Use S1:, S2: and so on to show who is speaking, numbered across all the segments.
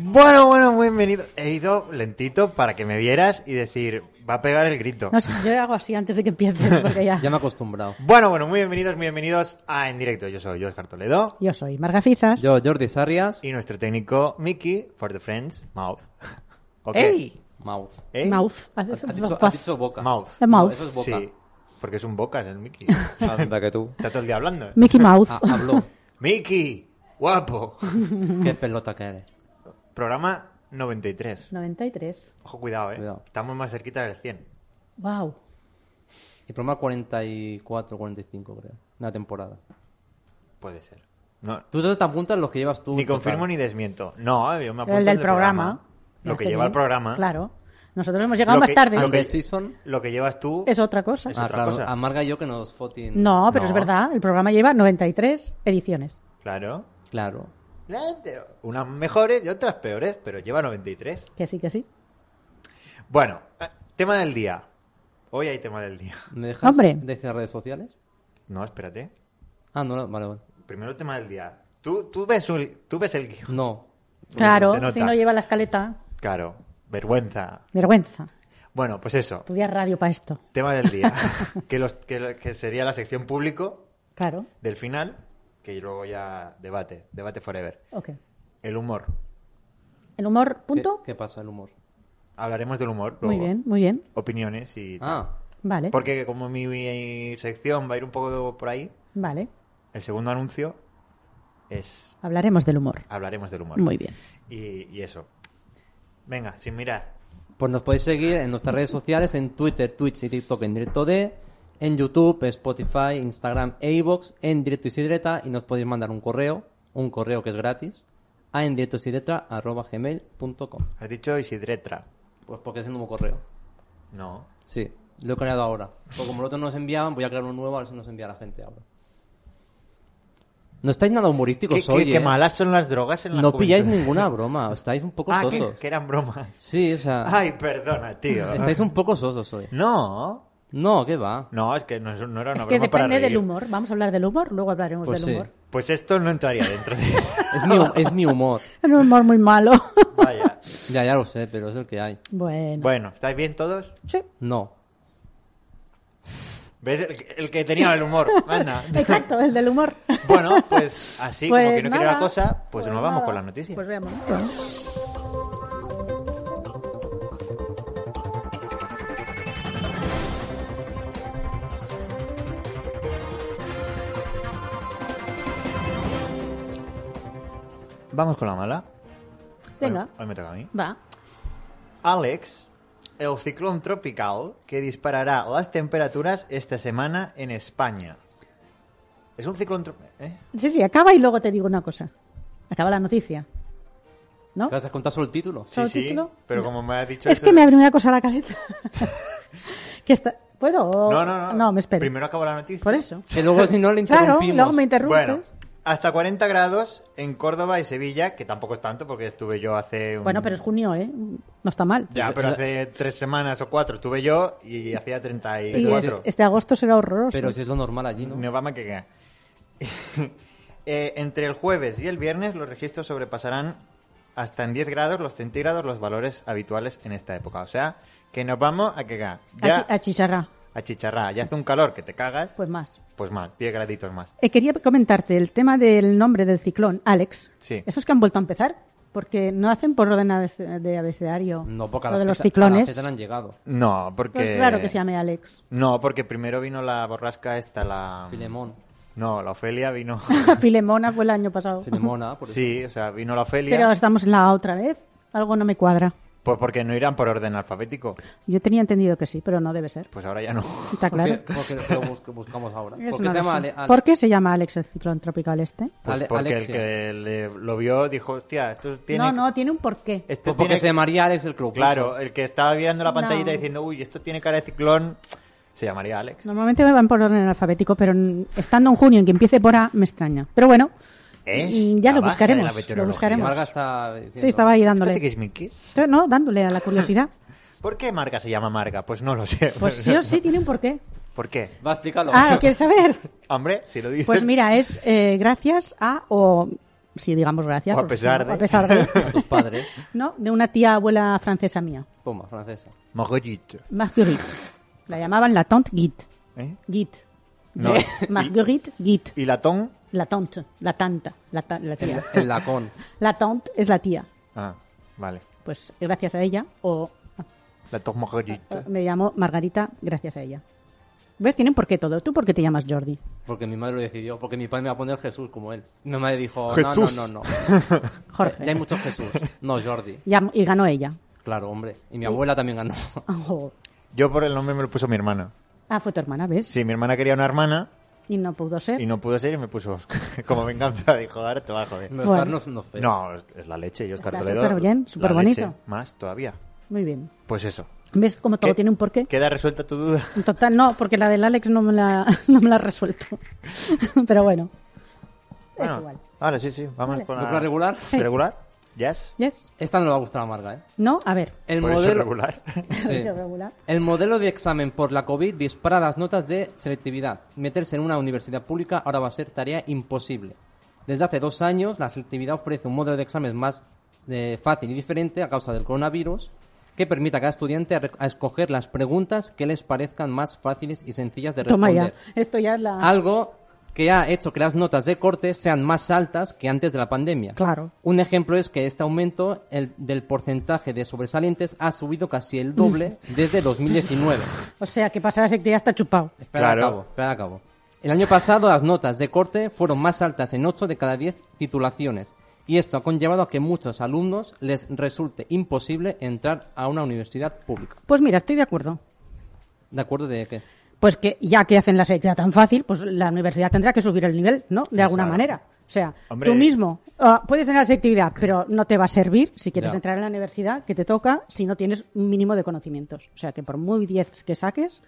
S1: Bueno, bueno, bienvenido. He ido lentito para que me vieras y decir, va a pegar el grito.
S2: No sé, yo hago así antes de que empieces, porque ya.
S3: Ya me he acostumbrado.
S1: Bueno, bueno, muy bienvenidos, muy bienvenidos a En Directo. Yo soy Oscar Toledo
S2: Yo soy Marga Fisas.
S3: Yo, Jordi Sarrias.
S1: y nuestro técnico Mickey, for the friends, Mouth. ¿Ok?
S3: ¡Ey! Mouth.
S1: ¿Eh?
S2: Mouth.
S3: Has dicho, has dicho boca.
S1: Mouth.
S2: The mouth.
S3: No, eso es boca.
S1: Sí, porque es un bocas el Mickey.
S3: Anda que tú.
S1: Está todo el día hablando.
S2: Mickey Mouse.
S3: Ah, habló.
S1: Mickey, guapo.
S3: Qué pelota que eres.
S1: Programa 93.
S2: 93.
S1: Ojo, cuidado, eh.
S3: Cuidado.
S1: Estamos más cerquita del 100.
S2: Wow.
S3: Y programa 44, 45, creo. Una temporada.
S1: Puede ser. No,
S3: Tú solo te apuntas los que llevas tú.
S1: ni
S3: total.
S1: confirmo ni desmiento. No, eh, yo me apunto
S2: El
S1: al
S2: del programa.
S1: Lo que
S2: Hace
S1: lleva el
S2: bien.
S1: programa.
S2: Claro. Nosotros hemos llegado
S1: Lo
S2: más
S1: que-
S2: tarde.
S1: lo
S3: Al
S1: que-
S3: de Season.
S1: Lo que llevas tú
S2: Es otra cosa.
S1: Es
S3: Ah,
S1: otra
S3: claro.
S1: cosa.
S3: Amarga yo que nos fotin.
S2: No, pero es
S1: No.
S2: verdad. El programa lleva 93 ediciones.
S1: Claro.
S3: Claro.
S1: Unas mejores y otras peores, pero lleva 93.
S2: Que sí, que sí.
S1: Pues Bueno, eh, tema del día. Hoy hay tema del día.
S3: ¿Me dejas
S2: Hombre.
S3: decir redes sociales?
S1: No, espérate.
S3: Ah, no, no, vale, vale.
S1: Primero el tema del día. Tú, tú, ves, el, tú ves el guión.
S3: No.
S1: Se nota.
S2: Claro, si no lleva la escaleta,
S1: Claro, vergüenza.
S2: vergüenza.
S1: Bueno, pues eso.
S2: Estudiar radio para esto.
S1: Tema del día. que, los, que, lo- que sería la sección público
S2: Claro.
S1: del final, que luego ya debate. Debate forever.
S2: Ok.
S1: El humor.
S2: El humor,
S3: ¿Qué,
S2: punto.
S3: qué pasa el humor?
S1: Hablaremos del humor.
S2: Muy
S1: luego.
S2: bien, muy bien.
S1: Opiniones y tal.
S3: Ah,
S2: Vale.
S1: Porque como mi, mi sección va a ir un poco por ahí,
S2: Vale.
S1: el segundo anuncio es
S2: Hablaremos del humor.
S1: hablaremos del humor.
S2: Muy bien.
S1: Y, y eso. Venga, sin mirar.
S3: Pues nos podéis seguir en nuestras redes sociales, en Twitter, Twitch y TikTok en directo de, en YouTube, Spotify, Instagram e iVoox, en directo y sidreta, y nos podéis mandar un correo, un correo que es gratis, a en directo y sidreta arroba gmail.com.
S1: Has dicho Isidretra.
S3: Pues porque es el nuevo correo.
S1: No.
S3: Sí, lo he creado ahora. Pues como los otros nos enviaban, voy a crear uno nuevo, a ver si nos envía la gente ahora. No estáis nada
S1: ¿Qué,
S3: humorísticos
S1: qué-
S3: hoy,
S1: qué
S3: ¿eh?
S1: malas son las drogas en la
S3: No
S1: juventud.
S3: pilláis ninguna broma, estáis un poco
S1: Ah, que,
S3: sosos.
S1: que eran bromas.
S3: Sí, o sea,
S1: Ay, perdona, tío.
S3: estáis un poco sosos hoy.
S1: No.
S3: No, ¿qué va?
S1: No, es que no, es- no era una
S2: es que
S1: broma para
S2: depende del
S1: reír.
S2: humor. Vamos a hablar del humor, luego hablaremos
S3: Pues
S2: del
S3: sí.
S2: humor.
S1: Pues esto no entraría dentro de...
S3: Es mi, es mi humor.
S2: Un humor muy malo.
S1: Vaya.
S3: Ya, ya lo sé, pero es el que hay.
S2: bueno.
S1: Bueno, ¿estáis bien todos?
S2: Sí.
S3: No.
S1: ¿Ves? El, que- el que tenía el humor. Anda.
S2: Exacto, el del humor.
S1: Bueno, pues así, como que
S2: Pues
S1: no quería la
S2: nada.
S1: cosa, pues, nos vamos
S2: nada.
S1: con las noticias.
S2: Pues veamos.
S1: Vamos con la mala.
S2: Venga,
S1: Hoy, hoy me toca a mí.
S2: va.
S1: Alex, el ciclón tropical que disparará las temperaturas esta semana en España. Es un ciclón eh? tropical.
S2: Sí, sí, acaba y luego te digo una cosa. Acaba la noticia. ¿No?
S3: ¿Qué vas a contar solo el título?
S1: Sí,
S2: ¿Solo
S1: sí,
S2: título?
S1: pero
S2: No.
S1: como me ha dicho
S2: Es
S1: eso-
S2: que me abre una cosa a la cabeza. que está... ¿Puedo?
S1: No, no, no.
S2: No, me espero.
S1: Primero acabo la noticia.
S2: Por eso.
S3: Que luego si no le
S2: Claro,
S3: interrumpimos.
S2: luego me interrumpes.
S1: Bueno, hasta 40 grados en Córdoba y Sevilla, que tampoco es tanto porque estuve yo hace... un-
S2: Bueno, pero es junio, ¿eh? No está mal.
S1: Ya, pero hace tres semanas o cuatro estuve yo y hacía
S2: Y
S1: 34.
S2: este agosto será horroroso.
S3: Pero si es lo normal allí, ¿no?
S1: No vamos a que Eh, entre el jueves y el viernes los registros sobrepasarán hasta en 10 grados los centígrados los valores habituales en esta época. O sea, que nos vamos a quejar. Ya
S2: Así, así será.
S1: a chicharrar. Ya hace un calor que te cagas.
S2: Pues más.
S1: Pues más, 10 graditos más.
S2: Eh, quería comentarte el tema del nombre del ciclón, Alex.
S1: Sí.
S2: Esos que han vuelto a empezar, porque no hacen por orden abece- de abecedario
S3: No, porque a
S2: lo
S3: la
S2: de los
S3: fecha- a la
S2: ciclones.
S3: fecha no han llegado.
S1: No, porque...
S2: Pues Es raro que se llame Alex.
S1: No, porque primero vino la borrasca esta, la...
S3: Filemón.
S1: No, la Ofelia vino...
S2: Filemona fue el año pasado.
S3: Filemona, por
S1: sí, o sea, vino la Ofelia.
S2: Pero estamos en la otra vez. Algo no me cuadra.
S1: Pues porque no irán por orden alfabético.
S2: Yo tenía entendido que sí, pero no debe ser.
S1: Pues ahora ya no.
S2: Está
S3: Porque,
S2: claro.
S3: porque lo bus- buscamos ahora.
S2: Eso
S3: Porque
S2: no
S3: se
S2: lo
S3: llama
S2: sé.
S3: Ale- Ale-
S2: ¿Por qué se llama Alex el ciclón tropical este?
S1: Pues
S3: Ale-
S1: porque el
S3: Alexia.
S1: que le- lo vio dijo, hostia, esto tiene...
S2: No, no, tiene un porqué.
S1: Esto
S3: Pues
S1: tiene-
S3: porque se llamaría Alex el Club.
S1: Claro, el que estaba mirando la pantallita
S2: No.
S1: diciendo, uy, esto tiene cara de ciclón, se llamaría Alex.
S2: Normalmente me van por orden alfabético, pero en- estando en junio en que empiece por A me extraña. Pero bueno,
S1: ¿Es?
S2: Mm, ya lo
S1: ¿La baja
S2: buscaremos,
S1: de la
S2: lo
S1: meteorología? ¿Este
S2: buscaremos.
S3: Marga está... diciendo-
S2: Sí, estaba ahí
S1: ¿Está
S3: Este
S2: dándole.
S1: tiquismiqui?
S2: No, dándole a la curiosidad.
S1: ¿Por qué Marga se llama Marga? Pues no lo sé.
S2: Pues sí o sí tiene un porqué.
S1: ¿Por qué?
S3: Va a explicarlo.
S2: Ah, ¿quieres saber?
S1: Hombre, si lo dices.
S2: Pues mira, es eh, gracias a, o si digamos gracias.
S1: O a
S2: pues,
S1: pesar
S2: no,
S1: de.
S2: A pesar de.
S3: A tus padres.
S2: No, de una tía abuela francesa mía,
S3: Toma, francesa.
S1: Marguerite.
S2: Marguerite. La llamaban la tante Git.
S1: ¿Eh?
S2: Git.
S1: No.
S2: Marguerite Git.
S1: ¿Y latón?
S2: La tante, la tanta, la, ta- la tía.
S3: El lacón.
S2: La tante es la tía.
S1: Ah, vale.
S2: Pues gracias a ella, o
S1: Latón Marguerite.
S2: me llamo Margarita gracias a ella. ¿Ves? Tienen por qué todo. ¿Tú por qué te llamas Jordi?
S1: Eh,
S3: Porque mi madre lo decidió. Porque mi padre me va a poner Jesús como él. Mi madre dijo,
S1: Jesús.
S3: no, no, no, no.
S2: Jorge.
S3: Ya hay muchos Jesús. No, Jordi.
S2: Ya- y ganó ella.
S3: Claro, hombre. Y mi abuela también ganó.
S2: Ojo.
S1: Yo por el nombre me lo puso mi hermana.
S2: Ah, fue tu hermana, ¿ves?
S1: Sí, mi hermana quería una hermana
S2: Y no pudo ser.
S1: y no pudo ser y me puso Oscar. como venganza. Dijo, ahora te va a joder.
S3: Oscar
S2: Bueno.
S3: no es no es feo.
S1: No, es- es la leche. Yo Oscar
S2: Está
S1: Toledo.
S2: superbién,
S1: la
S2: superbonito.
S1: leche, Más todavía.
S2: Muy bien.
S1: Pues eso.
S2: ¿Ves cómo todo
S1: ¿Qué?
S2: tiene un porqué?
S1: ¿Queda resuelta tu duda?
S2: En Total, no, porque la del Alex no me la, no me la ha resuelto. Pero bueno.
S1: Bueno,
S2: igual.
S1: Ahora sí, sí. Vamos con la...
S3: ¿Dupla regular?
S2: Sí.
S1: ¿Regular? ¿Yes?
S2: ¿Yes?
S3: Esta no le va a gustar a Marga, ¿eh?
S2: ¿No? A ver.
S3: El
S1: Por eso
S3: modelo...
S1: regular.
S3: Sí.
S2: Yo ah. regular.
S3: El modelo de examen por la COVID dispara las notas de selectividad. Meterse en una universidad pública ahora va a ser tarea imposible. Desde hace dos años, la selectividad ofrece un modelo de examen más eh, fácil y diferente a causa del coronavirus, que permite a cada estudiante a, rec- a escoger las preguntas que les parezcan más fáciles y sencillas de
S2: Toma
S3: responder.
S2: ya. Esto ya es la...
S3: Algo que ha hecho que las notas de corte sean más altas que antes de la pandemia.
S2: Claro.
S3: Un ejemplo es que este aumento el- del porcentaje de sobresalientes ha subido casi el doble
S2: Mm.
S3: desde 2019.
S2: O sea, que pasará ese que ya está chupado.
S3: Espera,
S1: Claro.
S3: acabo, espera, acabo. El año pasado las notas de corte fueron más altas en 8 de cada 10 titulaciones y esto ha conllevado a que muchos alumnos les resulte imposible entrar a una universidad pública.
S2: Pues mira, estoy de acuerdo.
S3: ¿De acuerdo de qué?
S2: Pues que ya que hacen la selectividad tan fácil, pues la universidad tendrá que subir el nivel, ¿no? De alguna
S1: Claro.
S2: manera. O sea,
S1: Hombre.
S2: tú mismo ah, puedes tener la selectividad, pero no te va a servir si quieres
S3: Ya.
S2: entrar en la universidad que te toca si no tienes un mínimo de conocimientos. O sea, que por muy 10 que saques,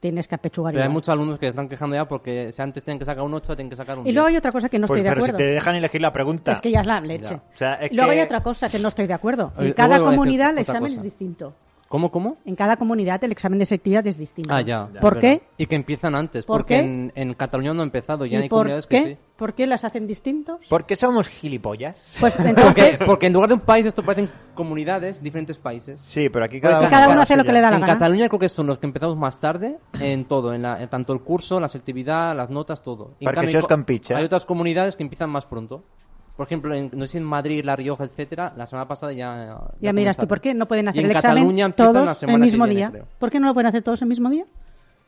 S2: tienes que apechugar.
S3: Pero hay
S2: igual.
S3: muchos alumnos que se están quejando ya porque si antes tenían que sacar un 8, tienen que sacar un
S2: Y
S3: 10.
S2: luego hay otra cosa que no
S1: Pues,
S2: estoy de
S1: pero si
S2: acuerdo.
S1: te dejan elegir la pregunta.
S2: Es que ya es la leche.
S3: Ya.
S1: O sea, es
S2: Y luego
S1: que-
S2: hay otra cosa que no estoy de acuerdo.
S3: Oye,
S2: En cada
S3: luego voy a decir
S2: comunidad el
S3: otra
S2: examen
S3: cosa.
S2: es distinto.
S3: ¿Cómo, cómo?
S2: En cada comunidad el examen de selectividad es distinto.
S3: Ah, ya.
S2: ¿Por
S3: Es
S2: qué?
S3: verdad. Y que empiezan antes,
S2: ¿Por
S3: porque
S2: qué?
S3: En, en Cataluña no ha empezado, ya
S2: ¿Y
S3: hay
S2: por
S3: comunidades
S2: qué?
S3: que sí.
S2: ¿Por qué las hacen distintos?
S1: ¿Por qué somos gilipollas?
S2: Pues
S3: Porque,
S2: entonces
S3: porque en lugar de un país esto parecen comunidades, diferentes países.
S1: Sí, pero aquí cada,
S3: Porque
S1: uno,
S2: cada uno
S1: para
S2: hace lo
S1: suya.
S2: que le da la
S3: en
S2: gana.
S3: Cataluña creo que son los que empezamos más tarde en todo, en, la- en tanto el curso, la selectividad, las notas, todo. En
S1: Perquè
S3: cambio,
S1: això
S3: hay
S1: es
S3: co-
S1: Campeche.
S3: Hay otras comunidades que empiezan más pronto. Por ejemplo, en, no sé, en Madrid, La Rioja, etcétera, la semana pasada ya...
S2: Ya miras tú,
S3: comenzaron.
S2: ¿por qué no pueden
S3: Y
S2: hacer
S3: en
S2: el examen
S3: Cataluña empiezan la
S2: todos
S3: semana
S2: el
S3: que
S2: mismo
S3: viene,
S2: día?
S3: creo.
S2: ¿Por qué no lo pueden hacer todos el mismo día?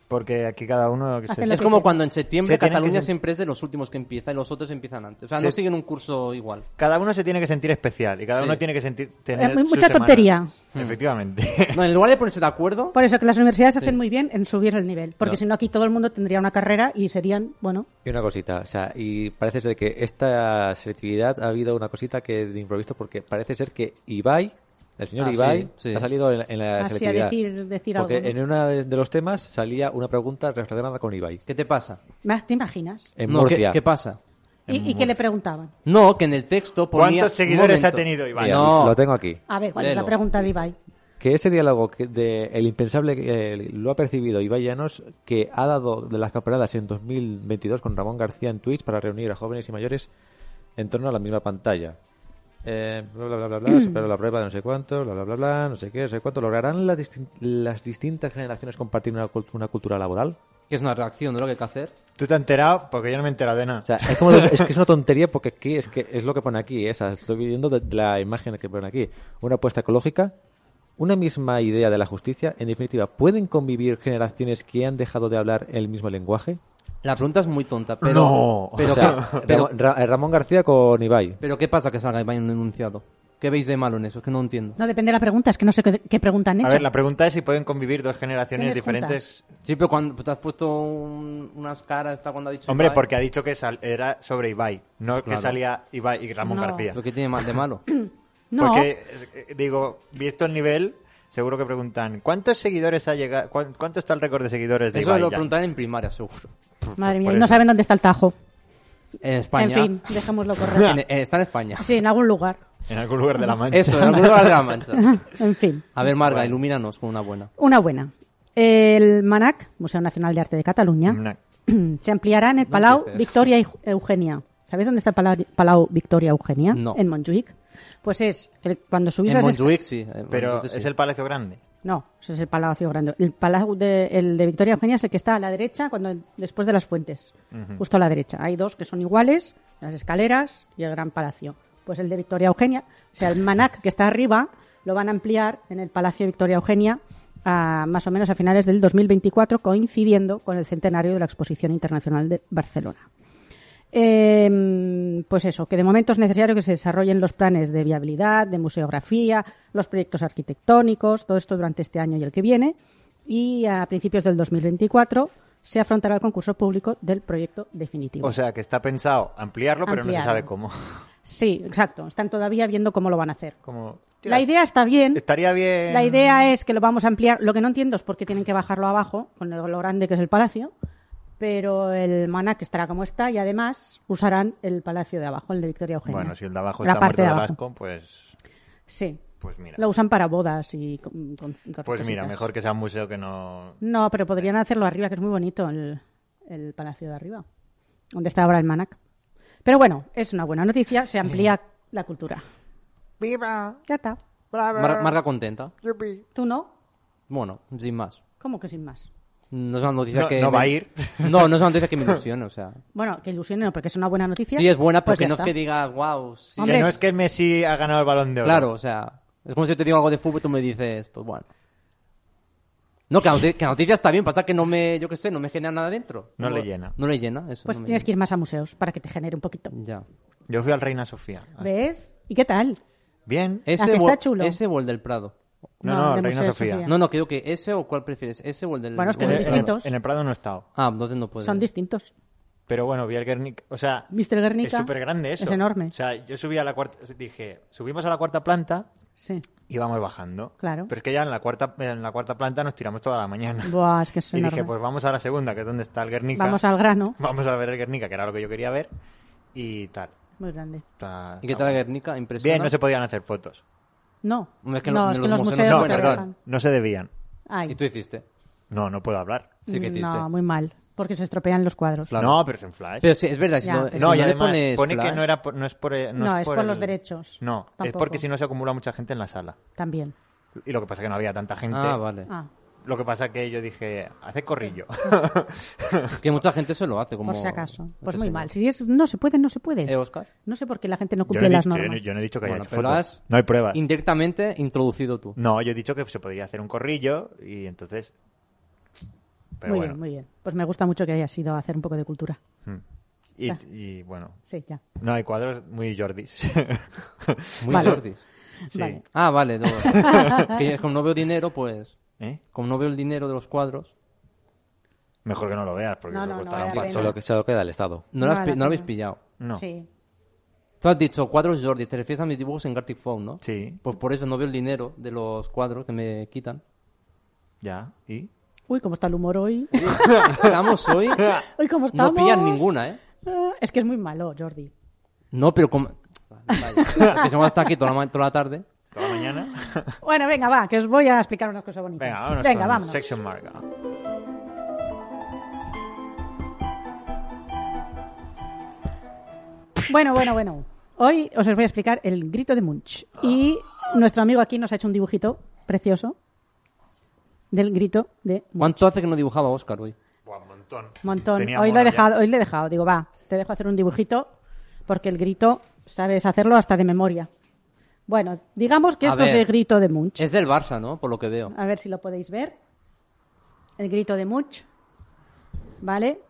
S1: Porque aquí cada uno... que se-
S2: Hace lo
S3: Es
S2: que
S3: como
S2: quieran.
S3: cuando en septiembre
S1: Se tienen que
S3: Cataluña
S1: sen-
S3: siempre es de los últimos que empieza y los otros empiezan antes. O sea,
S1: Sí.
S3: no siguen un curso igual.
S1: Cada uno se tiene que sentir especial y cada
S3: Sí.
S1: uno tiene que sentir... Tener
S2: Eh, mucha
S1: su semana.
S2: tontería.
S1: Efectivamente.
S3: No, en lugar de ponerse de acuerdo,
S2: Por eso que las universidades hacen
S3: Sí.
S2: muy bien en subir el nivel, porque
S3: No.
S2: si no aquí todo el mundo tendría una carrera y serían, bueno,
S4: Y una cosita, o sea, y parece ser que esta selectividad ha habido una cosita que de improviso, porque parece ser que Ibai, el señor
S3: Ah, sí,
S4: Ibai,
S3: sí.
S4: ha salido en, en la
S2: así a
S4: selectividad.
S2: decir, decir algo.
S4: porque
S2: ¿no?
S4: en uno de, de los temas salía una pregunta relacionada con Ibai.
S3: ¿qué te pasa?
S2: Ma- ¿Te imaginas?
S4: En
S3: No, ¿qué-
S4: Murcia.
S3: ¿qué, pasa?
S2: ¿Y, y qué le preguntaban?
S3: No, que en el texto ponía...
S1: ¿Cuántos seguidores
S3: Momento.
S1: ha tenido Iván?
S4: Mira,
S3: No.
S4: Lo tengo aquí.
S2: A ver, ¿cuál es la
S3: Léelo.
S2: pregunta de Ibai?
S4: Que ese diálogo que de El impensable eh, lo ha percibido Ibai Llanos, que ha dado de las campanadas en 2022 con Ramón García en Twitch para reunir a jóvenes y mayores en torno a la misma pantalla. Eh, bla, bla, bla, bla, bla, supero la prueba de no sé cuánto, bla, bla, bla, bla, no sé qué, no sé cuánto. ¿Lograrán las, distin- las distintas generaciones compartir una, cult- una cultura laboral?
S3: Que es una reacción de lo que hay que hacer.
S1: Tú te has enterado porque yo no me he enterado de nada.
S4: O sea, es, como- es que es una tontería porque aquí es que es lo que pone aquí. ¿eh? O sea, estoy viendo de, de la imagen que pone aquí. Una apuesta ecológica, una misma idea de la justicia. En definitiva, ¿pueden convivir generaciones que han dejado de hablar el mismo lenguaje?
S3: La pregunta es muy tonta, pero...
S1: No.
S3: Pero,
S4: o sea,
S3: ¿qué- pero,
S4: Ramón, Ra- eh, Ramón García con Ibai.
S3: pero ¿qué pasa que salga Iván en un enunciado? ¿Qué veis de malo en eso? Es que no entiendo.
S2: No depende de la pregunta, es que no sé qué, qué pregunta han hecho.
S1: A ver, la pregunta es si pueden convivir dos generaciones
S2: ¿Tienes
S1: diferentes.
S3: Sí, pero cuando te has puesto un- unas caras está cuando ha dicho
S1: Hombre,
S3: Ibai,
S1: porque ha dicho que sal- era sobre Ibai, no que
S3: Claro.
S1: salía Ibai y Ramón
S2: No.
S1: García.
S3: ¿Pero qué tiene mal de malo?
S2: No,
S1: Porque, eh, digo, visto el nivel, seguro que preguntan, ¿cuántos seguidores ha llegado? cuán- ¿Cuánto está el récord de seguidores de
S3: Eso
S1: Ibai?
S3: lo
S1: ya?
S3: preguntarán en primaria, seguro.
S1: Por-
S2: madre mía,
S1: por
S2: y no
S1: eso.
S2: saben dónde está el tajo.
S3: En España.
S2: En fin, dejémoslo correr.
S3: En- en- está en España.
S2: Sí, en algún lugar.
S1: En algún lugar de la mancha.
S3: Eso, en algún lugar de la mancha.
S2: en fin.
S3: A ver, Marga, ilumínanos con una buena.
S2: Una buena. El MANAC, Museo Nacional de Arte de Cataluña,
S1: Una-
S2: se ampliará en el Palau
S3: dices.
S2: Victoria y- Eugenia. ¿Sabéis dónde está el Palau, Palau Victoria Eugenia?
S3: No.
S2: En Montjuic. Pues es, el- cuando subís
S3: En
S2: las esca-
S3: Montjuic sí. en
S1: Pero
S3: Montjuic sí.
S1: es el Palacio Grande.
S2: No, ese es el Palacio Grande. El Palau de, el de Victoria Eugenia es el que está a la derecha cuando después de las fuentes, justo a la derecha. Hay dos que son iguales, las escaleras y el Gran Palacio. Pues el de Victoria Eugenia, o sea, el Manac que está arriba, lo van a ampliar en el Palacio Victoria Eugenia a, más o menos a finales del 2024, coincidiendo con el centenario de la Exposición Internacional de Barcelona. Eh, pues eso, que de momento es necesario que se desarrollen los planes de viabilidad, de museografía, los proyectos arquitectónicos, todo esto durante este año y el que viene. Y a principios del 2024 se afrontará el concurso público del proyecto definitivo.
S1: O sea, que está pensado ampliarlo, pero no se
S2: Ampliarlo.
S1: sabe cómo.
S2: sí, exacto. Están todavía viendo cómo lo van a hacer.
S1: Como, tía,
S2: La idea está bien.
S1: Estaría bien.
S2: La idea es que lo vamos a ampliar. Lo que no entiendo es por qué tienen que bajarlo abajo, con lo lo grande que es el palacio. Pero el Manac estará como está y además usarán el palacio de abajo, el de Victoria Eugenia.
S1: Bueno, si el de abajo
S2: La
S1: está muerto
S2: parte
S1: de
S2: de abajo.
S1: asco, pues.
S2: Sí.
S1: Pues mira.
S2: Lo usan para bodas y con, con- con
S1: Pues mira,
S2: cositas.
S1: mejor que sea un museo que no.
S2: No, pero podrían hacerlo arriba, que es muy bonito el, el palacio de arriba, donde está ahora el Manac. Pero bueno, es una buena noticia, se amplía la cultura.
S1: ¡Viva!
S2: Ya está.
S3: Mar- Marga contenta.
S2: ¿Tú no?
S3: Bueno, sin más.
S2: ¿Cómo que sin más?
S3: No es una noticia
S1: No-
S3: que...
S1: no
S3: me-
S1: va a ir.
S3: No, no es una noticia que me ilusione, o sea...
S2: Bueno, que ilusione, no, porque es una buena noticia.
S3: Sí, es buena,
S2: Pues
S3: porque
S2: ya
S3: no es
S2: está.
S3: que
S2: Ah.
S3: digas, wow, sí.
S1: Que
S2: Hombre,
S1: no
S2: es-
S1: es que Messi ha ganado el balón de oro.
S3: Claro, o sea, es como si yo te digo algo de fútbol y tú me dices, pues bueno. No, que la, noti- que la noticia está bien, pasa que no me, yo qué sé, no me genera nada dentro.
S1: No le llena.
S3: No le llena, eso.
S2: Pues
S3: no me Mm.
S2: tienes que
S3: llena.
S2: ir más a museos para que te genere un poquito.
S3: Ya.
S1: Yo fui al Reina Sofía.
S2: Eh, ¿Ves? ¿Y qué tal?
S1: Bien.
S3: Ese
S2: que
S3: o-
S2: está chulo.
S3: Ese o el del Prado.
S1: No, no,
S2: eh, de
S1: Reina
S2: Museo
S1: Sofía.
S3: No, no, creo que ese o cuál prefieres, ese o el del...
S2: Bueno, es que
S3: o
S1: En
S2: son
S3: el
S1: el,
S3: del
S1: en,
S2: distintos.
S1: el- en el Prado no he estado.
S3: Prado. Ah, entonces no puedes.
S2: Son distintos.
S1: Pero bueno, vi el Guernica. O sea,
S2: ¿Viste el Guernica?
S1: es súper grande eso.
S2: Es enorme.
S1: O sea, yo subí a la cuarta. Dije, subimos a la cuarta planta
S2: Sí.
S1: y vamos bajando.
S2: Claro.
S1: Pero es que ya en la cuarta, en la cuarta planta nos tiramos toda la mañana.
S2: Buah, es que es
S1: y dije,
S2: enorme.
S1: pues vamos a la segunda, que es donde está el Guernica.
S2: Vamos al grano.
S1: Vamos a ver el Guernica, que era lo que yo quería ver. Y tal.
S2: Muy grande.
S1: Está-
S3: ¿Y qué
S1: está
S3: tal la
S1: bueno.
S3: Guernica? Impresionante.
S1: Bien, no se podían hacer fotos.
S2: No.
S3: Hombre, es que
S2: no,
S3: no-
S2: es
S3: en
S2: que
S3: los
S2: los
S3: museos
S2: museos
S3: no
S1: no,
S2: te
S3: se puede.
S1: perdón,
S2: dejan.
S1: no se debían.
S2: Ay. Mm,
S3: ¿Y tú hiciste?
S1: No, no puedo hablar.
S3: Sí que hiciste.
S2: No, muy mal, porque se estropean los cuadros.
S3: Claro.
S1: No, pero es en Flash.
S3: Pero sí, es verdad, si
S2: Ya, pues
S3: no,
S2: pero-
S3: si
S1: no,
S3: no
S1: y
S3: le
S1: además
S3: pones
S1: pone que
S3: flash-
S1: no, era por- no es por, eh,
S2: No, es por
S1: el-
S2: los derechos.
S1: No, es
S2: Tampoco.
S1: porque si no se acumula mucha gente en la sala.
S2: También.
S1: Y lo que pasa es que no había tanta gente.
S3: Ah, vale.
S2: Ah,
S1: Lo que pasa es que yo dije, hace corrillo.
S3: Que mucha gente se lo hace como...
S2: por si acaso. Pues
S3: Este
S2: muy
S3: señor.
S2: mal. Si es no se puede, no se puede.
S3: Eh, Oscar.
S2: No sé por qué la gente no
S1: yo, no
S2: cumple
S1: he
S2: las
S1: dicho, yo
S2: normas.
S1: no- yo no he dicho que haya
S3: Bueno,
S1: hecho
S3: pero lo
S1: fotos.
S3: has
S1: No hay pruebas.
S3: Indirectamente introducido tú.
S1: No, yo he dicho que se podría hacer un corrillo y entonces... Pero
S2: muy
S1: bueno.
S2: bien, muy bien. Pues me gusta mucho que hayas ido a hacer un poco de cultura.
S1: Y-
S2: Ah.
S1: y bueno,
S2: Sí, ya.
S1: No, hay cuadros muy Jordis.
S3: Muy
S2: Vale.
S3: Jordi.
S1: Sí.
S2: Vale.
S3: Ah, vale. no. que yo, como no veo dinero, pues...
S1: ¿Eh?
S3: Como no veo el dinero de los cuadros...
S1: Mejor que no lo veas, porque
S2: No,
S1: eso
S2: no, no,
S1: costará un
S2: vale la
S1: pastón.
S4: Se lo, que- se lo queda el Estado.
S3: No, lo, has
S2: Vale,
S3: pi- no lo habéis
S2: pena.
S3: pillado.
S1: No.
S2: Sí.
S3: Tú has dicho cuadros Jordi, te refieres a mis dibujos en Gartic Phone, ¿no?
S1: Sí.
S3: Pues por eso no veo el dinero de los cuadros que me quitan.
S1: Ya, ¿y?
S2: Uy, cómo está el humor hoy.
S3: Estamos hoy...
S2: Uy, cómo
S3: No
S2: estamos.
S3: pillan ninguna, ¿eh?
S2: Ah, Es que es muy malo, Jordi.
S3: No, pero como... Vale, vale. que se hasta aquí toda la, ma- toda la tarde.
S1: ¿Toda la mañana?
S2: Bueno, venga, va, que os voy a explicar unas cosas bonitas.
S1: Venga, vámonos
S2: Venga,
S1: con
S2: vámonos.
S1: Section Marga.
S2: Bueno, bueno, bueno. Hoy os voy a explicar el grito de Munch. Y nuestro amigo aquí nos ha hecho un dibujito precioso del grito de
S3: ¿Cuánto hace que no dibujaba Oscar hoy?
S1: Buah, montón.
S2: montón.
S1: Tenía
S2: hoy lo he
S1: mono ya.
S2: dejado, hoy le he dejado. Digo, va, te dejo hacer un dibujito porque el grito sabes hacerlo hasta de memoria. Bueno, digamos que
S3: A
S2: esto es
S3: ver.
S2: el grito de Munch.
S3: Es del Barça, ¿no? Por lo que veo.
S2: A ver si lo podéis ver. El grito de Munch. ¿Vale?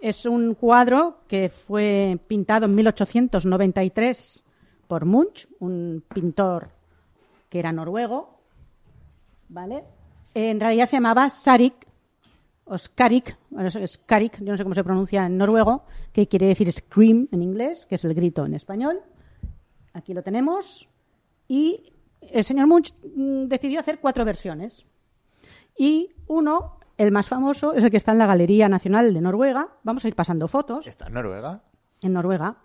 S2: Es un cuadro que fue pintado en 1893 por Munch, un pintor que era noruego. ¿Vale? En realidad se llamaba Sarik, o Skarik, bueno, es- es Skarik, yo no sé cómo se pronuncia en noruego, que quiere decir scream en inglés, que es el grito en español. Aquí lo tenemos. Y el señor Munch mm, decidió hacer cuatro versiones. Y uno, el más famoso, es el que está en la Galería Nacional de Noruega. Vamos a ir pasando fotos.
S1: ¿Está en Noruega?
S2: En Noruega.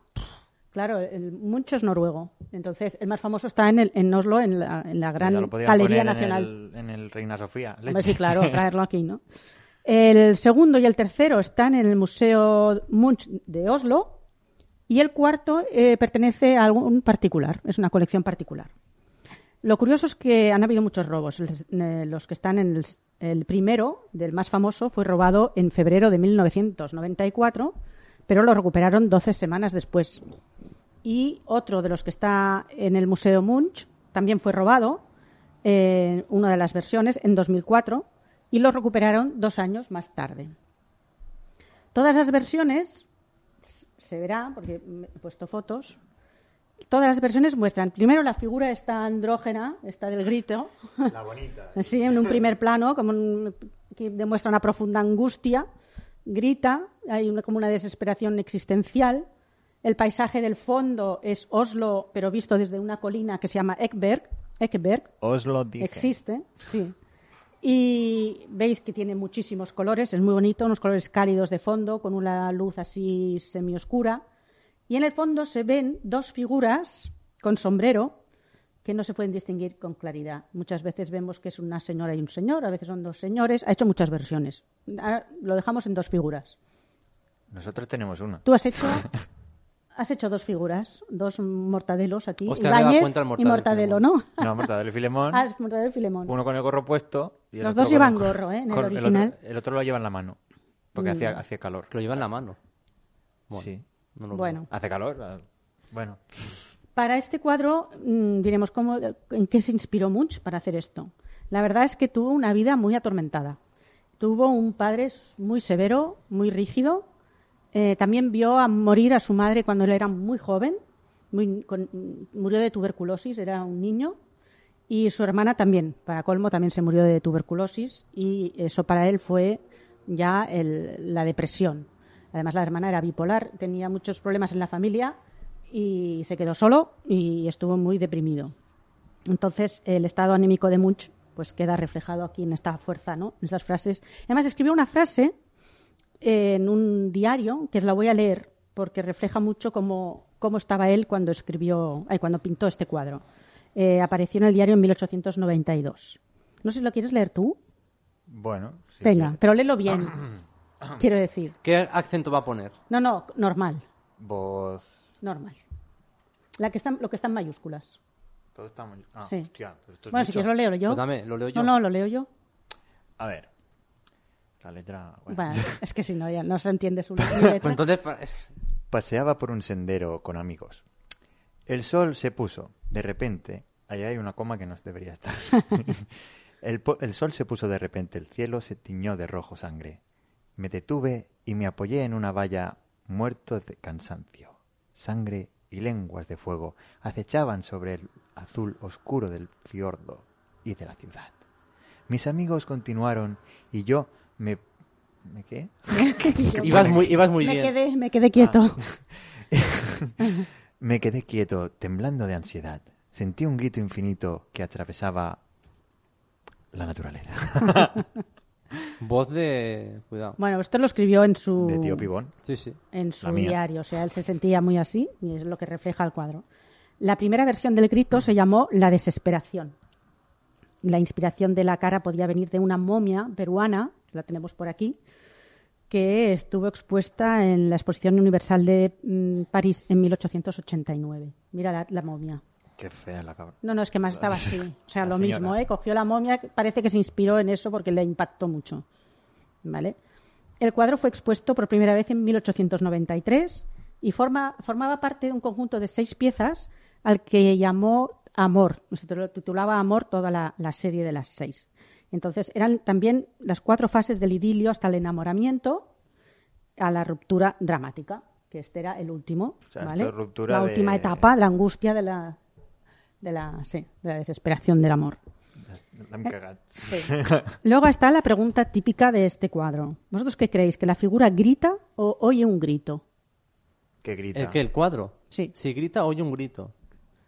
S2: Claro, el- mucho es noruego. Entonces, el más famoso está en, el, en Oslo, en la, en la
S1: Ya
S2: gran
S1: lo podían
S2: galería
S1: poner
S2: nacional.
S1: En el, en el Reina Sofía.
S2: Hombre, sí, claro, traerlo aquí, ¿no? El segundo y el tercero están en el Museo Munch de Oslo y el cuarto eh, pertenece a algún particular, es una colección particular. Lo curioso es que han habido muchos robos. Les- eh, Los que están en el, s- el primero, del más famoso, fue robado en febrero de 1994, pero lo recuperaron 12 semanas después. Y otro de los que está en el Museo Munch también fue robado, en una de las versiones, en 2004, y lo recuperaron dos años más tarde. Todas las versiones, s- se verá, porque mm, he puesto fotos, todas las versiones muestran primero la figura esta andrógena, esta del grito,
S1: La bonita.
S2: así en un primer plano, como un- que demuestra una profunda angustia, grita, hay una, como una desesperación existencial. El paisaje del fondo es Oslo, pero visto desde una colina que se llama Ekberg, Ekberg
S1: Os lo dije.
S2: Existe, sí. Y veis que tiene muchísimos colores, es muy bonito, unos colores cálidos de fondo, con una luz así semioscura. Y en el fondo se ven dos figuras con sombrero que no se pueden distinguir con claridad. Muchas veces vemos que es una señora y un señor, a veces son dos señores. Ha hecho muchas versiones. Ahora lo dejamos en dos figuras.
S1: Nosotros tenemos una.
S2: Tú has hecho, has hecho dos figuras, dos mortadelos aquí,
S3: Hostia, no me he dado
S2: Ibáñez
S3: cuenta del
S2: y mortadelo,
S3: mortadelo,
S2: ¿no?
S3: Filemón.
S1: No, Mortadelo y Filemón.
S2: Ah, es mortadelo y Filemón.
S1: Uno con el gorro puesto. Y el
S2: Los
S1: otro
S2: dos
S1: con
S2: llevan
S1: el-
S2: gorro, ¿eh? En el
S1: con- otro-
S2: original.
S1: El otro lo lleva en la mano. Porque hacía, hacía calor.
S3: Que lo lleva en la mano.
S1: Sí.
S3: No lo-
S2: Bueno.
S1: Hace calor. ah, Bueno.
S2: Para este cuadro mm, diremos cómo, en qué se inspiró Munch para hacer esto. La verdad es que tuvo una vida muy atormentada. Tuvo un padre s- muy severo, muy rígido. Eh, también vio a morir a su madre cuando él era muy joven. muy- con- murió de tuberculosis, era un niño. Y su hermana también, para colmo, también se murió de tuberculosis y eso para él fue ya el- la depresión. Además, la hermana era bipolar, tenía muchos problemas en la familia y se quedó solo y estuvo muy deprimido. Entonces, el estado anímico de Munch pues queda reflejado aquí en esta fuerza, ¿no? En estas frases. Además, escribió una frase en un diario que la voy a leer porque refleja mucho cómo, cómo estaba él cuando escribió, ay, cuando pintó este cuadro. Eh, apareció en el diario en 1892. No sé si lo quieres leer tú.
S1: Bueno. sí.
S2: Venga, pero léelo bien. Quiero decir.
S3: ¿Qué acento va a poner?
S2: No, no, normal,
S1: Voz.
S2: normal. La que están, lo que está en mayúsculas.
S1: Todo está muy. Ah,
S2: Sí.
S1: hostia, pero esto es
S2: bueno, si
S1: mucho.
S2: quieres lo leo yo.
S3: Pues dame, lo leo yo.
S2: No, no, lo leo yo.
S1: A ver. La letra. bueno.
S2: Bueno, es que si no, ya no se entiende su letra.
S3: Pues entonces, pa- es-
S1: Paseaba por un sendero con amigos. El sol se puso. De repente, allá hay una coma que no debería estar. el, po- el sol se puso de repente, el cielo se tiñó de rojo sangre. Me detuve y me apoyé en una valla, muerto de cansancio. Sangre y lenguas de fuego acechaban sobre el azul oscuro del fiordo y de la ciudad. Mis amigos continuaron y yo me... ¿Me qué?
S3: ibas muy, ibas muy
S2: me,
S3: bien. Ah.
S2: quedé, me quedé quieto.
S1: Me quedé quieto, temblando de ansiedad. Sentí un grito infinito que atravesaba la naturaleza.
S3: Voz de... Cuidado.
S2: Bueno, esto lo escribió en su...
S1: De tío Pibón.
S3: Sí, sí.
S2: en su
S1: La mía.
S2: diario. O sea, él se sentía muy así y es lo que refleja el cuadro. La primera versión del grito se llamó La desesperación. La inspiración de la cara podía venir de una momia peruana, la tenemos por aquí, que estuvo expuesta en la Exposición Universal de mm, París en 1889. Mira la, la momia.
S1: Qué fea la cabra.
S2: No, no, es que más estaba así. O sea,
S1: La
S2: lo
S1: señora.
S2: mismo, ¿eh? Cogió la momia, parece que se inspiró en eso porque le impactó mucho. ¿Vale? El cuadro fue expuesto por primera vez en 1893 y forma, formaba parte de un conjunto de seis piezas al que llamó Amor. Se tu- titulaba Amor toda la, la serie de las seis. Entonces, eran también las cuatro fases del idilio hasta el enamoramiento a la ruptura dramática, que este era el último.
S1: O sea,
S2: ¿vale?
S1: esto es ruptura
S2: la
S1: de-
S2: última etapa, la angustia de la, de la, sí, de la desesperación del amor.
S1: La hem cagat.
S2: Luego está la pregunta típica de este cuadro. ¿Vosotros qué creéis? ¿Que la figura grita o oye un grito?
S1: Que grita.
S3: ¿El que ¿El cuadro?
S2: Sí.
S3: Si grita, oye un grito.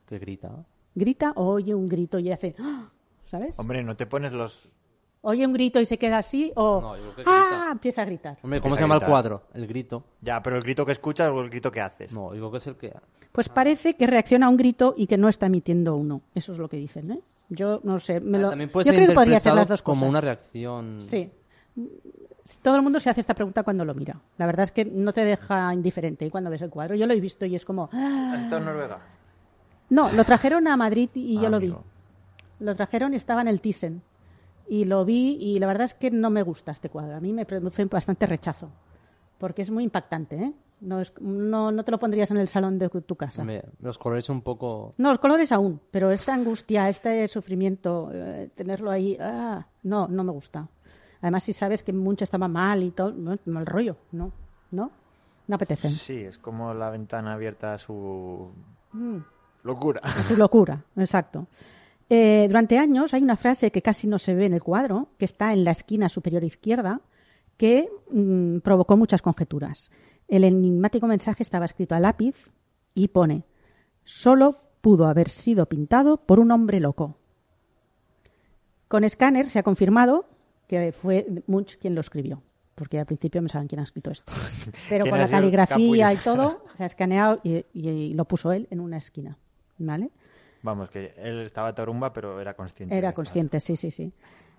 S3: ¿Qué grita?
S2: ¿Grita o oye un grito y hace... ¡ah! ¿Sabes?
S1: Hombre, no te pones los
S2: oye un grito y se queda así o
S3: No, yo creo que
S2: ¡ah!
S3: grita.
S2: empieza a gritar.
S3: Hombre,
S1: Empieza
S3: ¿cómo se llama
S1: a
S3: el
S1: gritar.
S3: cuadro? El grito.
S1: Ya, pero el grito que escuchas o el grito que haces.
S3: No, digo que es el que.
S2: Pues parece que reacciona a un grito y que no está emitiendo uno. Eso es lo que dicen, ¿eh? Yo no sé. me lo-
S3: También puede
S2: Yo
S3: ser
S2: creo que podría ser
S3: interpretado
S2: las dos
S3: como
S2: cosas.
S3: una reacción.
S2: Sí. Todo el mundo se hace esta pregunta cuando lo mira. La verdad es que no te deja indiferente cuando ves el cuadro. Yo lo he visto y es como... "Ah".
S1: ¿Has estado en Noruega?
S2: No, lo trajeron a Madrid y yo
S1: Ah,
S2: lo vi.
S1: amigo.
S2: Lo trajeron y estaba en el Thyssen. Y lo vi y la verdad es que no me gusta este cuadro. A mí me produce bastante rechazo. Porque es muy impactante, ¿eh? No, es, no, no te lo pondrías en el salón de tu casa.
S3: Hombre, los colores un poco.
S2: No, los colores aún, pero esta angustia, este sufrimiento, eh, tenerlo ahí, ah, no, no me gusta. Además, si sabes que mucho estaba mal y todo, no, mal rollo, no, no, no apetece.
S1: Sí, es como la ventana abierta a su locura.
S2: Su locura, exacto. Eh, durante años hay una frase que casi no se ve en el cuadro, que está en la esquina superior izquierda, que mm, provocó muchas conjeturas. El enigmático mensaje estaba escrito a lápiz y pone, solo pudo haber sido pintado por un hombre loco. Con escáner se ha confirmado que fue Munch quien lo escribió, porque al principio no saben quién ha escrito esto. Pero
S1: ¿Quién
S2: con
S1: ha
S2: la
S1: sido el
S2: caligrafía
S1: capullo?
S2: y todo, se ha escaneado y, y- y lo puso él en una esquina. ¿Vale?
S1: Vamos, que él estaba tarumba, pero era consciente. de que
S2: Era
S1: estaba
S2: consciente, sí, sí, sí.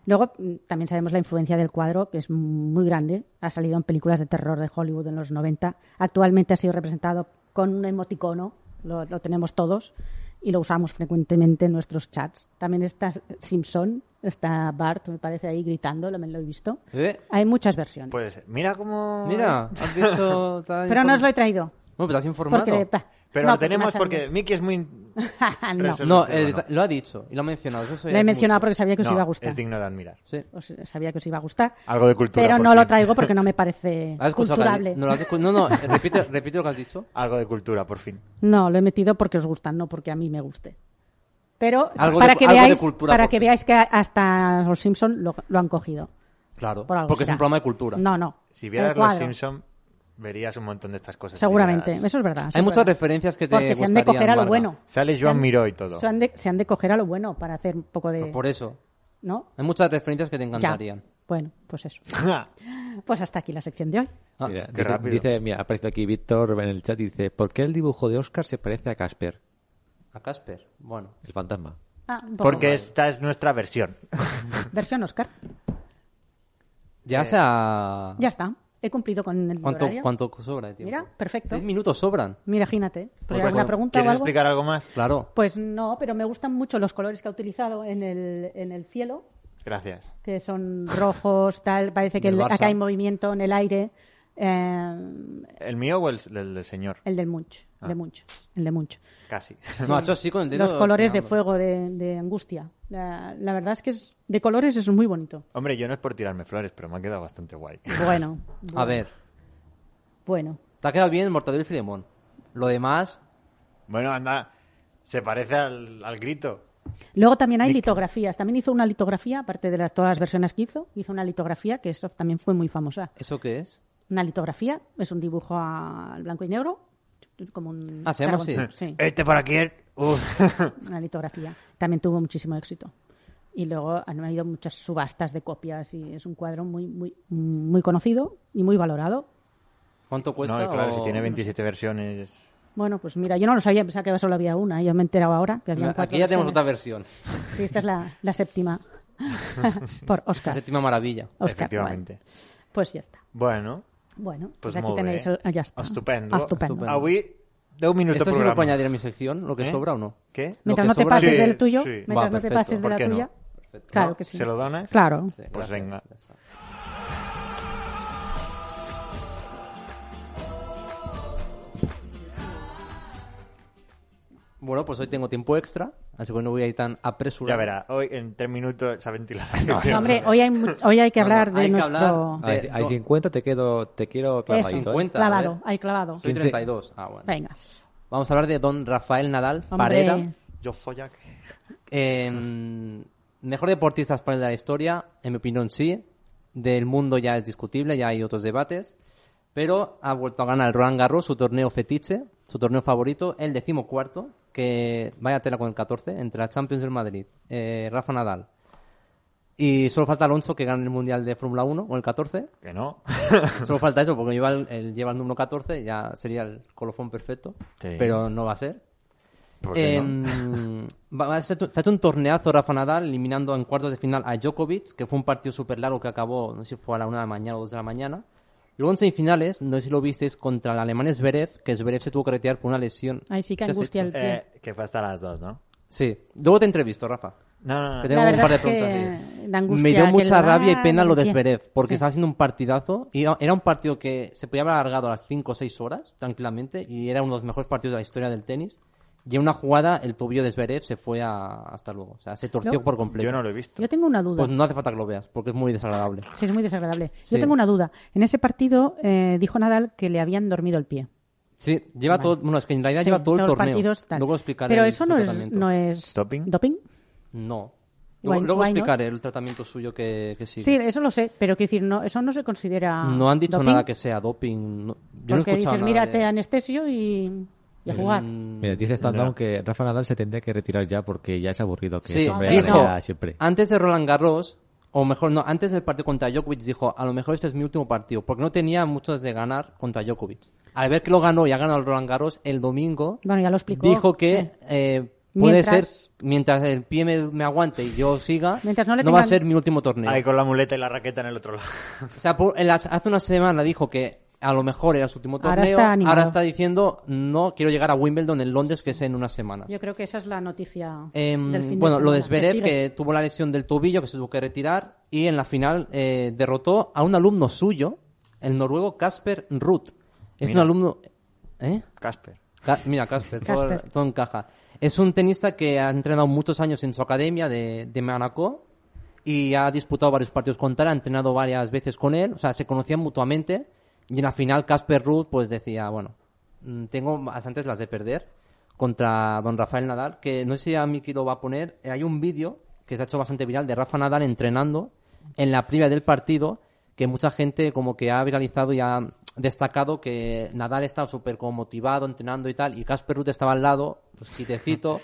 S2: Luego mm, también sabemos la influencia del cuadro, que es muy grande. Ha salido en películas de terror de Hollywood en los 90. Actualmente ha sido representado con un emoticono, lo, lo tenemos todos, y lo usamos frecuentemente en nuestros chats. También está Simpson, está Bart, me parece ahí gritando, lo, lo he visto.
S3: ¿Eh?
S2: Hay muchas versiones.
S1: Puede ser. Pues, Mira cómo...
S3: Mira, has visto.
S2: pero no os lo he traído.
S3: No, pero te has informado.
S2: Porque, bah,
S1: Pero
S2: no,
S1: lo tenemos
S2: me ha
S1: porque Mickey es muy...
S2: salido. no,
S1: Resol-
S3: No,
S1: Pero
S3: el-
S1: no.
S3: lo ha dicho y lo ha mencionado. Eso soy-
S2: lo he
S3: es
S2: mencionado
S3: mucho.
S2: porque sabía que os
S1: No,
S2: iba a gustar.
S1: Es digno de admirar.
S3: Sí.
S2: Os- sabía que os iba a gustar.
S1: Algo de cultura,
S2: Pero
S1: por
S2: no lo
S1: fin.
S2: traigo porque no me parece
S3: ¿Has escuchado que ha di-
S2: culturable.
S3: No, lo has escu- no, no, repite, repite lo que has dicho.
S1: Algo de cultura, por fin.
S2: No, lo he metido porque os gustan, no porque a mí me guste. Pero
S3: Algo
S2: para
S3: de-
S2: que
S3: algo de
S2: veáis,
S3: cultura,
S2: para
S3: por
S2: que
S3: fin.
S2: veáis que hasta los Simpson lo, lo han cogido.
S3: Claro,
S2: por algo
S3: porque es
S2: será.
S3: un programa de cultura.
S2: No, no.
S1: Si
S2: El
S1: vieras Los
S2: cuadro,
S1: Simpson verías un montón de estas cosas.
S2: Seguramente,
S1: ligadas.
S2: eso es verdad. eso
S3: Hay
S2: es
S3: muchas
S2: verdad.
S3: referencias que te
S2: Porque se han de
S3: gustarían,
S2: coger a lo
S3: Marga.
S2: bueno.
S1: Sale Joan Miró y todo.
S2: Se han, de, se han de coger a lo bueno para hacer un poco de...
S3: Por eso.
S2: ¿No?
S3: Hay muchas referencias que te
S2: Eh, Ya.
S3: encantarían.
S2: Bueno, pues eso. Pues hasta aquí la sección de hoy.
S3: Ah,
S4: Mira,
S1: qué
S4: dice,
S1: rápido.
S4: dice- mira, ha aparecido aquí Víctor en el chat y dice, ¿por qué el dibujo de Oscar se parece a Casper,
S3: a Casper. Bueno.
S4: el fantasma?
S2: Ah, un poco.
S1: Porque esta es nuestra versión.
S2: Versión Oscar.
S3: Ya sea.
S2: Ya está. He cumplido con el
S3: ¿Cuánto,
S2: horario.
S3: ¿Cuánto sobra de tiempo?
S2: Mira, perfecto.
S3: Seis minutos sobran.
S2: Mira, imagínate. Pues,
S3: Por
S2: ¿Alguna
S3: favor.
S2: pregunta o
S1: ¿Quieres
S2: algo?
S1: explicar algo más?
S3: Claro.
S2: Pues no, pero me gustan mucho los colores que ha utilizado en el, en el cielo,
S1: Gracias.
S2: que son rojos, tal. Parece que
S3: Del
S2: el-
S3: Barça.
S2: acá hay movimiento en el aire. eh,
S1: ¿El mío o el del del señor?
S2: el del Munch,
S3: Ah.
S2: el de Munch, el de Munch.
S1: Casi.
S3: No, ha hecho así con el dedo.
S2: Los colores de
S3: señalando.
S2: fuego de, de angustia. La, la verdad es que es, de colores es muy bonito.
S1: Hombre, yo no es por tirarme flores, pero me ha quedado bastante guay.
S2: Bueno,
S3: A ver,
S2: bueno.
S3: te ha quedado bien el Mortadelo y Filemón. Lo demás,
S1: Bueno, anda. Se parece al, al grito.
S2: Luego también hay litografías. También hizo una litografía, aparte de las, todas las versiones que hizo, hizo una litografía que eso también fue muy famosa.
S3: ¿eso qué es?
S2: Una litografía es un dibujo al blanco y negro, como un.
S3: Ah, se llama así.
S2: carboncillo, sí.
S1: Este por aquí es... Uf.
S2: una litografía. También tuvo muchísimo éxito. Y luego han habido muchas subastas de copias y es un cuadro muy, muy, muy conocido y muy valorado.
S3: ¿Cuánto cuesta?
S1: no, y claro,
S3: o-
S1: si tiene 27 versiones...
S2: Bueno, pues mira, yo no lo sabía, pensaba que solo había una. Yo me he enterado ahora que había
S3: Aquí ya tenemos otra versión.
S2: Sí, esta es la, la séptima. Por
S3: La
S2: Oscar.
S3: séptima maravilla.
S2: Oscar,
S1: Efectivamente.
S2: vale. Pues ya está.
S1: Bueno,
S2: Bueno,
S1: pues
S2: pues aquí
S1: molt
S2: tenéis.
S1: bé.
S2: el- ah, ya está.
S1: Estupendo.
S2: Estupendo.
S3: Estupendo.
S1: Avui, 10 minuts de
S3: ¿Esto sí lo
S1: programa.
S3: puedo añadir a mi sección? ¿Lo que
S1: ¿Eh?
S3: sobra o no?
S1: ¿Qué?
S2: Mientras
S3: Lo
S2: no
S3: que
S2: te
S3: sobra-
S2: pases
S1: Sí,
S2: del tuyo,
S1: sí.
S2: mientras
S3: Va,
S2: no te
S3: perfecto.
S2: pases de
S1: ¿Por
S2: la
S1: qué no?
S2: tuya.
S3: Perfecto.
S2: Claro
S1: ¿No?
S2: que sí.
S1: ¿Se lo donas?
S2: Claro.
S3: Sí,
S1: Pues
S3: gracias.
S1: venga.
S3: Bueno, pues hoy tengo tiempo extra, así que no voy a ir tan apresurado.
S1: Ya verá, hoy en 3 minutos se ha ventilado.
S2: No, hombre, hoy hay, mu- hoy hay que
S3: No, no,
S2: hablar de
S3: hay que
S2: nuestro.
S3: hablar
S4: Hay,
S3: De-
S4: hay
S3: no.
S4: 50, te quedo, te quiero clavadito. ¿eh?
S3: 50.
S2: Clavado,
S3: a ver.
S2: hay clavado.
S3: Soy
S4: 15.
S3: 32. Ah, bueno.
S2: Venga.
S3: Vamos a hablar de don Rafael Nadal,
S2: Hombre.
S3: Parera,
S1: Yo soy aquí.
S3: eh, mejor deportista español de la historia, en mi opinión sí. Del mundo ya es discutible, ya hay otros debates. Pero ha vuelto a ganar el Roland Garros, su torneo fetiche, su torneo favorito, el decimocuarto, que vaya tela con el 14, entre la Champions del Madrid, eh, Rafa Nadal, Y solo falta Alonso que gane el Mundial de Fórmula 1 o el 14.
S1: Que no.
S3: Solo falta eso, porque lleva el, el- lleva el número 14, ya sería el colofón perfecto.
S1: Sí.
S3: Pero no va a ser.
S1: ¿Por qué
S3: Eh,
S1: no?
S3: va- va- se, ha hecho, se ha hecho un torneazo Rafa Nadal, eliminando en cuartos de final a Djokovic, que fue un partido súper largo que acabó, no sé si fue a la una de la mañana o dos de la mañana. Luego en semifinales, no sé si lo visteis, contra el alemán Zverev, que Zverev se tuvo que retirar por una lesión.
S2: Ay, sí, qué
S3: ¿Qué has
S2: angustia
S3: hecho?
S2: el pie.
S1: Eh, que fue hasta las dos, ¿no?
S3: Sí. Luego te entrevisto, Rafa.
S1: No, no, no.
S2: La
S3: Que tengo un
S2: verdad
S3: par de
S2: es que
S3: preguntas. sí.
S2: da angustia
S3: Me dio
S2: aquel-
S3: mucha rabia y pena lo de
S2: Ay,
S3: Zverev, porque
S2: sí.
S3: estaba haciendo un partidazo. Y era era un partido que se podía haber alargado a las 5 o 6 horas, tranquilamente, y era uno de los mejores partidos de la historia del tenis. Y en una jugada, el tobillo de Zverev se fue a... hasta luego. O sea, se torció
S2: No.
S3: por completo.
S1: Yo no lo he visto.
S2: Yo tengo una duda.
S3: Pues no hace falta que lo veas, porque es muy desagradable.
S2: Sí, es muy desagradable.
S3: Sí.
S2: Yo tengo una duda. En ese partido eh, dijo Nadal que le habían dormido el pie.
S3: Sí, lleva todo. Bueno, es que en realidad
S2: Sí,
S3: lleva todo el
S2: todos los
S3: torneo.
S2: partidos, tal.
S3: Luego explicaré.
S2: Pero
S3: el-
S2: eso
S3: su
S2: no es,
S3: tratamiento.
S2: no es...
S1: ¿Doping?
S3: No.
S2: Why-
S3: Luego, luego
S2: why not?
S3: explicaré el tratamiento suyo que, que sigue.
S2: Sí, eso lo sé, pero quiero decir, no, eso no se considera
S3: No han dicho
S2: doping,
S3: nada que sea doping. no- yo no he
S2: porque
S3: escuchado
S2: dices,
S3: nada
S2: mira,
S3: de-
S2: te anestesio y, y a jugar.
S3: Mm,
S4: Mira, dice
S1: No.
S4: Standown que Rafa Nadal se tendría que retirar ya porque ya es aburrido que
S3: sí,
S4: este hombre
S2: hombre,
S3: dijo,
S4: haga siempre.
S3: antes de Roland Garros, o mejor no, antes del partido contra Djokovic dijo, a lo mejor este es mi último partido, porque no tenía muchos de ganar contra Djokovic. Al ver que lo ganó y ha ganado el Roland Garros el domingo,
S2: Bueno, ya lo explicó.
S3: dijo que
S2: sí.
S3: eh, puede
S2: Mientras-
S3: ser, mientras el pie me, me aguante y yo siga,
S2: Mientras no le
S3: va a
S2: tengan-
S3: ser mi último torneo.
S1: Ahí con la muleta y la raqueta en el otro lado.
S3: O sea, por- en las- hace una semana dijo que a lo mejor era su último
S2: Ahora
S3: torneo,
S2: está animado.
S3: ahora está diciendo, no, quiero llegar a Wimbledon en Londres, que es en una semana.
S2: Yo creo que esa es la noticia
S3: Em,
S2: del fin de
S3: bueno, lo de
S2: semana,
S3: Zverev,
S2: sigue.
S3: que tuvo la lesión del tobillo, que se tuvo que retirar, y en la final eh, derrotó a un alumno suyo, el noruego Casper Ruth. Es
S1: Mira.
S3: un alumno... ¿Eh?
S1: Casper.
S3: Ca- Mira, Casper, todo,
S2: Kasper.
S3: todo encaja. Es un tenista que ha entrenado muchos años en su academia de, de Manacó y ha disputado varios partidos con él, ha entrenado varias veces con él, o sea, se conocían mutuamente y en la final Casper Ruth pues decía, bueno, mm, tengo bastantes las de perder contra don Rafael Nadal, que no sé si a Miki lo va a poner, Eh, hay un vídeo que se ha hecho bastante viral de Rafa Nadal entrenando en la previa del partido que mucha gente como que ha viralizado y ha destacado que Nadal estaba súper como motivado entrenando y tal y Casper Ruud estaba al lado pues quitecito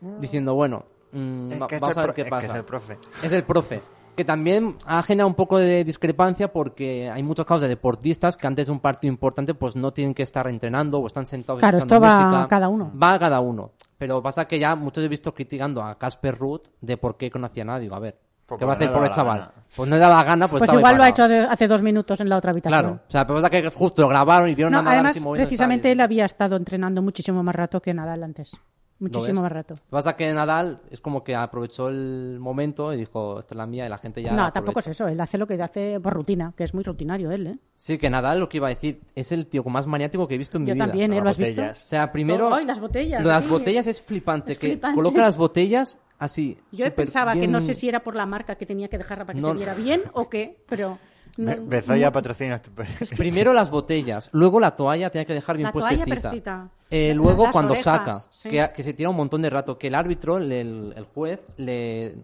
S3: diciendo bueno mm, va-
S1: es
S3: vamos a
S1: el pro-
S3: ver qué
S1: es
S3: pasa
S1: que es el profe.
S3: es el profe. Que también ha generado un poco de discrepancia porque hay muchos casos de deportistas que antes de un partido importante pues no tienen que estar entrenando o están sentados
S2: Claro,
S3: escuchando
S2: esto va
S3: música.
S2: cada uno.
S3: Va a cada uno. Pero pasa que ya muchos he visto criticando a Casper Ruth de por qué conocía a nadie. Digo, a ver,
S1: Pues
S3: ¿qué va a
S1: porque
S3: hacer
S1: no le
S3: por el
S1: daba la
S3: chaval?
S1: gana.
S3: Pues no le daba gana, pues,
S2: Pues
S3: estaba ahí
S2: igual lo ha hecho
S3: parado.
S2: de- hace dos minutos en la otra habitación.
S3: Claro, o sea, pero pasa que justo lo grabaron y vieron
S2: No,
S3: a Nadal
S2: además,
S3: así moviendo y
S2: precisamente
S3: tal, y-
S2: él había estado entrenando muchísimo más rato que Nadal antes. Muchísimo
S3: ¿Lo ves?
S2: más rato.
S3: Pasa que Nadal es como que aprovechó el momento y dijo, esta es la mía y la gente ya...
S2: no,
S3: la
S2: tampoco
S3: aprovecha.
S2: es eso. Él hace lo que hace por rutina, que es muy rutinario él, ¿eh?
S3: Sí, que Nadal lo que iba a decir es el tío más maniático que he visto en mi
S2: Yo
S3: vida.
S2: también, ¿eh?
S1: Con
S2: ¿Lo
S1: las
S2: has visto?
S3: O
S1: botellas.
S3: sea, primero.
S2: Ay, las botellas,
S3: Lo de las
S2: sí.
S3: botellas es flipante,
S2: Es
S3: que
S2: flipante.
S3: coloca las botellas así.
S2: Yo
S3: súper
S2: pensaba que
S3: bien-
S2: no sé si era por la marca que tenía que dejarla para que
S3: No.
S2: se viera bien o qué, pero... no-
S1: Be- Bezoya patrocina este per-
S3: Primero las botellas, luego la toalla tenía que dejar bien
S2: La toalla
S3: puestecita.
S2: perfecta.
S3: Eh, luego
S2: Las
S3: cuando
S2: orejas,
S3: saca,
S2: sí.
S3: que, que se tira un montón de rato, que el árbitro, el, el- el juez, le...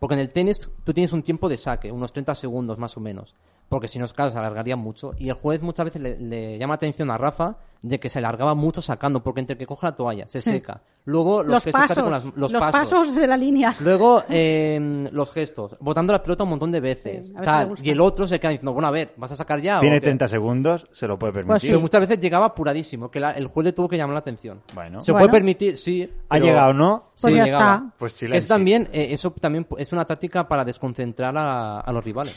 S3: Porque en el tenis tú tienes un tiempo de saque, unos 30 segundos más o menos. Porque si no, claro, se alargaría mucho. Y el juez muchas veces le, le llama atención a Rafa de que se alargaba mucho sacando, porque entre que coge la toalla, se
S2: Sí.
S3: seca. Luego los,
S2: los,
S3: gestos que hace
S2: pasos,
S3: con
S2: los,
S3: las-
S2: pasos. de la línea.
S3: Luego, eh, los gestos. Botando la pelota un montón de veces.
S2: Sí, a ver si
S3: tal.
S2: le gusta.
S3: y el otro se queda diciendo, bueno, a ver, ¿vas a sacar ya? o
S1: Tiene
S3: qué?".
S1: 30 segundos, se lo puede permitir.
S2: Pues sí.
S3: Pero muchas veces llegaba apuradísimo, que la- el juez le tuvo que llamar la atención.
S1: Bueno.
S3: Se
S2: Bueno.
S3: puede permitir, sí.
S1: ¿Ha
S3: pero-
S1: llegado o no?
S3: Sí,
S2: Pues ya
S3: llegaba.
S2: está.
S1: Pues
S3: Que
S1: silencio.
S3: eso también, eh, eso también es una táctica para desconcentrar a, a los rivales.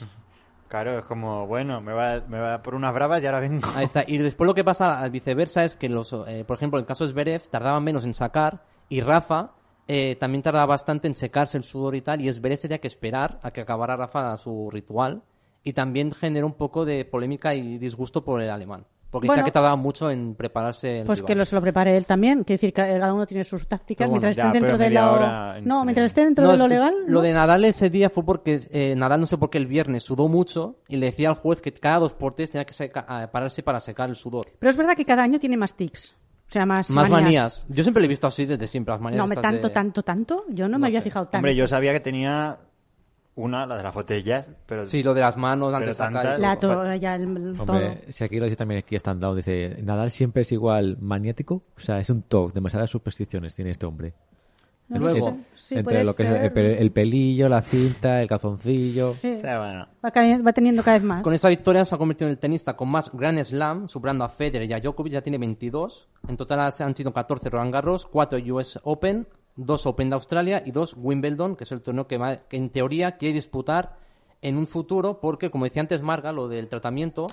S1: Claro, es como, bueno, me va, me va por unas bravas y ahora vengo.
S3: Ahí está. Y después lo que pasa al viceversa es que, los, eh, por ejemplo, en el caso de Zverev tardaba menos en sacar y Rafa eh, también tardaba bastante en secarse el sudor y tal. Y Zverev tenía que esperar a que acabara Rafa su ritual. Y también generó un poco de polémica y disgusto por el alemán. Porque decía
S2: Bueno.
S3: que tardaba mucho en prepararse el
S2: Pues que
S3: rival.
S2: lo, se lo prepare él también. Quiere decir, que eh, cada uno tiene sus tácticas.
S3: Pero bueno,
S2: mientras
S1: ya,
S2: esté
S1: pero
S2: dentro de
S1: media
S2: lo...
S1: hora
S2: No,
S1: entre-
S2: mientras esté dentro de
S3: es
S2: lo
S3: que
S2: legal...
S3: Lo
S2: ¿no?
S3: de Nadal ese día fue porque eh, Nadal, no sé por qué el viernes sudó mucho y le decía al juez que cada dos por tres tenía que seca- eh, pararse para secar el sudor.
S2: Pero es verdad que cada año tiene más tics. O sea, más,
S3: Más manías. Yo siempre lo he visto así desde siempre, las manías.
S2: No, me
S3: estas
S2: tanto,
S3: de-
S2: tanto, tanto. Yo no,
S3: No
S2: me había
S3: sé.
S2: fijado tanto.
S1: Hombre, yo sabía que tenía una, la de las botellas, pero
S3: Sí, lo de las manos antes de
S1: Pero
S3: sacar.
S1: tantas-
S3: y
S2: La
S3: todo.
S2: toalla, el, el
S4: Hombre,
S2: todo.
S4: si aquí lo dice también aquí Standown, dice Nadal siempre es igual maniático, o sea, es un TOC, demasiadas supersticiones tiene este hombre.
S2: No lo
S3: Luego,
S2: sé. Sí,
S4: entre
S2: puede
S4: lo que es
S2: ser.
S4: el, pe- el pelillo, la cinta, el calzoncillo.
S2: Sí.
S1: O sea, bueno,
S2: Va, ca- va teniendo cada vez más.
S3: Con esta victoria se ha convertido en el tenista con más Grand Slam, superando a Federer y a Djokovic, ya tiene 22. En total han sido 14 Roland Garros, 4 US Open, 2 Open de Australia y 2 Wimbledon, que es el torneo que, va- que en teoría quiere disputar en un futuro, porque como decía antes Marga, lo del tratamiento,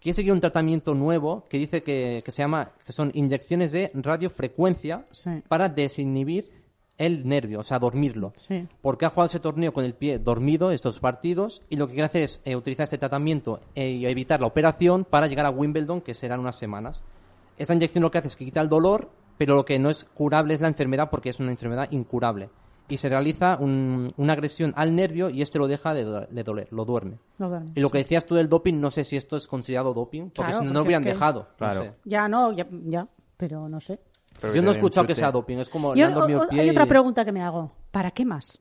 S3: quiere seguir un tratamiento nuevo que dice que, que se llama, que son inyecciones de radiofrecuencia
S2: Sí.
S3: para desinhibir el nervio, o sea, dormirlo
S2: Sí.
S3: porque ha jugado ese torneo con el pie dormido estos partidos y lo que quiere hacer es eh, utilizar este tratamiento eh, y evitar la operación para llegar a Wimbledon, que serán unas semanas. Esta inyección lo que hace es que quita el dolor, pero lo que no es curable es la enfermedad porque es una enfermedad incurable. Y se realiza un- una agresión al nervio y este lo deja de, do- de doler, lo duerme.
S2: No duerme.
S3: Y lo que decías tú del doping, no sé si esto es considerado doping, porque
S2: Claro,
S3: si no,
S2: porque
S3: no lo hubieran
S2: es que-
S3: dejado. no
S1: Claro.
S3: sé.
S2: Ya no, ya, ya, pero no sé.
S1: pero
S3: Yo
S1: te
S3: no he
S1: den
S3: escuchado que
S1: chute.
S3: sea doping, es como
S2: Y
S3: le han
S2: o-
S3: dormido
S2: o-
S3: el pie
S2: hay otra
S3: y-
S2: pregunta que me hago. ¿Para qué más?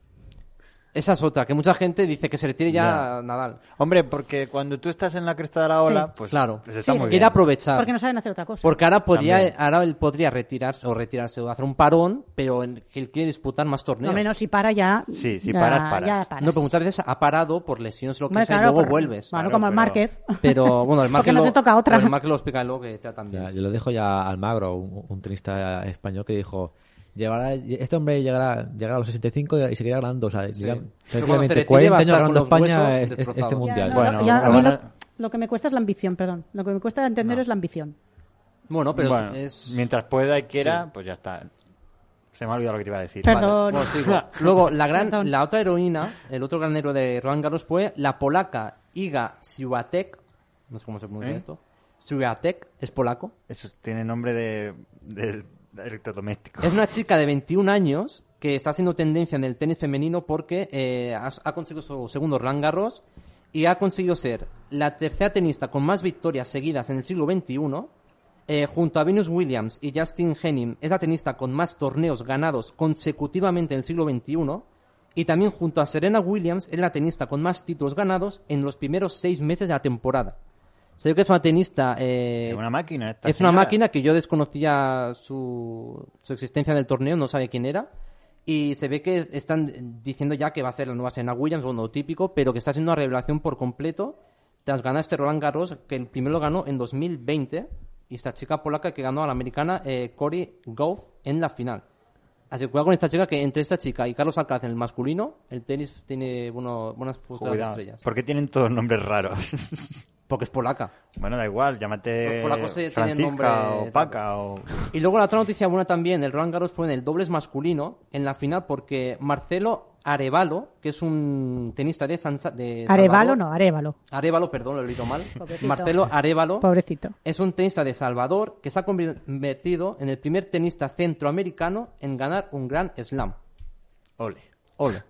S3: Esa es otra, que mucha gente dice que se retire ya Nadal.
S1: Hombre, porque cuando tú estás en la cresta de la ola,
S2: Sí.
S1: pues,
S3: Claro.
S1: pues está
S2: Sí.
S1: muy bien.
S3: Quiere aprovechar.
S2: Porque no saben hacer otra cosa.
S3: Porque ahora podría,
S1: También.
S3: ahora él podría retirarse o retirarse o hacer un parón, pero en- que él quiere disputar más torneos.
S2: No menos si para ya.
S1: Sí, si
S2: ya-
S1: paras, paras.
S2: ya paras.
S3: No, pero muchas veces ha parado por lesiones lo que
S2: Hombre,
S3: sea
S2: claro,
S3: y luego
S2: por-
S3: vuelves.
S2: Bueno,
S1: Claro,
S2: como el
S1: pero-
S2: Márquez.
S3: Pero bueno, el
S2: Porque
S3: Márquez
S2: no
S3: lo-
S2: te toca otra.
S3: bueno, el Márquez lo explica luego que tratan
S4: O
S3: bien.
S4: sea, yo lo dejo ya al magro, un, un tenista español que dijo. Llevará, este hombre llegará, llegará a los 65 y seguirá ganando. O sea,
S3: Pero
S4: llega-
S3: cuando se
S4: tranquilamente,
S3: retire
S4: 40
S3: va a
S4: años
S3: estar con
S4: ganando
S3: los
S4: España
S3: huesos
S4: es- es- este
S3: destrozados.
S4: mundial.
S2: Ya,
S1: Bueno,
S2: no, ya, a
S1: lo
S2: mí
S1: van
S2: lo,
S1: a-
S2: lo que me cuesta es la ambición, perdón. Lo que me cuesta entender es la ambición.
S3: Bueno, pero
S1: Bueno,
S3: es... es-
S1: mientras pueda y quiera, pues ya está. Se me ha olvidado lo que te iba a decir.
S2: Perdón.
S3: Bueno, sigo. Luego, la, gran,
S2: Perdón.
S3: la otra heroína, el otro gran héroe de Roland Garros fue la polaca Iga Swiatek. No sé cómo se pronuncia
S1: ¿Eh?
S3: esto. Swiatek, es polaco.
S1: Eso tiene nombre de, de electrodoméstico.
S3: Es una chica de 21 años que está haciendo tendencia en el tenis femenino porque eh, ha, ha conseguido su segundo Roland Garros y ha conseguido ser la tercera tenista con más victorias seguidas en el siglo XXI. eh, junto a Venus Williams y Justin Henning es la tenista con más torneos ganados consecutivamente en el siglo XXI. Y también junto a Serena Williams es la tenista con más títulos ganados en los primeros seis meses de la temporada. Se ve que es una tenista eh,
S1: Es una máquina. esta
S3: es una
S1: señora.
S3: máquina que yo desconocía su, su existencia en el torneo, no sabe quién era. Y se ve que están diciendo ya que va a ser la nueva Serena Williams, bueno, lo típico, pero que está siendo una revelación por completo tras ganar este Roland Garros, que el primero lo ganó en 2020, y esta chica polaca que ganó a la americana eh, Cory Gauff en la final. Así que cuidado con esta chica, que entre esta chica y Carlos Alcaraz en el masculino, el tenis tiene bueno, buenas futuras
S1: Pues Cuidado.
S3: estrellas.
S1: ¿Por qué tienen todos nombres raros?
S3: Porque es polaca.
S1: bueno, da igual, llámate
S3: Los polacos se tienen
S1: Francisca
S3: nombre
S1: o Paca o...
S3: Y luego la otra noticia buena también, el Roland Garros fue en el dobles masculino, en la final, porque Marcelo Arevalo, que es un tenista de San Sa- de
S2: Arevalo,
S3: Salvador-
S2: no, Arevalo.
S3: Arevalo, perdón, lo he leído mal.
S2: Pobrecito.
S3: Marcelo Arevalo
S2: Pobrecito.
S3: es un tenista de Salvador que se ha convertido en el primer tenista centroamericano en ganar un Grand Slam.
S1: Ole.
S3: Ole.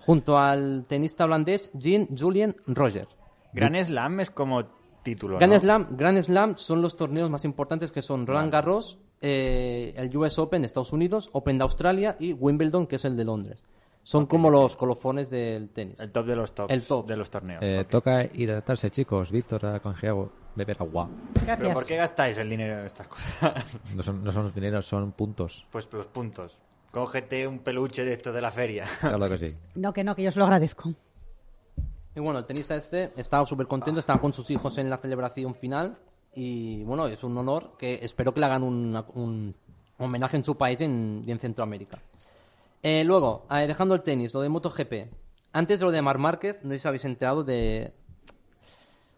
S3: Junto al tenista holandés Jean Julien Roger.
S1: Gran Slam es como título,
S3: Grand
S1: ¿no?
S3: Slam, Grand Slam son los torneos más importantes que son Roland Garros, eh, el US Open de Estados Unidos, Open de Australia y Wimbledon, que es el de Londres. Son como los colofones del tenis.
S1: El top de los tops.
S3: El top.
S1: De los torneos.
S4: Eh, Toca hidratarse, chicos. Víctor ha congelado beber agua.
S1: ¿Pero
S2: Gracias.
S1: por qué gastáis el dinero en estas cosas?
S4: No son, no son los dineros, son puntos.
S1: pues los puntos. Cógete un peluche de estos de la feria.
S4: Claro que sí.
S2: No, que no, que yo se lo agradezco.
S3: Y bueno, el tenista este estaba súper contento, estaba con sus hijos en la celebración final y bueno, es un honor que espero que le hagan una- un homenaje en su país y en, y en Centroamérica. Eh, luego, eh, dejando el tenis, lo de MotoGP. Antes de lo de Mar Márquez, no sé si habéis enterado de...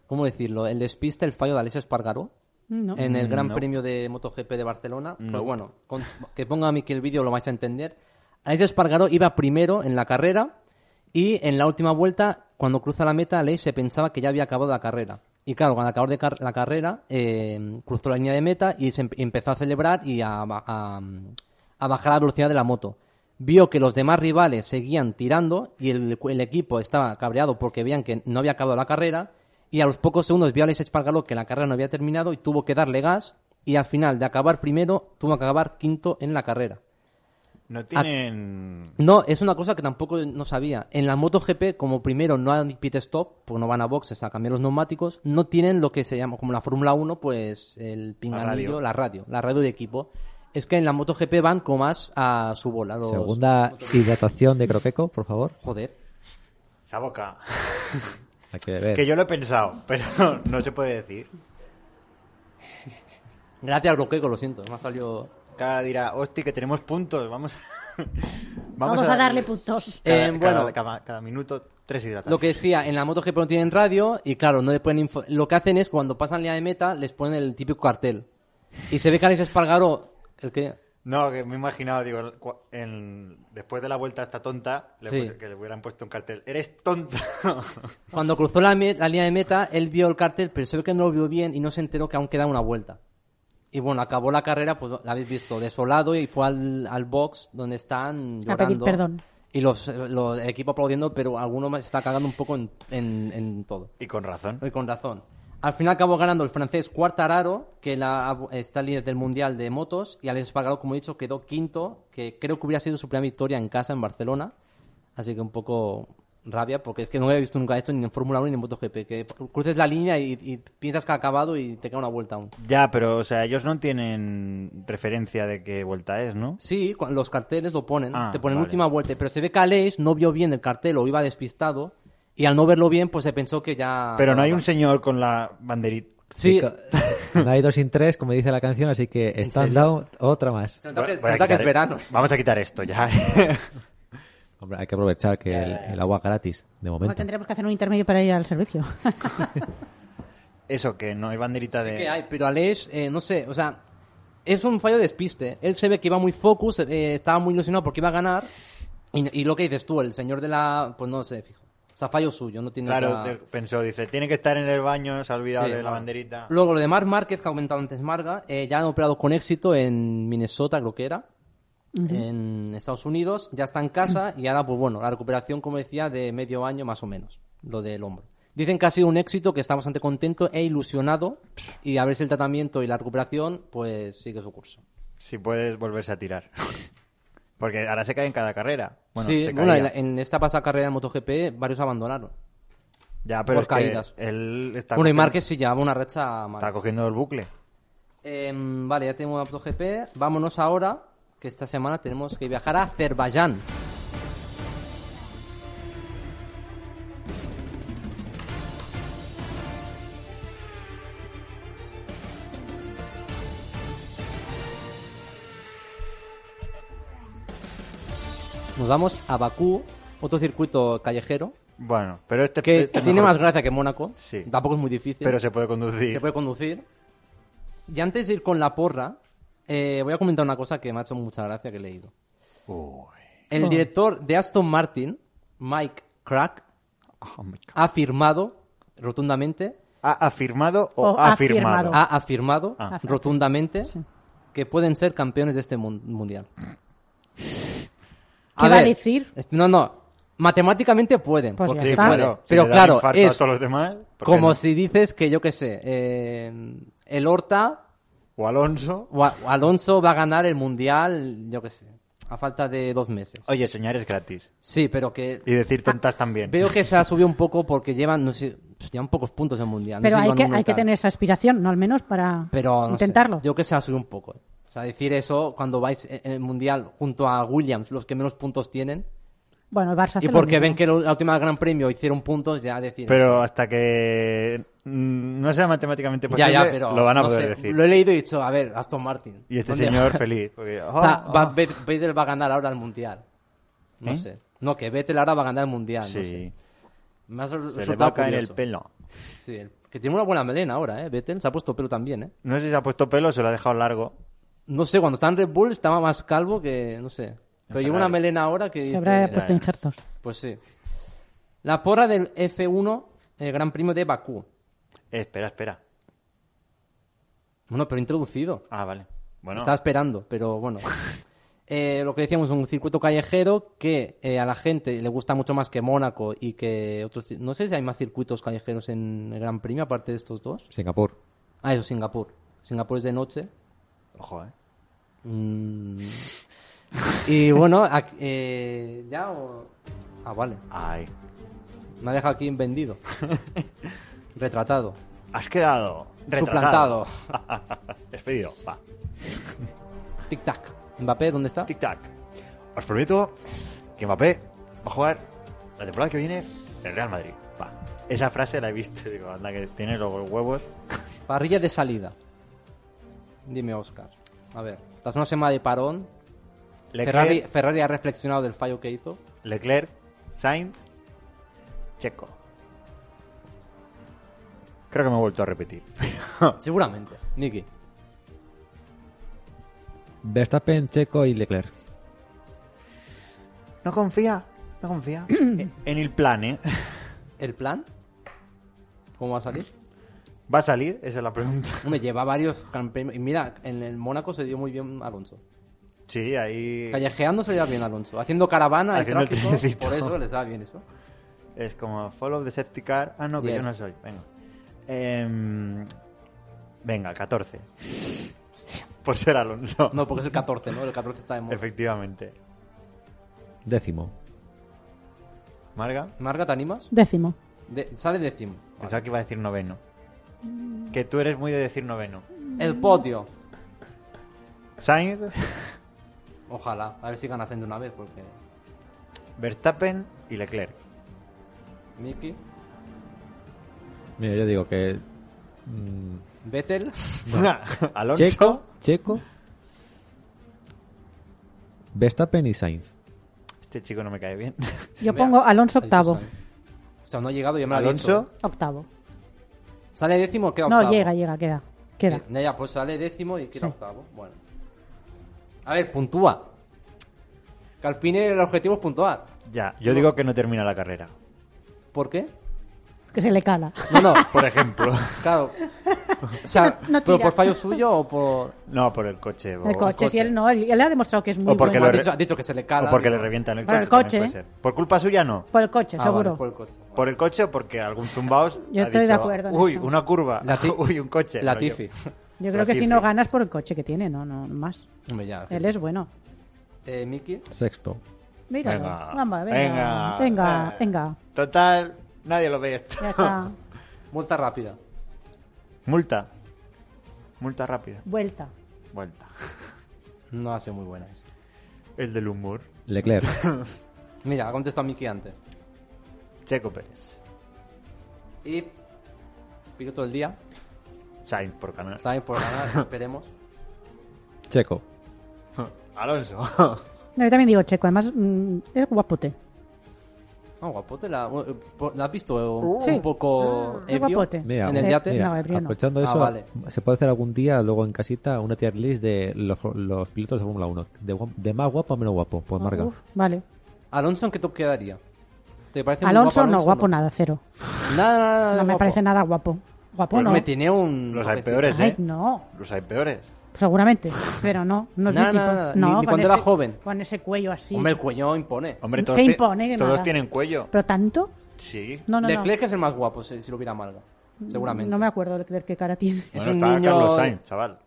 S3: ¿Cómo decirlo? El despiste, el fallo de Alessio Espargaró
S2: No.
S3: en el Gran
S1: No.
S3: Premio de MotoGP de Barcelona.
S1: No.
S3: Pues bueno, con- que ponga a mí que el vídeo lo vais a entender. Aleix Espargaró iba primero en la carrera y en la última vuelta, cuando cruza la meta, Aleix se pensaba que ya había acabado la carrera. Y claro, cuando acabó de car- la carrera, eh, cruzó la línea de meta y se em- empezó a celebrar y a, ba- a- a bajar la velocidad de la moto. Vio que los demás rivales seguían tirando y el, el equipo estaba cabreado porque veían que no había acabado la carrera y a los pocos segundos vio a Alex Espargaró que la carrera no había terminado y tuvo que darle gas y al final de acabar primero tuvo que acabar quinto en la carrera. Ah.
S1: No tienen...
S3: No, es una cosa que tampoco no sabía. En la MotoGP, como primero no hay pit stop, pues no van a boxes a cambiar los neumáticos, no tienen lo que se llama, como la Fórmula 1, pues el pinganillo,
S1: radio.
S3: la radio, la radio de equipo. es que en la MotoGP van con más a su bola. los-
S4: Segunda hidratación de Croqueco, por favor.
S3: Joder.
S1: Esa boca.
S4: Hay que
S3: Eh.
S4: ver.
S1: Que yo lo he pensado, pero no se puede decir.
S3: Gracias, Roqueco, lo siento. Me ha salido...
S1: Cara dirá, hosti, que tenemos puntos, vamos. a-
S2: Vamos, a darle puntos.
S1: Cada,
S3: Eh,
S1: cada-
S3: bueno,
S1: cada- cada minuto, tres hidrataciones.
S3: lo que decía, en la MotoGP no tienen radio y claro, no le ponen info- Lo que hacen es cuando pasan línea de meta les ponen el típico cartel. Y se ve que Alex Espargaro, el que...
S1: No, que me imaginaba, digo, el cua- en- después de la vuelta a esta tonta, le
S3: Sí.
S1: puse- que le hubieran puesto un cartel. ¡Eres tonta!
S3: Cuando cruzó la, me- la línea de meta, él vio el cartel, pero se ve que no lo vio bien y no se enteró que aún queda una vuelta. Y bueno, acabó la carrera, pues la habéis visto, desolado y fue al, al box donde están
S2: A
S3: llorando.
S2: pedir Ah, perdón.
S3: Y los, los- el equipo aplaudiendo, pero alguno más está cagando un poco en, en- en todo.
S1: y con razón.
S3: Y con razón. Al final acabó ganando el francés Cuartararo, que la, está líder del Mundial de Motos, y Alex Espargaró, como he dicho, quedó quinto, que creo que hubiera sido su primera victoria en casa, en Barcelona. Así que un poco rabia, porque es que no había visto nunca esto ni en Fórmula 1 ni en MotoGP, que cruces la línea y, y piensas que ha acabado y te queda una vuelta aún.
S1: Ya, pero, o sea, ellos no tienen referencia de qué vuelta es, ¿no?
S3: Sí, cu- los carteles lo ponen,
S1: Ah,
S3: te ponen
S1: vale.
S3: última vuelta, pero se ve que Alex no vio bien el cartel o iba despistado, y al no verlo bien, pues se pensó que ya...
S1: Pero no hay un señor con la banderita.
S3: Sí,
S4: No hay dos sin tres, como dice la canción, así que stand
S3: serio?
S4: down, otra más.
S3: se nota que-
S1: Voy-
S3: se
S1: voy a
S3: nota que es
S1: quitar-
S3: verano.
S1: Vamos a quitar esto ya.
S4: Hombre, hay que aprovechar que el, el agua gratis, de
S2: Bueno,
S4: momento.
S2: tendremos que hacer un intermedio para ir al servicio.
S1: Eso, que no hay banderita de...
S3: que hay, pero Alex, eh, no sé, o sea, es un fallo de despiste. Él se ve que iba muy focus, eh, estaba muy ilusionado porque iba a ganar. Y, y lo que dices tú, el señor de la. Pues no sé, fijo. O sea, fallo suyo, no tiene
S1: Claro,
S3: nada-
S1: te- pensó, dice, tiene que estar en el baño, se ha olvidado
S3: Sí,
S1: de la
S3: claro.
S1: banderita.
S3: Luego lo de Marc Márquez, que ha comentado antes Marga, eh, ya han operado con éxito en Minnesota, creo que era, en Estados Unidos, ya está en casa y ahora, pues bueno, la recuperación, como decía, de medio año más o menos, lo del hombro. Dicen que ha sido un éxito, que está bastante contento e ilusionado y a ver si el tratamiento y la recuperación, pues sigue su curso.
S1: Si puedes volverse a tirar. Porque ahora se cae en cada carrera. Bueno,
S3: sí,
S1: se
S3: bueno,
S1: caía.
S3: en, la- en esta pasada carrera de MotoGP varios abandonaron.
S1: Ya, pero
S3: por
S1: es que
S3: caídas.
S1: él está
S3: bueno, y
S1: cogiendo-
S3: Márquez sí llevaba una racha mala.
S1: está cogiendo el bucle.
S3: Em, vale, ya tengo la MotoGP. Vámonos ahora, que esta semana tenemos que viajar a Azerbaiyán. Nos vamos a Bakú, otro circuito callejero,
S1: Bueno, pero este
S3: que
S1: este
S3: tiene
S1: mejor-
S3: más gracia que Mónaco.
S1: Sí.
S3: Tampoco es muy difícil
S1: Pero se puede conducir.
S3: se puede conducir. Y antes de ir con la porra, eh, voy a comentar una cosa que me ha hecho mucha gracia que he leído.
S1: Uy.
S2: Ah.
S3: El director de Aston Martin, Mike Crack,
S1: Oh my God.
S3: ha afirmado rotundamente,
S1: ¿Ha afirmado o,
S2: O
S1: ha
S2: ha firmado.
S1: afirmado?
S3: ha afirmado
S1: Ah.
S3: rotundamente que pueden ser campeones de este mun- mundial.
S2: ¿Qué va a decir?
S3: No, no. Matemáticamente pueden.
S2: Pues ya
S3: porque se
S2: está.
S3: puede.
S2: claro.
S1: si
S3: Pero
S1: le da
S3: claro,
S1: infarto
S3: es
S1: a todos los demás, ¿por qué
S3: como
S1: no?
S3: si dices que yo qué sé, eh, el Horta
S1: o Alonso.
S3: O a- o Alonso va a ganar el mundial, yo qué sé, a falta de dos meses.
S1: Oye, soñar es gratis
S3: Sí, pero que
S1: y decir tontas también.
S3: veo que se ha subido un poco porque llevan, no sé, pues, llevan pocos puntos en mundial. no
S2: Pero
S3: sé si
S2: hay
S3: van
S2: que,
S3: uno y
S2: hay que
S3: tal.
S2: tener esa aspiración, ¿no? Al menos para
S3: Pero, no sé,
S2: intentarlo.
S3: yo que se ha subido un poco. eh. O sea, decir eso cuando vais en el mundial junto a Williams, los que menos puntos tienen,
S2: Bueno, el Barça hace
S3: y
S2: lo
S3: porque
S2: mismo.
S3: ven que lo- la última Gran Premio hicieron puntos, ya decir.
S1: Pero hasta que mm, no sea matemáticamente
S3: ya,
S1: posible,
S3: ya, pero
S1: lo van a
S3: no
S1: poder
S3: sé,
S1: decir.
S3: Lo he leído y he dicho, a ver, Aston Martin.
S1: Y este
S3: ¿dónde
S1: señor
S3: vas?
S1: feliz. porque,
S3: O sea,
S1: oh,
S3: va-
S1: oh.
S3: Ve- Vettel va a ganar ahora el mundial. No
S1: ¿Eh?
S3: sé. No, que Vettel ahora va a ganar el mundial. no sé.
S1: Sí,
S3: Me ha sor-
S1: se le va a
S3: resultado
S1: caer el
S3: curioso.
S1: pelo.
S3: Sí, el- que tiene una buena melena ahora, ¿eh? Vettel se ha puesto pelo también, ¿eh?
S1: No sé si se ha puesto pelo o se lo ha dejado largo.
S3: No sé, cuando estaba en Red Bull estaba más calvo que... no sé. Pero lleva una
S1: Ferrari.
S3: melena ahora que...
S2: Se
S3: dice-
S2: habrá
S1: ya,
S2: puesto
S1: ya.
S2: injertos.
S3: Pues sí. La porra del F1 el Gran Premio de Bakú.
S1: Eh, espera, espera.
S3: Bueno, pero introducido.
S1: Ah, vale. Bueno,
S3: Estaba esperando, pero bueno. Eh, lo que decíamos, un circuito callejero que eh, a la gente le gusta mucho más que Mónaco y que otros... ci- No sé si hay más circuitos callejeros en el Gran Premio aparte de estos dos.
S4: Singapur.
S3: Ah, eso, Singapur. Singapur es de noche.
S1: ojo, eh.
S3: Mm. Y bueno, ac- eh, ya o- Ah, vale.
S1: Ay,
S3: Me ha dejado aquí vendido. Retratado.
S1: has quedado retratado.
S3: Suplantado.
S1: Despedido, va.
S3: Tic-tac. Mbappé, ¿dónde está?
S1: Tic-tac. Os prometo que Mbappé va a jugar la temporada que viene en el Real Madrid. Va. Esa frase la he visto. Digo, anda, que tiene los huevos.
S3: Parrilla de salida. Dime, Oscar. A ver, tras una semana de parón, Ferrari,
S1: Leclerc,
S3: Ferrari ha reflexionado del fallo que hizo.
S1: Leclerc, Sainz, Checo. Creo que me he vuelto a repetir.
S3: Seguramente. Nicky.
S4: Verstappen, Checo y Leclerc.
S1: No confía, no confía. en en el plan, ¿eh?
S3: ¿El plan? ¿Cómo va a salir?
S1: ¿Va a salir? Esa es la pregunta.
S3: Hombre, lleva varios campeones. Y mira, en el Mónaco se dio muy bien Alonso.
S1: Sí, ahí
S3: Callejeando se lleva bien Alonso. Haciendo caravana, el
S1: Haciendo el
S3: tráfico.
S1: trenecito.
S3: por eso les da bien eso.
S1: es como follow the safety car. Ah, no, que
S3: Yes.
S1: yo no soy. Venga. Em, venga, 14. Por ser Alonso.
S3: No, porque es el 14, ¿no? El 14 está de moda.
S1: Efectivamente.
S4: Décimo.
S1: Marga,
S3: Marga, ¿te animas?
S2: Décimo.
S3: De- sale décimo.
S1: pensaba que iba a decir noveno. Que tú eres muy de decir noveno.
S3: El podio.
S1: Sainz,
S3: Ojalá. A ver si ganas de una vez, porque.
S1: Verstappen y Leclerc.
S3: Mickey,
S4: Mira, yo digo que. mm,
S3: Vettel,
S1: Alonso.
S4: Checo, Checo. Verstappen y Sainz.
S1: Este chico no me cae bien.
S2: Yo
S3: Mira,
S2: pongo Alonso
S3: ha dicho
S2: octavo.
S3: Sainz. O sea, no ha llegado, ya me lo ha
S1: Alonso,
S3: dicho.
S2: Octavo.
S3: Sale décimo, queda octavo.
S2: No, llega, llega, queda. Queda.
S3: Eh, ya, pues sale décimo y queda
S2: Sí.
S3: octavo. Bueno. A ver, puntúa. Que al fin el objetivo es puntuar.
S2: ¿eh?
S1: ya. Yo digo que no termina la carrera.
S3: ¿Por qué?
S2: Que se le cala.
S3: No, no,
S1: Por ejemplo.
S3: claro. O sea,
S2: No
S3: ¿pero
S2: tira.
S3: por fallo suyo o por...?
S1: No, por el coche. o-
S2: el coche,
S3: coche.
S2: si él no, él, él ha demostrado que es muy
S1: O porque
S3: Ha
S1: lo
S2: bueno.
S1: re-
S3: dicho, ha dicho que se le cala.
S1: O porque le
S3: digo.
S1: revientan el
S2: Por
S1: coche.
S2: el
S1: también
S2: coche,
S1: puede
S2: ¿eh?
S1: ser. Por culpa suya no.
S2: Por el coche,
S3: Ah,
S2: seguro.
S3: vale, por el coche.
S1: Por el coche o porque algún zumbaos.
S2: Yo
S1: ha
S2: estoy de
S1: dicho,
S2: acuerdo en
S1: Uy,
S2: eso".
S1: una curva.
S3: Lati-
S1: Uy, un coche. No,
S3: Latifi.
S2: Yo creo que si
S1: Latifi.
S2: no ganas por el coche que tiene, no, no, no más.
S3: Hombre, ya.
S2: Él es bueno.
S3: Eh, Miki,
S4: Sexto.
S2: Míralo.
S1: Venga,
S2: Vamos,
S1: venga,
S2: venga. Venga,
S1: eh.
S2: venga.
S1: Total, nadie lo ve esto.
S2: Ya está.
S3: vuelta rápida.
S1: Multa. Multa rápida.
S2: Vuelta.
S1: Vuelta.
S3: No ha sido muy buena. esa.
S1: El del humor.
S4: Leclerc.
S3: Mira, ha contestado Miki antes.
S1: Checo Pérez.
S3: Y piloto del día,
S1: Sainz por canal.
S3: está ahí por ganar, esperemos.
S4: Checo.
S1: Alonso.
S2: No, yo también digo checo, además mm, es guapote.
S3: Ah, guapote, la, eh, por- ¿la has visto eh, un,
S2: Uh. Sí.
S3: un poco
S2: Ah, qué
S3: ebrio?
S2: guapote.
S4: Mira,
S3: en el
S2: Eh,
S3: yate.
S2: mira. No, Ebrio no.
S4: aprovechando
S3: Ah,
S4: eso,
S3: vale.
S4: se puede hacer algún día, luego en casita, una tier list de los, los pilotos de Fórmula 1. De, guap- de más guapo a menos guapo, pues marca.
S2: Uf, vale.
S3: Alonso, ¿en qué top quedaría? ¿Te parece muy
S2: Alonso,
S3: guapo
S2: no, guapo nada, cero.
S3: Nada, nada, nada,
S2: No me
S3: guapo.
S2: parece nada guapo. Guapo
S3: Pues
S2: no.
S3: me tiene un...
S1: Los hay
S3: toquecito.
S1: peores,
S2: Ay,
S1: ¿eh?
S2: no.
S1: Los hay peores.
S2: Seguramente, pero no, no es
S3: Nada,
S2: mi tipo.
S3: nada, nada.
S2: No,
S3: Ni- ni
S2: con
S3: cuando era
S2: ese-
S3: joven.
S2: Con ese cuello así.
S3: Hombre, el cuello impone.
S1: Hombre,
S2: Qué
S1: todos, ti-
S2: impone que
S1: todos
S2: nada.
S1: tienen cuello.
S2: ¿Pero tanto?
S1: Sí.
S2: No, no, no.
S3: Leclerc es el más guapo, si, si lo hubiera Malga. Seguramente.
S2: No me acuerdo de qué cara tiene.
S3: Es
S1: Bueno,
S3: un
S1: estaba
S3: niño-
S1: Carlos Sainz, chaval.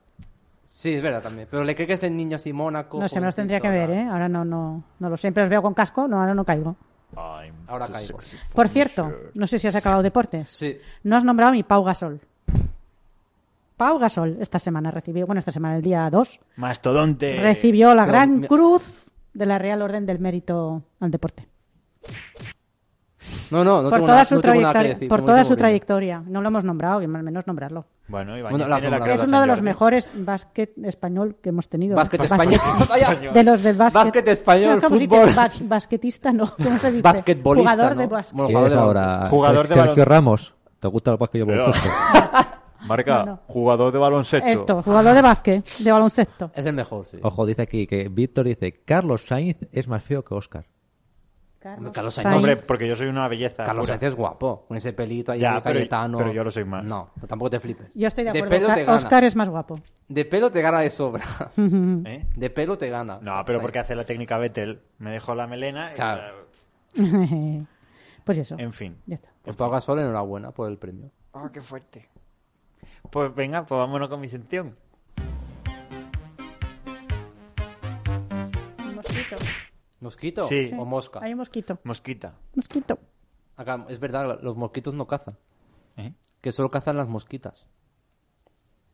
S3: Sí, es verdad también. Pero Leclerc es del niño así, Mónaco.
S2: No sé, me los
S3: jovencito,
S2: tendría que ver,
S3: tal.
S2: ¿eh? Ahora no, no, no lo sé. Siempre los veo con casco, no, ahora no caigo.
S1: I'm
S3: Ahora
S1: too
S3: caigo.
S1: sexy for
S2: Por
S1: this
S2: cierto,
S1: shirt.
S2: no sé si has acabado deportes.
S3: Sí.
S2: No has nombrado ni Pau Gasol. Pau Gasol esta semana recibió, bueno, esta semana, el día 2,
S1: Mastodonte.
S2: recibió la
S3: pero
S2: gran
S3: Eh, me-
S2: cruz de la Real Orden del Mérito al Deporte.
S3: No, no, no
S2: por
S3: tengo,
S2: toda
S3: nada,
S2: su,
S3: no tengo nada que
S2: trayectoria,
S3: decir.
S2: por
S3: muy
S2: toda su
S3: aburrido.
S2: trayectoria. No lo hemos nombrado, y al menos nombrarlo.
S1: Bueno, Ibañez
S3: Bueno, la
S1: tiene la
S3: Zambrano.
S1: cruz
S2: Es
S1: de
S2: uno de
S1: San
S2: los
S1: Jordi.
S2: mejores básquet español que hemos tenido.
S3: Básquet
S2: Básquet-
S3: español. Vaya.
S2: De los del básquet.
S3: Básquet español,
S2: No, ¿cómo se dice?
S3: fútbol.
S2: Bas- basquetista, no. ¿Cómo se dice?
S3: Basquetbolista,
S2: Jugador de
S3: ¿no?
S2: básquet.
S3: Bueno,
S4: ¿Quién
S3: jugador
S4: es
S3: de
S4: ahora?
S1: Jugador de
S4: Sergio
S1: baloncesto.
S4: Ramos. ¿Te gusta el básquet y el
S1: Pero-
S4: baloncesto?
S1: Marca,
S2: No, no.
S1: jugador de baloncesto.
S2: Esto, jugador de básquet, de baloncesto.
S3: Es el mejor, sí.
S4: Ojo, dice aquí que Víctor dice, Carlos Sainz es más feo que Oscar.
S3: Carlos Sainz.
S2: Sainz.
S1: Hombre, porque yo soy una belleza.
S3: Carlos
S1: pura.
S3: Sainz es guapo, con ese pelito ahí
S1: Ya,
S3: de
S1: pero-
S3: Cayetano.
S1: pero yo lo soy más.
S3: No, pero tampoco te flipes.
S2: Yo estoy de acuerdo.
S3: pelo te
S2: Oscar,
S3: gana.
S2: Oscar Mm. es más guapo.
S3: De pelo te gana de sobra.
S1: ¿Eh?
S3: De pelo te gana.
S1: No, pero porque hace la técnica Vettel. Me dejó la melena. y-
S3: Claro.
S2: pues eso.
S1: En fin.
S2: Ya está.
S3: Pues Pau Gasol, enhorabuena por el premio.
S1: Oh, qué fuerte. Pues venga, pues vámonos con mi sección.
S2: Mosquito.
S3: ¿Mosquito
S1: Sí.
S3: o mosca?
S2: Hay un mosquito.
S1: Mosquita.
S2: Mosquito.
S3: Acá, es verdad, los mosquitos no cazan.
S1: ¿Eh?
S3: Que solo cazan las mosquitas.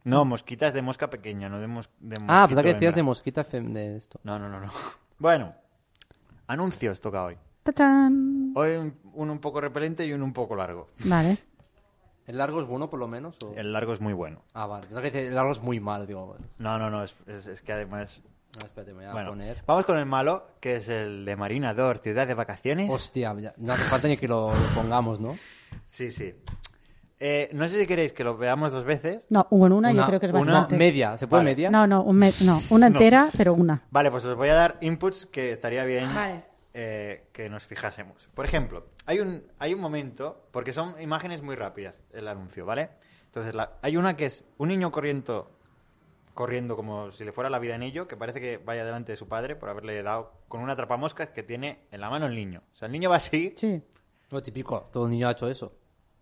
S1: No, mosquitas de mosca pequeña, no de, mos de
S3: Mm. Ah,
S1: mosquito
S3: pues que decías de
S1: hembra.
S3: mosquita fem- de esto.
S1: No, no, no, no. Bueno, anuncios toca hoy.
S2: ¡Tachán!
S1: Hoy un- uno un poco repelente y uno un poco largo.
S2: Vale.
S3: ¿El largo es bueno, por lo menos? o-
S1: El largo es muy bueno.
S3: Ah, vale. Pensaba que decías, el largo es muy malo, digo. No,
S1: No, no, no, es, es- es que además...
S3: espérate, me voy a
S1: Bueno,
S3: poner...
S1: vamos con el malo, que es el de Marinador, Ciudad de Vacaciones.
S3: Hostia, ya- no hace falta ni que lo, lo pongamos, ¿no?
S1: Sí, sí. Eh, no sé si queréis que lo veamos dos veces.
S2: No, bueno, una, yo
S3: Una-
S2: creo que es
S1: una
S2: bastante.
S3: media. ¿Se puede
S1: Vale.
S3: media?
S2: No, no, un me- no, una
S1: No.
S2: entera, pero una.
S1: Vale, pues os voy a dar inputs que estaría bien
S2: Vale.
S1: eh, que nos fijásemos. Por ejemplo, hay un, hay un momento, porque son imágenes muy rápidas el anuncio, ¿vale? Entonces, la- hay una que es un niño corriendo, corriendo como si le fuera la vida en ello, que parece que vaya delante de su padre por haberle dado con una atrapamoscas que tiene en la mano el niño. O sea, el niño va así.
S2: Sí.
S3: Lo típico, todo niño ha hecho eso.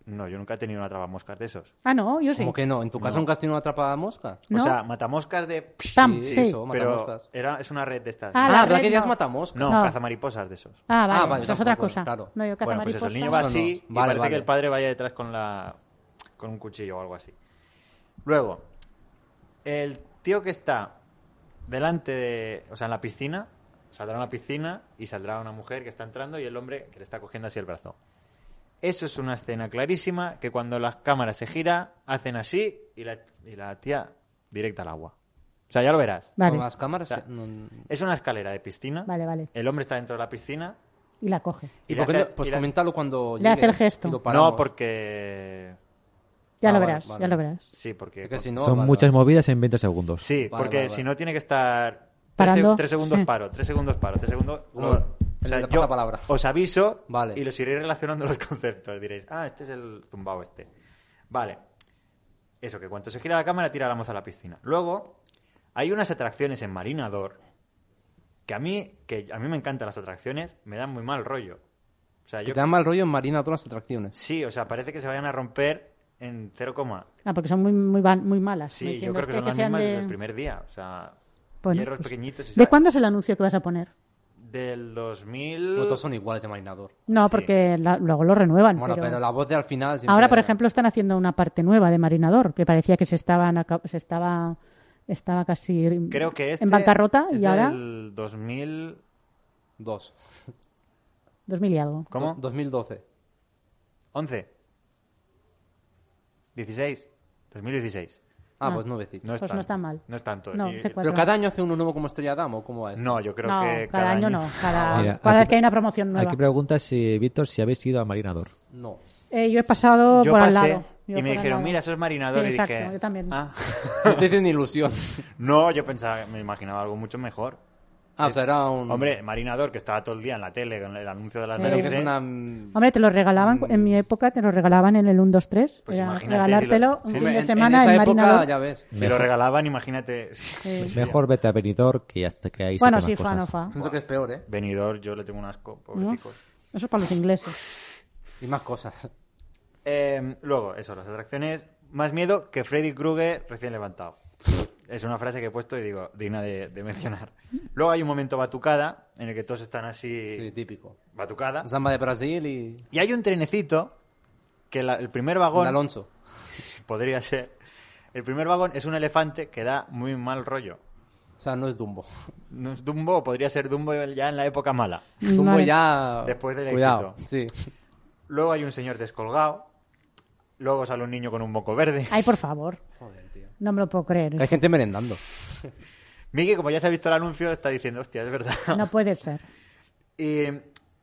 S1: No, yo nunca he tenido una atrapamoscas de esos.
S2: Ah, no, yo sí.
S3: Como que no, en tu casa nunca has tenido una atrapada mosca.
S1: O
S2: ¿No?
S1: sea, matamoscas de...
S2: Tam, sí.
S3: eso,
S1: Pero
S3: matamoscas.
S1: era, es una red de estas.
S2: Ah, la
S3: Ah, ¿verdad
S2: red
S3: que decías
S2: no.
S3: matamosca?
S1: no,
S2: no.
S1: cazamariposas de esos.
S2: Ah, vale,
S3: Ah, vale,
S2: esa es otra
S3: tampoco,
S2: cosa.
S3: claro.
S2: No, yo caza
S1: Bueno, pues eso, el niño va
S2: mariposas.
S3: Eso no.
S1: así y
S3: Vale,
S1: parece
S3: vale.
S1: que el padre vaya detrás con la con un cuchillo o algo así. Luego, el tío que está delante de, o sea, en la piscina, saldrá a una piscina y saldrá una mujer que está entrando y el hombre que le está cogiendo así el brazo. Eso es una escena clarísima que cuando las cámaras se gira hacen así y la, y la tía directa al agua. O sea, ya lo verás.
S2: Vale,
S3: Con las cámaras...
S1: O sea,
S3: no-
S1: Es una escalera de piscina.
S2: vale, vale.
S1: El hombre está dentro de la piscina.
S2: Y la coge.
S3: ¿Y
S1: y
S3: por
S1: le
S3: qué no?
S1: hace-
S3: Pues
S1: y le-
S3: coméntalo cuando
S2: Le hace
S3: llegue
S2: el gesto.
S3: y lo paramos.
S1: No, porque
S2: Ya
S3: Ah,
S2: lo
S3: vale,
S2: verás,
S3: vale.
S2: ya lo verás.
S1: Sí, porque.
S3: Es que si no,
S4: Son
S3: vale,
S4: muchas
S3: vale.
S4: movidas en 20 segundos.
S1: Sí,
S3: Vale,
S1: porque
S3: vale, vale.
S1: si no tiene que estar. Tres,
S2: Parando,
S1: seg- tres segundos
S2: sí.
S1: paro, tres segundos paro, tres segundos.
S3: Como
S1: gol.
S3: el de
S1: yo
S3: la pasapalabra.
S1: os aviso
S3: Vale.
S1: y los iré relacionando los conceptos. Diréis, ah, este es el zumbao este. Vale. Eso, que cuando se gira la cámara, tira a la moza a la piscina. Luego, hay unas atracciones en Marinador que a mí, que a mí me encantan las atracciones, me dan muy mal rollo. O sea,
S3: Que
S1: yo.
S3: Te da mal rollo en Marina todas las atracciones.
S1: Sí, o sea, parece que se vayan a romper en cero coma.
S2: Ah, porque son muy, muy, van- muy malas.
S1: Sí, yo
S2: Diciendo,
S1: creo que
S2: "Hostia,
S1: son las
S2: sean
S1: mismas
S2: de-
S1: desde el primer día. O sea,
S2: Bueno,
S1: hierros
S2: pues,
S1: pequeñitos. y
S2: ¿De
S1: tal.
S2: cuándo es el anuncio que vas a poner?
S1: Del 2000.
S3: No todos son iguales de marinador.
S2: No,
S1: Sí.
S2: porque la- luego lo renuevan.
S3: Bueno,
S2: pero-
S3: pero la voz de al final... siempre-
S2: Ahora, por ejemplo, están haciendo una parte nueva de Marinador, que parecía que se, estaban, aca- se estaba, estaba casi
S1: Creo que este
S2: en bancarrota
S1: es
S2: y ahora
S1: Del 2000.
S3: Dos.
S2: 2000 y algo.
S1: ¿Cómo?
S3: Do- 2012.
S1: 11. 16. 2016.
S3: Ah,
S2: Ah.
S3: pues nuevecenios.
S1: No es
S2: Pues no
S1: tanto.
S2: está mal.
S1: No es tanto.
S2: No,
S1: Y-
S2: hace cuatro.
S3: Pero cada año hace uno nuevo como Estrella Dama, ¿o cómo va esto?
S1: No, yo creo
S2: no,
S1: que.
S2: cada, año, no, cada,
S4: Mira,
S2: cada
S4: aquí-
S2: vez que hay una promoción nueva.
S4: Aquí pregunta si, Víctor, si habéis ido a Marinador.
S3: No.
S2: Eh, yo he pasado
S1: Yo
S2: por
S1: pasé
S2: al lado.
S1: y
S2: Yo por
S1: me
S2: al
S1: dijeron,
S2: lado.
S1: mira, sos marinador.
S2: Sí,
S1: y
S2: exacto,
S1: dije.
S2: yo también.
S1: "Ah".
S3: No Te hice una ilusión.
S1: no, yo pensaba, me imaginaba algo mucho mejor.
S3: Ah, o sea, era un...
S1: Hombre, marinador que estaba todo el día en la tele con el anuncio de las
S2: Sí.
S3: Pero que es
S1: veces.
S3: una...
S2: Hombre, te lo regalaban, en
S3: Mm.
S2: mi época te lo regalaban en el 1, 2, 3.
S1: Pues
S2: Era
S1: imagínate,
S2: regalártelo
S1: si lo-
S2: un
S1: sí,
S2: fin
S1: en-
S2: de
S1: en
S2: semana
S3: en
S2: en,
S3: esa época,
S2: Marinador.
S3: ya ves.
S1: Si
S4: Mejor.
S1: lo regalaban, imagínate.
S2: Eh,
S4: Mejor vete a Benidorm que ya que ahí se
S2: bueno,
S4: quedan
S2: sí,
S4: cosas.
S2: fan o fa.
S3: Pienso que es peor, ¿eh?
S1: Venidor, yo le tengo un asco,
S2: ¿no?
S1: pobrecicos.
S2: Eso es para los ingleses.
S3: Y más cosas.
S1: Eh, luego, eso, las atracciones. Más miedo que Freddy Krueger recién levantado. Es una frase que he puesto y digo, digna de, de mencionar. Luego hay un momento batucada, en el que todos están
S3: Sí,
S1: así,
S3: típico.
S1: batucada.
S3: Samba de Brasil y...
S1: Y hay un trenecito, que la- el primer
S3: Con
S1: vagón,
S3: Alonso.
S1: podría ser, el primer vagón es un elefante que da muy mal rollo.
S3: O sea, no es Dumbo.
S1: No es Dumbo, podría ser Dumbo ya en la época mala.
S3: Dumbo
S2: Vale.
S3: ya...
S1: Después del
S3: Cuidado.
S1: éxito.
S3: Sí.
S1: Luego hay un señor descolgado. Luego sale un niño con un moco verde.
S2: Ay, por favor. No me lo puedo
S3: Hay
S2: creer.
S3: gente merendando.
S1: Miguel, como ya se ha visto el anuncio, está diciendo, hostia, es verdad.
S2: No puede ser.
S1: Y,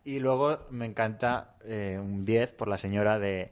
S1: y luego me encanta eh, un 10 por la señora de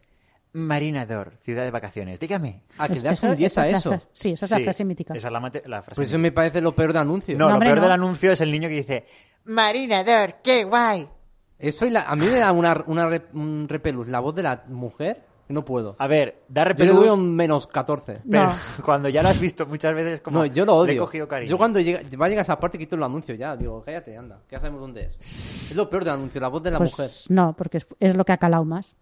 S1: Marinador, ciudad de vacaciones. Dígame.
S3: Ah, que
S2: Es-
S3: le das un 10 a
S2: es la
S3: eso.
S2: fra- Sí, esa es la
S1: Sí,
S2: frase mítica.
S1: Esa es la, mate- la frase.
S3: Pues eso
S1: mítica.
S3: me parece lo peor de anuncio.
S1: No,
S2: No,
S1: lo
S2: hombre,
S1: peor
S2: no.
S1: del anuncio es el niño que dice Marinador, qué guay.
S3: Eso y la- a mí me da una, una re- un repelús. La voz de la mujer, no puedo.
S1: A ver, da
S3: Yo
S1: Ah,
S3: le doy
S1: repelús,
S3: un menos 14.
S1: pero
S2: No.
S1: cuando ya lo has visto muchas veces, como
S3: no, yo lo
S1: le he
S3: odio.
S1: cogido cariño.
S3: Yo cuando llega, va a llegar esa parte quito el anuncio ya. Digo, cállate, anda, que ya sabemos dónde es. Es lo peor del anuncio, la voz de la
S2: Pues
S3: mujer.
S2: No, porque es, es lo que ha calado más.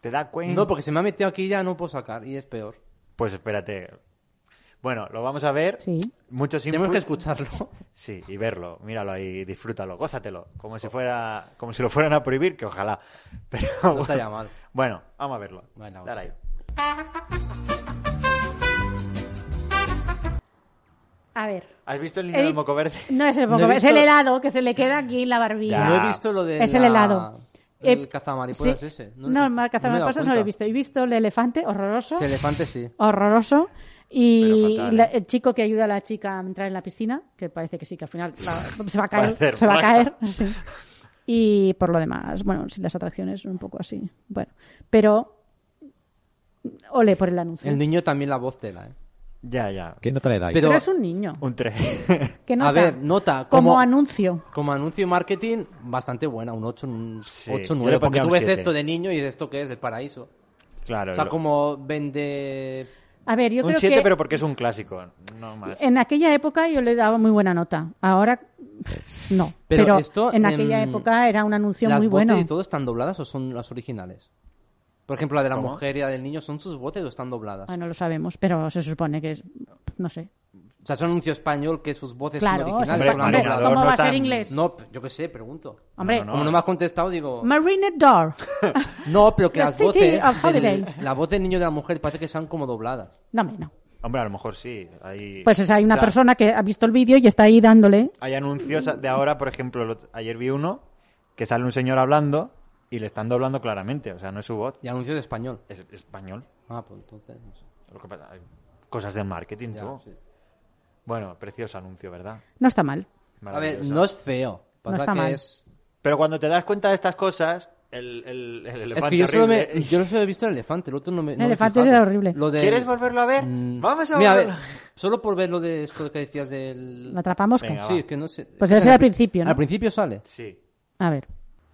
S1: ¿Te da cuenta?
S3: No, porque se me ha metido aquí y ya no puedo sacar y es peor.
S1: Pues espérate. Bueno, lo vamos a ver.
S2: Sí.
S1: Muchos
S3: Tenemos que
S1: inputs.
S3: escucharlo.
S1: Sí, y verlo, míralo ahí, disfrútalo, gózatelo, como si fuera, como si lo fueran a prohibir, que ojalá. Pero bueno,
S3: estaría mal.
S1: Bueno, vamos a verlo.
S3: Bueno,
S1: Dale
S3: hostia.
S1: ahí.
S2: A ver.
S1: ¿Has visto el niño
S2: He
S1: del
S2: dicho-
S1: moco verde?
S2: No es el
S3: No
S2: moco,
S3: he
S2: verde, es
S3: visto-
S2: el helado que se le queda aquí en la barbilla.
S1: Ya.
S3: No he visto lo de
S2: Es el
S3: la-
S2: helado.
S3: El
S2: Eh,
S3: cazamariposas
S2: sí.
S3: ese.
S2: No,
S3: lo-
S2: el
S3: me he dado
S2: cazamariposas no lo he visto.
S3: cuenta.
S2: He visto el elefante, horroroso.
S3: El elefante sí.
S2: horroroso. Y
S1: Pero fatal,
S2: la-
S1: ¿eh?
S2: el chico que ayuda a la chica a entrar en la piscina, que parece que sí, que al final va- se va
S1: Va
S2: a
S1: a
S2: caer.
S1: hacer
S2: se va a
S1: placa.
S2: caer. sí. Y por lo demás, bueno, sí, las atracciones son un poco así. Bueno, pero. Ole por el anuncio.
S3: El niño también la voz tela, ¿eh?
S1: Ya, ya.
S4: ¿Qué nota le dais?
S3: Pero-
S2: pero es un niño.
S1: Un 3.
S2: que
S3: A
S2: nota?
S3: ver, nota.
S2: Como,
S3: Como,
S2: anuncio.
S3: como anuncio y marketing, bastante buena. Un 8, un
S1: Sí,
S3: 8,
S1: yo le
S3: 9. Porque
S1: pondría
S3: tú
S1: un
S3: ves
S1: siete.
S3: esto de niño y de esto que es el paraíso.
S1: claro.
S3: O sea,
S1: lo-
S3: como vende...
S2: A ver, yo
S1: un
S2: creo
S1: 7,
S2: que Eh.
S1: pero porque es un clásico. No más.
S2: en aquella época yo le daba muy buena nota. Ahora no.
S3: Pero
S2: Pero,
S3: esto,
S2: en aquella
S3: em,
S2: época era un anuncio
S3: ¿Las
S2: muy
S3: voces
S2: bueno.
S3: y todo están dobladas o son las originales? Por ejemplo, la de la mujer y la del niño, ¿son sus voces o están dobladas?
S2: Ah, no lo sabemos, pero se supone que es. No sé.
S3: O sea, son anuncio español que sus voces
S2: Claro,
S3: son
S2: o sea,
S3: originales.
S1: Hombre,
S3: pero
S2: hombre,
S3: la han
S1: Marinador
S3: doblado.
S2: ¿cómo
S1: no
S2: va a ser
S1: tan-
S2: inglés?
S3: No, p- yo qué sé, pregunto.
S2: Hombre,
S1: No,
S3: Como no me has contestado, digo...
S2: Marina Door.
S3: No, pero que
S2: The
S3: las
S2: City
S3: voces...
S2: of
S3: del-
S2: Holidays.
S3: la voz del niño y de la mujer parece que sean como dobladas.
S2: No, hombre, no.
S1: Hombre, a lo mejor sí. Hay,
S2: Pues es, hay una
S1: o sea,
S2: persona que ha visto el vídeo y está ahí dándole.
S1: Hay anuncios de ahora, por ejemplo, el otro- ayer vi uno que sale un señor hablando y le están doblando claramente. O sea, no es su voz.
S3: Y anuncios de español.
S1: Es es español.
S3: Ah, pues entonces... no sé.
S1: Lo que pasa, hay cosas del marketing,
S3: Ya,
S1: tú.
S3: sí.
S1: Bueno, precioso anuncio, ¿verdad?
S2: No está mal.
S3: A ver,
S1: Maravilloso.
S3: no es feo. Pasa
S2: está
S3: que
S2: mal.
S3: es...
S1: Pero cuando te das cuenta de estas cosas, el, el, el
S3: Es
S1: elefante
S3: que yo solo, me-
S1: horrible-
S3: yo solo he visto el elefante, el otro no me. no me he
S2: elefante
S3: fijado.
S2: era horrible.
S3: Lo de-
S1: ¿Quieres volverlo a ver?
S3: Mm,
S1: Vamos a
S3: Mira,
S1: verlo.
S3: ver, solo por ver lo de esto que decías del.
S2: La atrapamos.
S1: Venga,
S3: Sí,
S1: va.
S3: es que no sé.
S2: Pues
S3: es
S2: debe
S3: que
S2: ser
S3: al
S2: al
S3: pri-
S2: principio, ¿no?
S3: Al principio sale.
S1: Sí.
S2: A ver.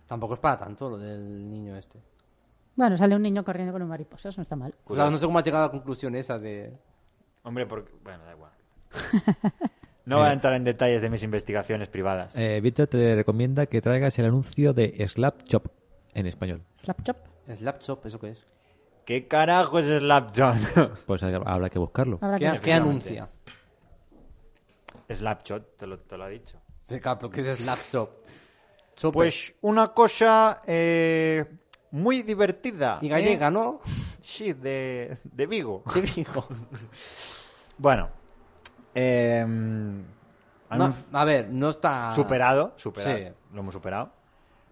S3: Tampoco es para tanto lo del niño este.
S2: Bueno, sale un niño corriendo con un mariposa, eso no está mal.
S3: O sea, no sé cómo has llegado a la conclusión esa de.
S1: Hombre, porque... Bueno, da igual. No voy a entrar en detalles de mis investigaciones privadas.
S4: Eh, Víctor te recomienda que traigas el anuncio de Slap Chop en español.
S2: Slap chop.
S3: Slapchop, ¿eso qué es?
S1: ¿Qué carajo es Slapshot?
S4: Pues ha- habrá que buscarlo.
S2: Habrá que
S3: ¿Qué,
S2: ver.
S3: qué anuncia?
S1: Slapshot, te lo, te lo ha dicho.
S3: Capo, ¿qué es Slapchop? Chope.
S1: Pues una cosa eh, muy divertida.
S3: Y gallega,
S1: ¿eh?
S3: ¿no?
S1: Sí, de, de Vigo. De Vigo. bueno. eh,
S3: No,
S1: anuncio-
S3: A ver, no está.
S1: Superado, superado.
S3: Sí.
S1: Lo hemos superado.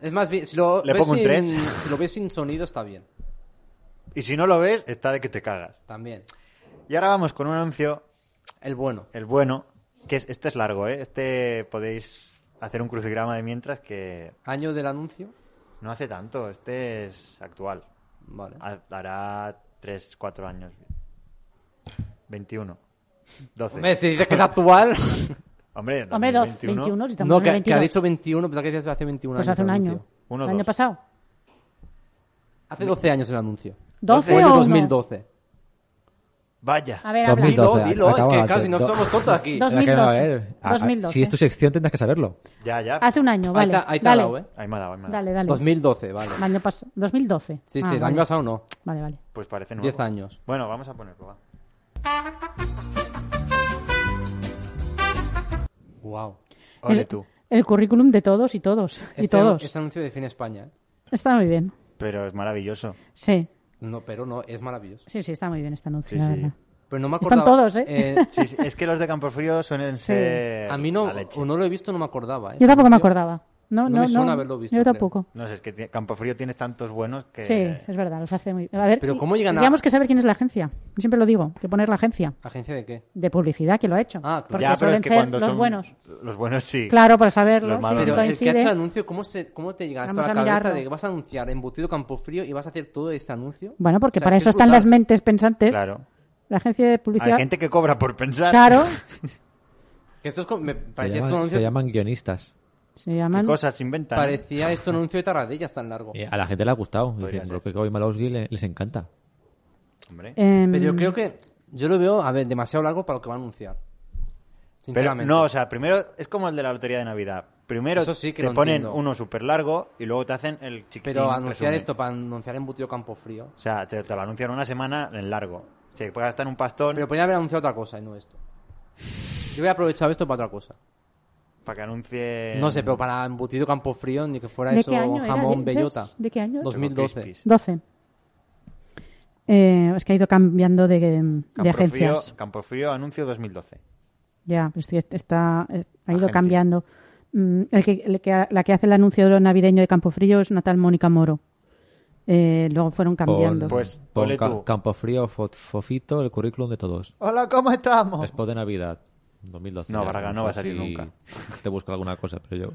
S3: Es más bien. Si lo,
S1: Le
S3: ves
S1: pongo un
S3: sin-
S1: tres.
S3: si lo ves sin sonido, está bien.
S1: Y si no lo ves, está de que te cagas.
S3: También.
S1: Y ahora vamos con un anuncio,
S3: El bueno.
S1: el bueno, que es, este es largo, ¿eh? Este podéis hacer un crucigrama de mientras que
S3: Año del anuncio.
S1: no hace tanto, este es actual.
S3: Vale.
S1: Ha- Hará 3, 4 años. 21. 12.
S3: Hombre, si dices que es actual.
S1: Hombre,
S2: Hombre, dos,
S1: 2021.
S2: 21, si estamos
S3: no,
S2: en el
S3: que, que ha
S2: 22.
S3: dicho 21, pero que decías hace 21
S2: Pues
S3: años.
S2: hace un
S3: el
S2: año.
S3: anuncio.
S1: Uno,
S2: ¿El año
S1: dos.
S2: pasado?
S3: Hace 12 años el anuncio.
S2: ¿Doce
S3: Fue en
S2: o
S3: el
S2: no?
S3: 2012.
S1: Vaya.
S2: A ver, habla.
S4: 2012.
S3: Dilo, dilo, es
S4: Acaba
S3: que
S4: antes.
S3: casi no
S4: Do-
S3: somos tontos aquí.
S2: Dos-
S4: Habrá que- a
S2: 2012.
S4: ver, a- a-
S2: 2012.
S4: si es tu sección tendrás que saberlo.
S1: Ya, ya.
S2: Hace un año, vale.
S3: Ahí está, ahí te ha
S2: dale.
S3: dado, ¿eh?
S1: Ahí me ha dado, ahí me ha dado.
S2: dale, dale.
S3: 2012, vale.
S2: El año pasado. 2012.
S3: Sí,
S2: Ah,
S3: sí, el
S2: vale.
S3: año pasado no.
S2: Vale, vale.
S1: Pues parece nuevo.
S3: 10 años.
S1: Bueno, vamos a ponerlo, va.
S3: Wow.
S1: Ole
S2: el,
S1: tú.
S2: el currículum de todos y todos. y
S3: Este,
S2: todos.
S3: este anuncio define España. ¿eh?
S2: Está muy bien.
S1: Pero es maravilloso.
S2: Sí,
S3: No, pero no, es maravilloso.
S2: sí, sí, está muy bien este anuncio.
S1: Sí,
S2: la
S1: sí.
S2: verdad.
S3: Pero no me
S2: Están
S3: acordaba.
S2: todos, ¿eh?
S1: Sí, sí, es que los de Campofrío suelen ser.
S3: a mí no,
S1: Eh, la leche.
S3: o no lo he visto, no me acordaba. ¿eh?
S2: Yo tampoco me
S3: Anuncio.
S2: acordaba. No,
S3: No
S2: no,
S3: me suena
S2: no.
S3: haberlo visto,
S2: Yo
S3: creo.
S2: tampoco.
S1: No sé, es que ti- Campofrío tienes tantos buenos que.
S2: Sí, es verdad, los hace muy A ver,
S3: Pero
S2: y-
S3: ¿cómo llegan a-
S2: Tendríamos que saber quién es la agencia. Yo Siempre lo digo, que poner la agencia
S3: ¿Agencia de qué?
S2: de publicidad que lo ha hecho.
S3: Ah, claro.
S2: Porque
S1: ya, pero
S2: suelen
S1: es que
S2: ser
S1: cuando
S2: los
S1: son-
S2: buenos.
S1: Los buenos sí.
S2: Claro, para saberlo.
S1: Los
S2: si
S1: malos
S3: Pero el que ha
S2: coincide.
S3: hecho el anuncio, ¿cómo, se, cómo te llegas
S2: Vamos
S3: a la
S2: a
S3: cabeza
S2: mirarlo.
S3: de que vas a anunciar embutido Campofrío y vas a hacer todo este anuncio?
S2: Bueno, porque
S3: O sea,
S2: para
S3: es
S2: eso
S3: que es
S2: están las
S3: brutal.
S2: mentes pensantes.
S1: Claro.
S2: La agencia de
S1: Hay
S2: publicidad.
S1: gente que cobra por pensar.
S2: Claro,
S3: Que esto es como- me
S4: Se
S3: parecía
S1: este
S3: esto un
S4: llaman,
S3: anuncio
S4: se llaman guionistas.
S2: se
S1: ¿Qué
S2: llaman.
S1: cosas inventan?
S3: Parecía esto un anuncio de Taradella tan largo.
S2: Mm.
S4: Eh, A la gente le ha gustado.
S1: Podría
S4: Dicen,
S1: ser.
S4: Lo que hoy Malowski le- les encanta.
S1: Hombre.
S2: em,
S3: Pero yo creo que yo lo veo, a ver, demasiado largo para lo que va a anunciar.
S1: Pero
S3: Sinceramente.
S1: no, o sea, primero es como el de la lotería de Navidad. Primero
S3: Eso sí que
S1: te
S3: lo
S1: ponen
S3: entiendo.
S1: uno súper largo y luego te hacen el chiquitín.
S3: Pero anunciar
S1: resumen.
S3: esto para anunciar embutido Campofrío.
S1: O sea, te, te lo anuncian una semana en largo. Se puede gastar un pastón
S3: Pero podría haber anunciado otra cosa y no esto. Yo voy a aprovechar esto para otra cosa.
S1: para que anuncie.
S3: No sé, pero para embutido Campofrío ni que fuera
S2: ¿De
S3: eso
S2: qué año era,
S3: jamón
S2: dices?
S3: bellota.
S2: ¿De qué año?
S1: Choco
S3: 2012.
S1: Crispies.
S2: 12. Eh, es que ha ido cambiando de, de
S1: Campofrío-
S2: agencias.
S1: Campofrío, anuncio 2012.
S2: Ya, pues sí, está, eh, ha ido
S1: Agencia.
S2: cambiando. Mm, el que, el que ha- la que hace el anuncio navideño de Campofrío es una tal Mónica Moro. Eh, luego fueron cambiando.
S1: Pues,
S4: pon
S1: ole
S4: Ca-
S1: tú.
S4: Campofrío, Fo- Fofito, el currículum de todos.
S1: Hola, ¿cómo estamos?
S4: Spot de Navidad, 2012.
S1: No, Braga no va a
S4: Así
S1: salir nunca.
S4: Te busco alguna cosa, pero yo...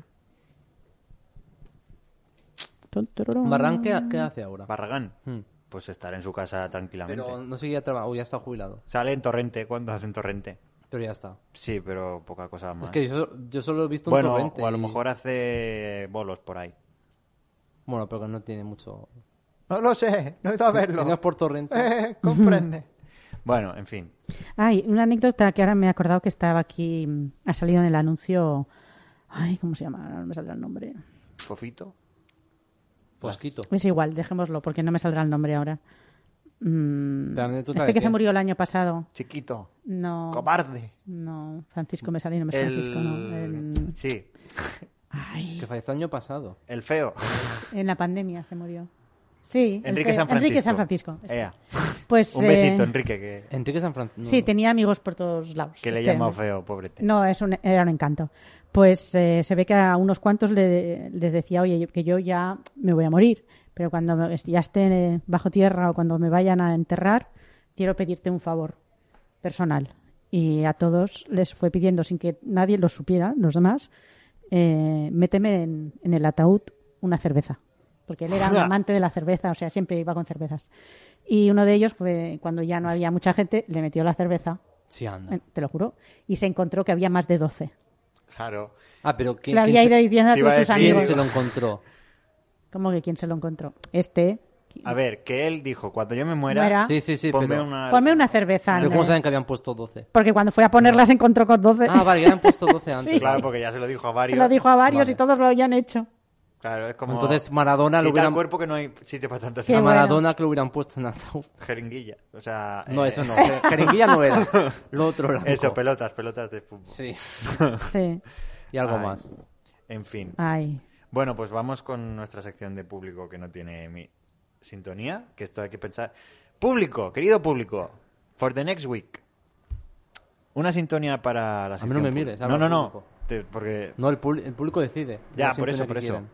S2: Tun, tururún.
S3: Barran, ¿qué, qué hace ahora?
S1: Barragán.
S3: Hmm.
S1: Pues estar en su casa tranquilamente.
S3: Pero no seguía trabajando, ya está jubilado.
S1: Sale en torrente. ¿Cuándo hacen torrente?
S3: Pero ya está.
S1: Sí, pero poca cosa más.
S3: Es que yo, yo solo he visto
S1: bueno,
S3: un torrente.
S1: o a lo
S3: y-
S1: mejor hace bolos por ahí.
S3: Bueno, pero que no tiene mucho.
S1: No lo sé, no he ido a Eh.
S3: Si- si no es por torrente.
S1: comprende. bueno, en fin.
S2: Ay, una anécdota que ahora me he acordado que estaba aquí, mm, ha salido en el anuncio. Ay, ¿cómo se llama? Ahora No me saldrá el nombre.
S1: Fofito.
S3: Fosquito.
S2: Es igual, dejémoslo, porque no me saldrá el nombre ahora. Mm,
S3: La anécdota
S2: este
S3: de
S2: que
S3: qué?
S2: se murió el año pasado.
S1: Chiquito.
S2: No.
S1: Cobarde.
S2: No, Francisco me sale y no me es Francisco, no. En-
S1: Sí,
S2: Ay,
S3: Que falleció el año pasado.
S1: el feo.
S2: en la pandemia se murió. Sí, el
S1: Enrique
S2: fe-
S1: San Francisco.
S2: Enrique San Francisco.
S1: Ea.
S2: Pues,
S1: Un besito,
S2: eh,
S1: Enrique, que,
S3: Enrique San Francisco.
S2: Sí, tenía amigos por todos lados.
S1: que le he
S2: Este
S1: llamado
S2: hombre.
S1: feo, pobrete.
S2: No, es un- era un encanto. Pues eh, se ve que a unos cuantos le- les decía, oye, yo- que yo ya me voy a morir, pero cuando me- ya esté eh, bajo tierra o cuando me vayan a enterrar, quiero pedirte un favor personal. Y a todos les fue pidiendo, sin que nadie lo supiera, los demás, eh, méteme en, en el ataúd una cerveza. Porque él era un amante de la cerveza, o sea, siempre iba con cervezas. Y uno de ellos fue, cuando ya no había mucha gente, le metió la cerveza
S3: Sí, anda.
S2: eh, te lo juro, y se encontró que había más de 12.
S1: Claro.
S3: Ah, pero ¿quién,
S2: Le había
S3: quién
S2: ido
S3: se-
S2: diciendo a
S1: Te iba
S2: todos
S1: a
S2: sus
S1: decir,
S3: quién
S2: amigos.
S3: se lo encontró?
S2: ¿Cómo que quién se lo encontró? Este.
S1: A ver, que él dijo, cuando yo me muera,
S2: Muera.
S3: Sí, sí, sí.
S1: ponme
S3: pero...
S1: una...
S2: Ponme una cerveza.
S3: ¿Pero
S2: Ana.
S3: Ah, cómo saben que habían puesto 12?
S2: Porque cuando fue a ponerla se encontró con 12.
S3: Ah, vale, ya habían puesto 12 antes.
S2: Pues Sí.
S1: Claro, pues, porque ya se lo dijo a
S2: se
S1: varios.
S2: lo dijo a varios
S3: Vale.
S2: y todos lo habían hecho.
S1: Claro, es como...
S3: Entonces, Maradona lo
S1: Quita
S3: hubieran-
S1: el cuerpo que no hay sitio para tanta
S2: Qué
S3: a
S2: bueno.
S3: Maradona que lo hubieran puesto en ataúd.
S1: jeringuilla. O sea...
S3: No,
S1: eh,
S3: eso no. Jer- Jeringuilla no era. Lo otro era.
S1: Eso, pelotas, pelotas de fútbol.
S3: Sí.
S2: Sí.
S3: Y algo
S1: Ay,
S3: más.
S1: En fin.
S2: Ay.
S1: Bueno, pues vamos con nuestra sección de público que no tiene mi sintonía, que esto hay que pensar. Público, querido público, for the next week. Una sintonía para la
S3: mí no
S1: sección.
S3: me
S1: pública.
S3: mires, habla
S1: No, no, no.
S3: público.
S1: Te- porque
S3: No, el, pul- el público decide.
S1: Ya,
S3: La
S1: por
S3: sintonía
S1: eso,
S3: que
S1: por eso.
S3: quieran.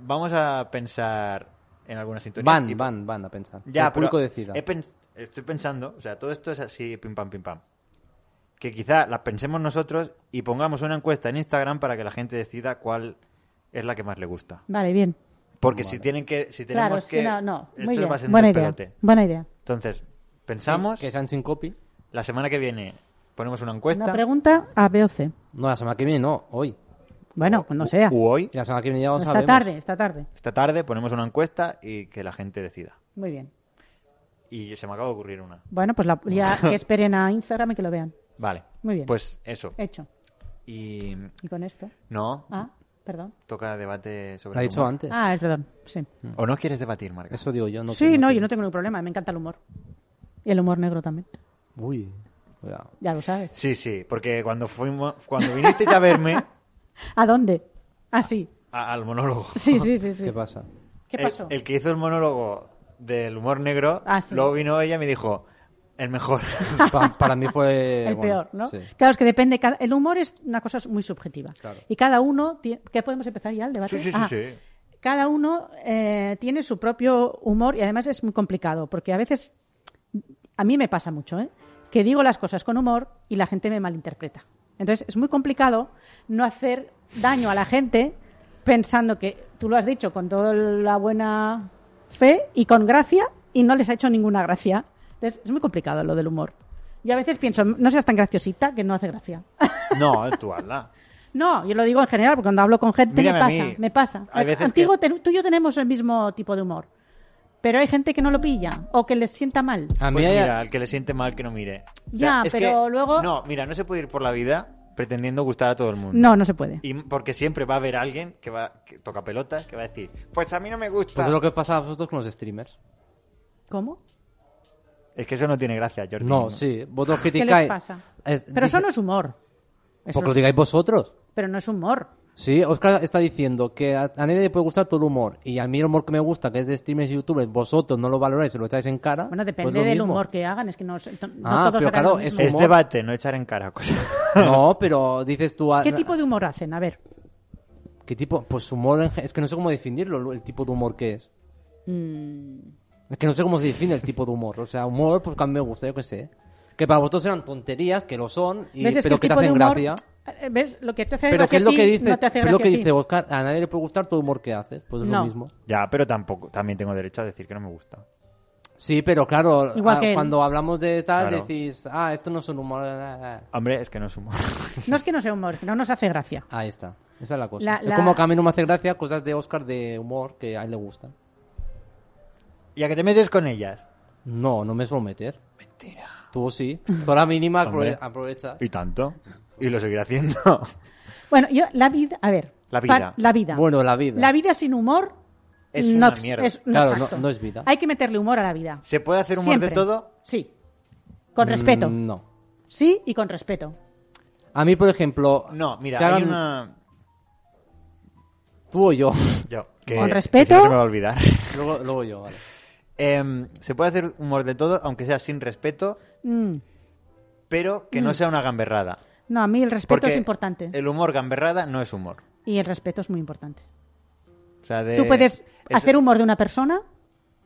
S1: vamos a pensar en alguna sintonía. y-
S3: Van, van, van a pensar.
S1: Ya,
S3: el público
S1: pero ¿eh,
S3: decida.
S1: he pens- estoy pensando, o sea, todo esto es así, pim pam, pim pam. Que quizá la pensemos nosotros y pongamos una encuesta en Instagram para que la gente decida cuál es la que más le gusta.
S2: Vale, bien.
S1: Porque si tienen que, si tenemos
S2: claro, es que, no, no.
S1: esto
S2: Muy bien.
S1: va a ser un
S2: Buena idea.
S1: despelote.
S2: Buena idea.
S1: Entonces, pensamos,
S3: Que sean sin copy.
S1: la semana que viene ponemos una encuesta.
S2: Una pregunta a B o C.
S3: No, la semana que viene no, hoy.
S2: Bueno, cuando sea.
S1: U hoy,
S3: La semana que viene ya lo
S2: Esta
S3: sabemos.
S2: tarde, esta tarde.
S1: esta tarde, ponemos una encuesta y que la gente decida.
S2: Muy bien.
S1: Y se me acaba de ocurrir una.
S2: Bueno, pues la- ya que esperen a Instagram y que lo vean.
S1: Vale.
S2: Muy bien. Eh.
S1: Pues eso.
S2: Hecho.
S1: Y
S2: Y con esto.
S1: no,
S2: Ah, perdón.
S1: toca debate sobre
S3: Lo ha
S1: el
S3: dicho
S1: humor.
S3: antes.
S2: Ah, es perdón. Sí.
S1: ¿O no quieres debatir, Marca?
S3: Eso digo yo. No
S2: sí, no, yo
S3: tiene-
S2: no tengo ningún problema. Me encanta el humor. Y el humor negro también.
S3: Uy. cuidado.
S2: Ya lo sabes.
S1: Sí, sí, porque cuando fuimos cuando vinisteis a verme
S2: ¿A dónde? Ah, sí.
S1: a- al monólogo.
S2: Sí, sí, sí. sí.
S3: ¿Qué pasa?
S2: ¿Qué
S1: el-
S2: pasó?
S1: El, que hizo el monólogo del humor negro,
S2: Ah, sí.
S1: luego vino ella y me dijo, "El mejor."
S3: Pa- para mí fue.
S2: El
S3: bueno,
S2: peor, ¿no?
S3: sí.
S2: Claro, es que depende. ca- El humor es una cosa muy subjetiva.
S3: Claro.
S2: Y cada uno. tie- ¿Qué podemos empezar ya el debate?
S1: Sí, sí, sí,
S2: Ah,
S1: sí.
S2: Cada uno eh, tiene su propio humor y además es muy complicado porque a veces. A mí me pasa mucho, ¿eh? Que digo las cosas con humor y la gente me malinterpreta. Entonces es muy complicado no hacer daño a la gente pensando que tú lo has dicho con toda la buena fe y con gracia y no les ha hecho ninguna gracia. Entonces es muy complicado lo del humor. Yo a veces pienso, no seas tan graciosita que no hace gracia.
S1: No, tú hazla.
S2: No, yo lo digo en general, porque cuando hablo con gente
S1: Mírame
S2: me
S1: a
S2: pasa,
S1: mí.
S2: me pasa.
S1: Hay veces
S2: Antiguo,
S1: que-
S2: ten- tú y yo tenemos el mismo tipo de humor, pero hay gente que no lo pilla o que les sienta mal.
S3: A mí
S1: Pues
S3: hay-
S1: mira, al que le siente mal que no mire.
S2: Ya,
S1: es
S2: pero
S1: que-
S2: luego-
S1: No, mira, no se puede ir por la vida pretendiendo gustar a todo el mundo.
S2: No, no se puede.
S1: Y porque siempre va a haber alguien que va que toca pelotas, que va a decir, pues a mí no me gusta.
S3: Pues es lo que pasa a vosotros con los streamers.
S2: ¿Cómo?
S1: Es que eso no tiene gracia, Jordi.
S3: No, sí. Vosotros
S2: ¿Qué
S3: criticáis.
S2: les pasa?
S3: Es-
S2: pero eso
S3: dice-
S2: no es humor. Eso
S3: Porque lo
S2: es-
S3: digáis vosotros.
S2: Pero no es humor.
S3: Sí, Oscar está diciendo que a, a nadie le puede gustar todo el humor. Y a mí el humor que me gusta, que es de streamers y youtubers, vosotros no lo valoráis y lo echáis en cara.
S2: Bueno, depende
S3: pues lo
S2: del
S3: mismo.
S2: humor que hagan, es que no, sé, to- no
S3: Ah,
S2: todos
S3: pero
S2: harán
S3: claro,
S2: lo mismo.
S3: es
S1: Es
S3: humor.
S1: debate, no echar en cara cosas.
S3: No, pero dices tú. a-
S2: ¿Qué tipo de humor hacen? A ver.
S3: ¿Qué tipo? Pues humor. en ge- Es que no sé cómo definirlo, lo- el tipo de humor que es.
S2: Mm.
S3: Es que no sé cómo se define el tipo de humor. O sea, humor, pues que a mí me gusta, yo qué sé. Que para vosotros eran tonterías, que lo son, y,
S2: ¿Ves? Es
S3: pero
S2: el
S3: que te
S2: tipo de
S3: hacen
S2: humor-
S3: gracia.
S2: eh, ¿Ves? Lo que te hace
S3: Pero
S2: gracia
S3: que es
S2: a
S3: lo
S2: ti,
S3: que dice,
S2: no te hace
S3: pero lo
S2: gracia
S3: que
S2: a ti.
S3: dice Oscar, a nadie le puede gustar todo humor que haces, pues es
S2: No.
S3: lo mismo.
S1: ya, pero tampoco, también tengo derecho a decir que no me gusta.
S3: Sí, pero claro,
S2: Igual
S3: ah,
S2: que él.
S3: cuando hablamos de tal,
S1: Claro.
S3: decís, ah, esto no es un humor. ah, ah, ah".
S1: Hombre, es que no sumo.
S2: No es que no sea humor, es que no nos hace gracia.
S3: Ahí está, esa es la cosa.
S2: La-
S3: Es
S2: la-
S3: como que a mí no me hace gracia cosas de Oscar de humor que a él le gustan.
S1: y a que te metes con ellas.
S3: No, no me suelo meter. Mentira. Tú sí. Tú a la mínima aprove-
S1: Hombre.
S3: aprovechas.
S1: Y tanto. Y lo seguiré haciendo.
S2: Bueno, yo, la vida, a ver.
S1: La vida.
S2: par- la vida.
S3: Bueno, la vida.
S2: La vida sin humor
S1: Es
S2: no
S1: una
S2: ex-
S1: mierda.
S2: es- no,
S3: Claro,
S2: exacto.
S3: no- no es vida.
S2: Hay que meterle humor a la vida.
S1: ¿Se puede hacer humor
S2: Siempre.
S1: de todo?
S2: Sí. Con respeto.
S3: Mm, No.
S2: Sí y con respeto.
S3: A mí, por ejemplo.
S1: No, mira,
S3: que
S1: hay
S3: hagan
S1: una...
S3: Tú o yo.
S1: Yo, que,
S2: Con
S1: que si
S2: respeto.
S1: no se me va a olvidar.
S3: luego, luego yo, vale.
S1: Em, se puede hacer humor de todo, aunque sea sin respeto,
S2: Mm.
S1: pero que no sea una gamberrada.
S2: No, a mí el Mm. respeto
S1: Porque
S2: es importante.
S1: el humor gamberrada no es humor.
S2: Y el respeto es muy importante.
S1: O sea, de-
S2: Tú puedes
S1: es-
S2: hacer humor de una persona,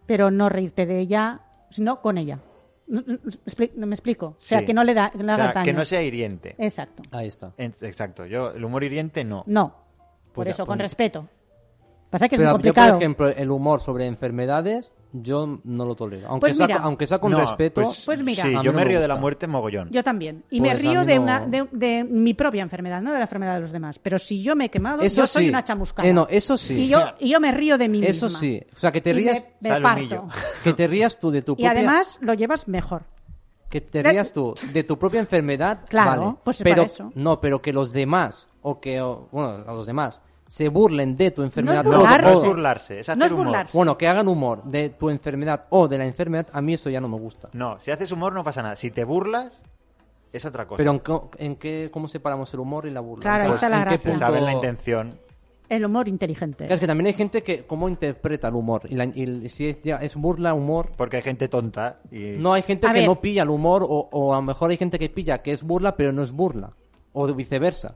S2: pero no reírte de ella, sino con ella. No- no- expli- no ¿Me explico? O sea,
S1: sí.
S2: que no le da, que no le
S1: O sea,
S2: hagas daño.
S1: que no sea hiriente.
S2: Exacto.
S3: Ahí está.
S1: En- Exacto, yo el humor hiriente no.
S2: No. Por
S3: Puta,
S2: eso, con
S3: pues-
S2: respeto. Pasa que es
S3: Pero
S2: muy
S3: yo, por
S2: complicado.
S3: ejemplo, el humor sobre enfermedades, yo no lo tolero. Aunque,
S2: Pues
S3: sea,
S2: mira.
S3: aunque sea con
S1: No,
S3: respeto.
S2: Pues mira.
S1: sí,
S3: A mí
S1: yo
S3: no
S1: me
S3: me
S1: río de la
S3: gusta.
S1: muerte mogollón.
S2: Yo también. Y me
S3: Pues a
S2: río
S3: mí
S2: de,
S3: no.
S2: una, de, de mi propia enfermedad, no de la enfermedad de los demás. Pero si yo me he quemado,
S3: Eso
S2: yo soy
S3: sí.
S2: una chamuscada.
S3: Eh, no, eso sí.
S2: Y yo, y yo me río de mí
S3: Eso
S2: misma.
S3: sí. O sea, que te
S2: Y me-
S3: rías,
S2: me,
S1: Sale un
S2: parto.
S1: millo.
S3: que te rías tú de tu
S2: Y
S3: propia.
S2: además lo llevas mejor.
S3: Que te rías tú de tu propia enfermedad.
S2: Claro,
S3: vale.
S2: pues
S3: pero,
S2: para eso.
S3: No, pero que los demás, o que, o- bueno, a los demás, se burlen de tu enfermedad.
S2: No
S3: o-
S1: No,
S2: es burlarse.
S1: no es
S3: o-
S1: burlarse, es hacer
S2: No es
S1: humor.
S2: burlarse.
S3: Bueno, que hagan humor de tu enfermedad o de la enfermedad, a mí eso ya no me gusta.
S1: No, si haces humor no pasa nada. Si te burlas, es otra cosa.
S3: Pero en, co- en qué, ¿cómo separamos el humor y la burla?
S2: Claro, ahí
S3: ¿En
S2: está
S3: qué
S2: la
S1: se
S2: gracia.
S3: punto-
S1: sabe la intención.
S2: El humor inteligente.
S3: Claro, es que también hay gente que cómo interpreta el humor. Y, la- y el- si es, ya- es burla, humor...
S1: Porque hay gente tonta y...
S3: No, hay gente
S2: A
S3: que
S2: ver.
S3: no pilla el humor o, o a lo mejor hay gente que pilla que es burla pero no es burla. O de viceversa.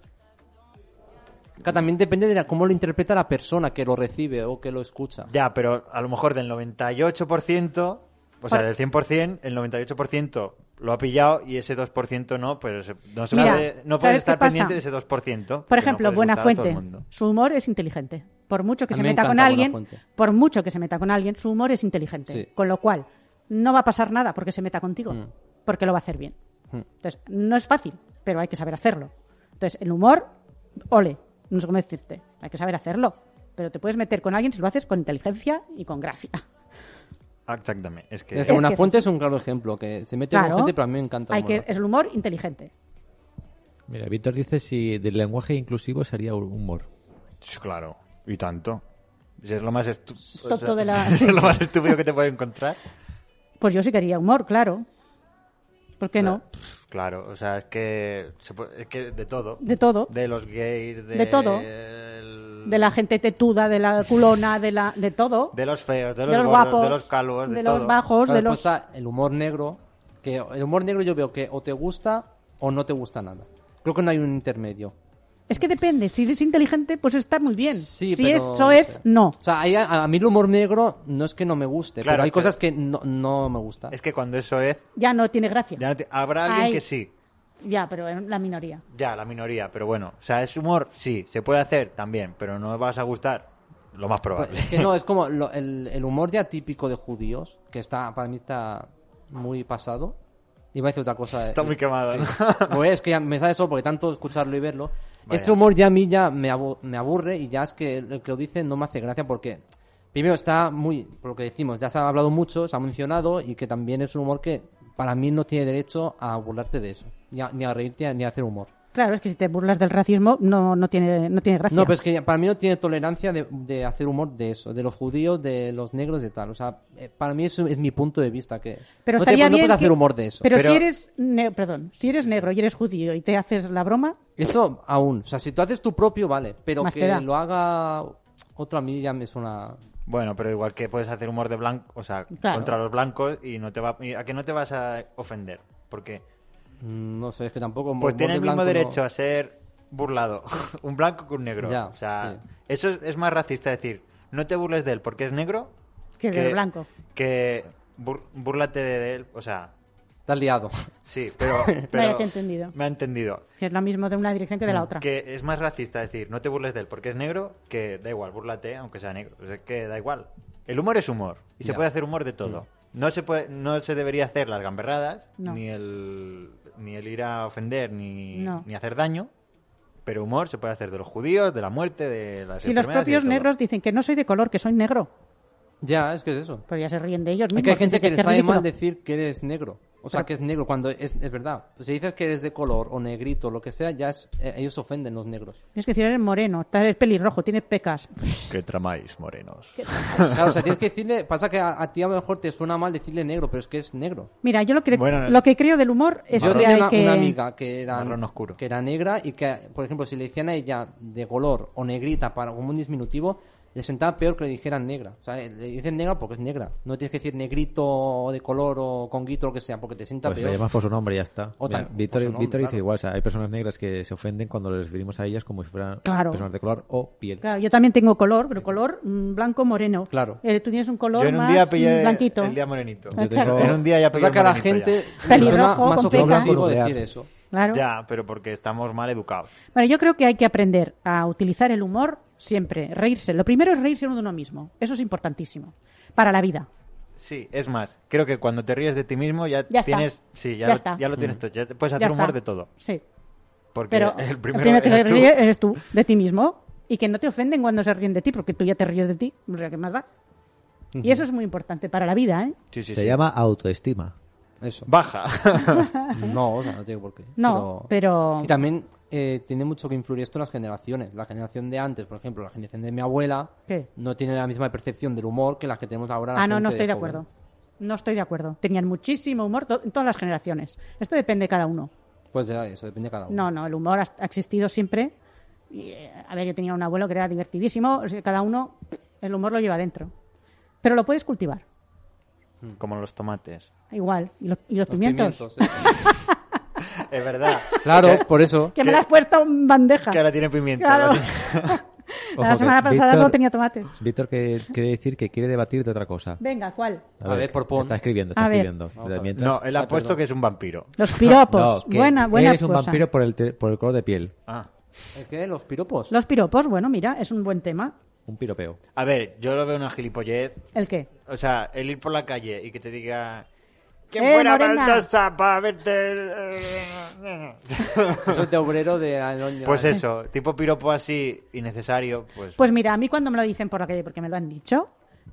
S3: Que también depende de la- cómo lo interpreta la persona que lo recibe o que lo escucha.
S1: Ya, pero a lo mejor del 98%, o sea,
S2: Por-
S1: del 100%, el 98% lo ha pillado y ese 2% no, pero se- no, se
S2: Mira,
S1: puede- no
S2: ¿sabes
S1: puedes
S2: qué
S1: estar
S2: pasa?
S1: pendiente de ese 2%.
S2: Por
S1: porque
S2: ejemplo,
S1: no puedes
S2: Buena
S1: gustar a todo el
S2: Fuente.
S1: mundo.
S2: Su humor es inteligente. Por mucho que
S3: A
S2: se
S3: mí me
S2: meta con
S3: encanta
S2: alguien,
S3: Buenafuente.
S2: por mucho que se meta con alguien, su humor es inteligente.
S3: Sí.
S2: Con lo cual, no va a pasar nada porque se meta contigo,
S3: Mm.
S2: porque lo va a hacer bien.
S3: Mm.
S2: Entonces, no es fácil, pero hay que saber hacerlo. Entonces, el humor, ole, no sé cómo decirte, hay que saber hacerlo. Pero te puedes meter con alguien si lo haces con inteligencia y con gracia.
S1: Ah, Exactamente, es que...
S3: Es que
S2: Es
S3: una
S2: que es
S3: fuente es un claro ejemplo, que se mete
S2: Claro,
S3: con gente, pero a mí me encanta.
S2: hay
S3: cómo lo
S2: que,
S3: hace.
S2: es el humor inteligente.
S4: Mira, Víctor dice si del lenguaje inclusivo sería humor.
S1: Sí, Claro, y tanto. Si es lo más, estu-
S2: Tonto de la-
S1: si es lo más estúpido que te puede encontrar.
S2: Pues yo sí quería humor, claro. ¿Por qué no?
S1: Pff, Claro, o sea, es que, se puede- es que de todo.
S2: De todo.
S1: De los gays, de...
S2: De todo.
S1: el-
S2: De la gente tetuda, de la culona, de, la, de todo.
S1: De los feos, de
S2: de
S1: los,
S2: los,
S1: gordos,
S2: guapos,
S1: de los calvos, de,
S2: los
S1: todo.
S2: bajos,
S3: Claro, pues, ah.
S2: de
S3: después
S2: los...
S3: está el humor negro, que el humor negro yo veo que o te gusta o no te gusta nada. Creo que no hay un intermedio.
S2: Es que depende, si es inteligente, pues está muy bien.
S3: Sí,
S2: si
S3: pero,
S2: es soez, no.
S3: O sea, hay- a, a mí el humor negro no es que no me guste,
S1: Claro,
S3: pero hay
S1: es que-
S3: cosas que no, no me gustan.
S1: Es que cuando eso es,
S2: Ya no tiene gracia.
S1: ya
S2: Ya,
S1: no te- habrá alguien
S2: Ay.
S1: que sí.
S2: pero en la minoría.
S1: Ya, la minoría, pero bueno. O sea, es humor, sí, se puede hacer también, pero no vas a gustar, lo más probable.
S3: Pues,
S2: Pues.
S3: Es que no, es como lo- el, el humor ya típico de judíos, que está para mí está muy pasado. Iba a decir otra cosa.
S1: Está
S3: eh,
S1: muy quemado,
S3: sí.
S1: ¿no?
S3: Pues es que ya me sale eso porque tanto escucharlo y verlo.
S1: Vaya.
S3: Ese humor ya a mí ya me, abu- me aburre y ya es que el que lo dice no me hace gracia porque, primero, está muy, por lo que decimos, ya se ha hablado mucho, se ha mencionado y que también es un humor que para mí no tiene derecho a burlarte de eso, ni a, ni a reírte ni a hacer humor.
S2: Claro, es que si te burlas del racismo no, no, tiene, no tiene gracia.
S3: No, pues, pero es que para mí no tiene tolerancia de, de hacer humor de eso, de los judíos, de los negros, de tal. O sea, eh, para mí eso es mi punto de vista. que
S2: Pero
S3: no, te-
S2: estaría
S3: no
S2: bien
S3: puedes
S2: que-
S3: hacer humor de eso.
S2: Pero,
S1: Pero-
S2: si eres ne- perdón, si eres negro y eres judío y te haces la broma,
S3: Eso aún. O sea, si tú haces tu propio, vale. Pero
S2: Más te
S3: que
S2: da.
S3: lo haga otra a mí ya me suena...
S1: Bueno, pero igual que puedes hacer humor de blanco, o sea,
S2: Claro.
S1: contra los blancos y no te va y a que no te vas a ofender, porque
S3: mm, No sé, es que tampoco... humor
S1: pues tiene
S3: de
S1: el mismo
S3: blanco no-
S1: derecho a ser burlado un blanco que un negro.
S3: Ya,
S1: o sea,
S3: sí.
S1: eso es, es más racista decir, no te burles de él porque es negro
S2: que es del blanco.
S1: Que bur- búrlate de, de él, o sea,
S3: Estás liado.
S1: sí, pero, pero
S2: te he entendido.
S1: Me ha entendido.
S2: Que es lo mismo de una dirección que de la otra.
S1: Que es más racista decir, no te burles de él porque es negro, que da igual, búrlate aunque sea negro. O sea, que da igual. El humor es humor y se
S3: Ya.
S1: puede hacer humor de todo. No se puede, no se debería hacer las gamberradas,
S2: Mm. No.
S1: ni el ni el ir a ofender ni,
S2: No.
S1: ni hacer daño, pero humor se puede hacer de los judíos, de la muerte, de las
S2: Si los
S1: enfermedades y de
S2: propios
S1: todo.
S2: negros dicen que no soy de color, que soy negro,
S3: Ya, es que es eso.
S2: pues ya se ríen de ellos mismos.
S3: Es que hay gente
S2: dicen
S3: que
S2: es
S3: le sabe
S2: ridículo.
S3: mal decir que eres negro. O sea, que es negro cuando es, es verdad. Si dices que eres de color o negrito, lo que sea, ya es, eh, ellos ofenden los negros.
S2: Tienes que decir, eres moreno, eres pelirrojo, tienes pecas.
S1: ¿Qué tramáis, morenos?
S3: Claro, o sea, tienes que decirle, pasa que a, a ti a lo mejor te suena mal decirle negro, pero es que es negro.
S2: Mira, yo lo que,
S1: Bueno,
S2: lo que creo del humor es
S3: Yo
S2: que
S3: tenía
S2: hay
S3: una,
S2: que...
S3: una amiga que era,
S1: Marrón oscuro.
S3: que era negra y que, por ejemplo, si le decían a ella de color o negrita para, como un disminutivo, le sentaba peor que le dijeran negra. O sea, le dicen negra porque es negra. No tienes que decir negrito o de color o conguito, lo que sea, porque te sienta
S4: Pues le
S3: peor.
S4: llamas por su nombre y ya está.
S3: O
S4: Mira,
S3: tan- por
S4: Víctor,
S3: su nombre,
S4: Víctor dice
S3: claro.
S4: igual, o sea, hay personas negras que se ofenden cuando les referimos a ellas como si fueran
S2: Claro.
S4: personas de color o piel.
S2: Claro, yo también tengo color, pero color mm, blanco moreno.
S3: Claro.
S2: Eh, tú tienes un color
S1: Yo en un
S2: más
S1: día
S2: mm,
S1: pillé
S2: blanquito.
S1: el día morenito.
S2: Ah, claro.
S1: En un día ya
S3: O
S1: pillé
S3: sea,
S1: el
S3: que a la
S1: morenito ya.
S3: gente le
S2: Pelirrojo,
S3: suena más
S2: con pecas.
S3: ofensivo
S4: Nuclear.
S3: decir eso.
S2: Claro.
S1: Ya, pero porque estamos mal educados.
S2: Bueno, yo creo que hay que aprender a utilizar el humor siempre, reírse. Lo primero es reírse uno de uno mismo. Eso es importantísimo para la vida.
S1: Sí, es más, creo que cuando te ríes de ti mismo ya,
S2: Ya está.
S1: tienes, sí, ya,
S2: Ya
S1: lo,
S2: está.
S1: ya lo
S3: Mm.
S1: tienes todo, ya te puedes
S2: Ya
S1: hacer
S2: está.
S1: humor de todo,
S2: Sí.
S1: porque
S2: Pero
S1: el primero,
S2: que se
S1: eres tú.
S2: ríe eres tú, de ti mismo. Y que no te ofenden cuando se ríen de ti, porque tú ya te ríes de ti. O sea, ¿qué más da? Y eso es muy importante para la vida, ¿eh?
S1: Sí, sí,
S4: Se
S1: sí.
S4: llama autoestima.
S3: Eso.
S1: baja.
S3: No, o sea, no tengo por qué.
S2: No, pero-
S3: Y también eh, tiene mucho que influir esto en las generaciones. La generación de antes, por ejemplo, la generación de mi abuela,
S2: ¿Qué?
S3: no tiene la misma percepción del humor que las que tenemos ahora. la
S2: Ah, no, no
S3: gente
S2: estoy de
S3: joven.
S2: acuerdo. No estoy de acuerdo. Tenían muchísimo humor to- en todas las generaciones. Esto depende de cada uno.
S3: Pues ya, eso depende de cada uno.
S2: No, no, el humor ha ha existido siempre. Y, eh, a ver, yo tenía un abuelo que era divertidísimo. o sea, Cada uno, el humor lo lleva dentro. Pero lo puedes cultivar,
S1: Como los tomates.
S2: igual. ¿Y los, y los
S3: Los
S2: pimientos?
S3: pimientos, eh.
S1: Es verdad.
S3: claro, por eso.
S2: Que me las has puesto en bandeja.
S1: Que ahora tiene pimiento. la
S2: Claro.
S1: señora.
S4: Ojo,
S2: La
S4: que
S2: semana pasada
S4: Víctor-
S2: no tenía tomates.
S4: Víctor que quiere decir que quiere debatir de otra cosa.
S2: Venga, ¿cuál?
S3: A ver, por pon.
S4: Está escribiendo, está
S2: A ver.
S4: escribiendo.
S3: Vamos a ver.
S4: Mientras-
S1: No, él
S3: Ah,
S1: ha puesto
S3: perdón.
S1: que es un vampiro.
S2: Los piropos.
S4: No, que
S2: buena, buena
S4: Eres un
S2: cosa.
S4: vampiro por el, te- por el color de piel.
S1: Ah.
S3: ¿El qué? ¿Los piropos?
S2: Los piropos, bueno, mira, es un buen tema.
S4: Un piropeo.
S1: A ver, yo lo veo una gilipollez.
S2: ¿El qué?
S1: O sea, el ir por la calle y que te diga... Que
S2: Eh,
S1: fuera
S2: morena".
S1: baldosa para verte... el-
S3: Eso es de obrero de... ah, no,
S1: Pues
S3: ya-
S1: eso, tipo piropo así, innecesario, pues...
S2: Pues mira, a mí cuando me lo dicen por la calle, porque me lo han dicho,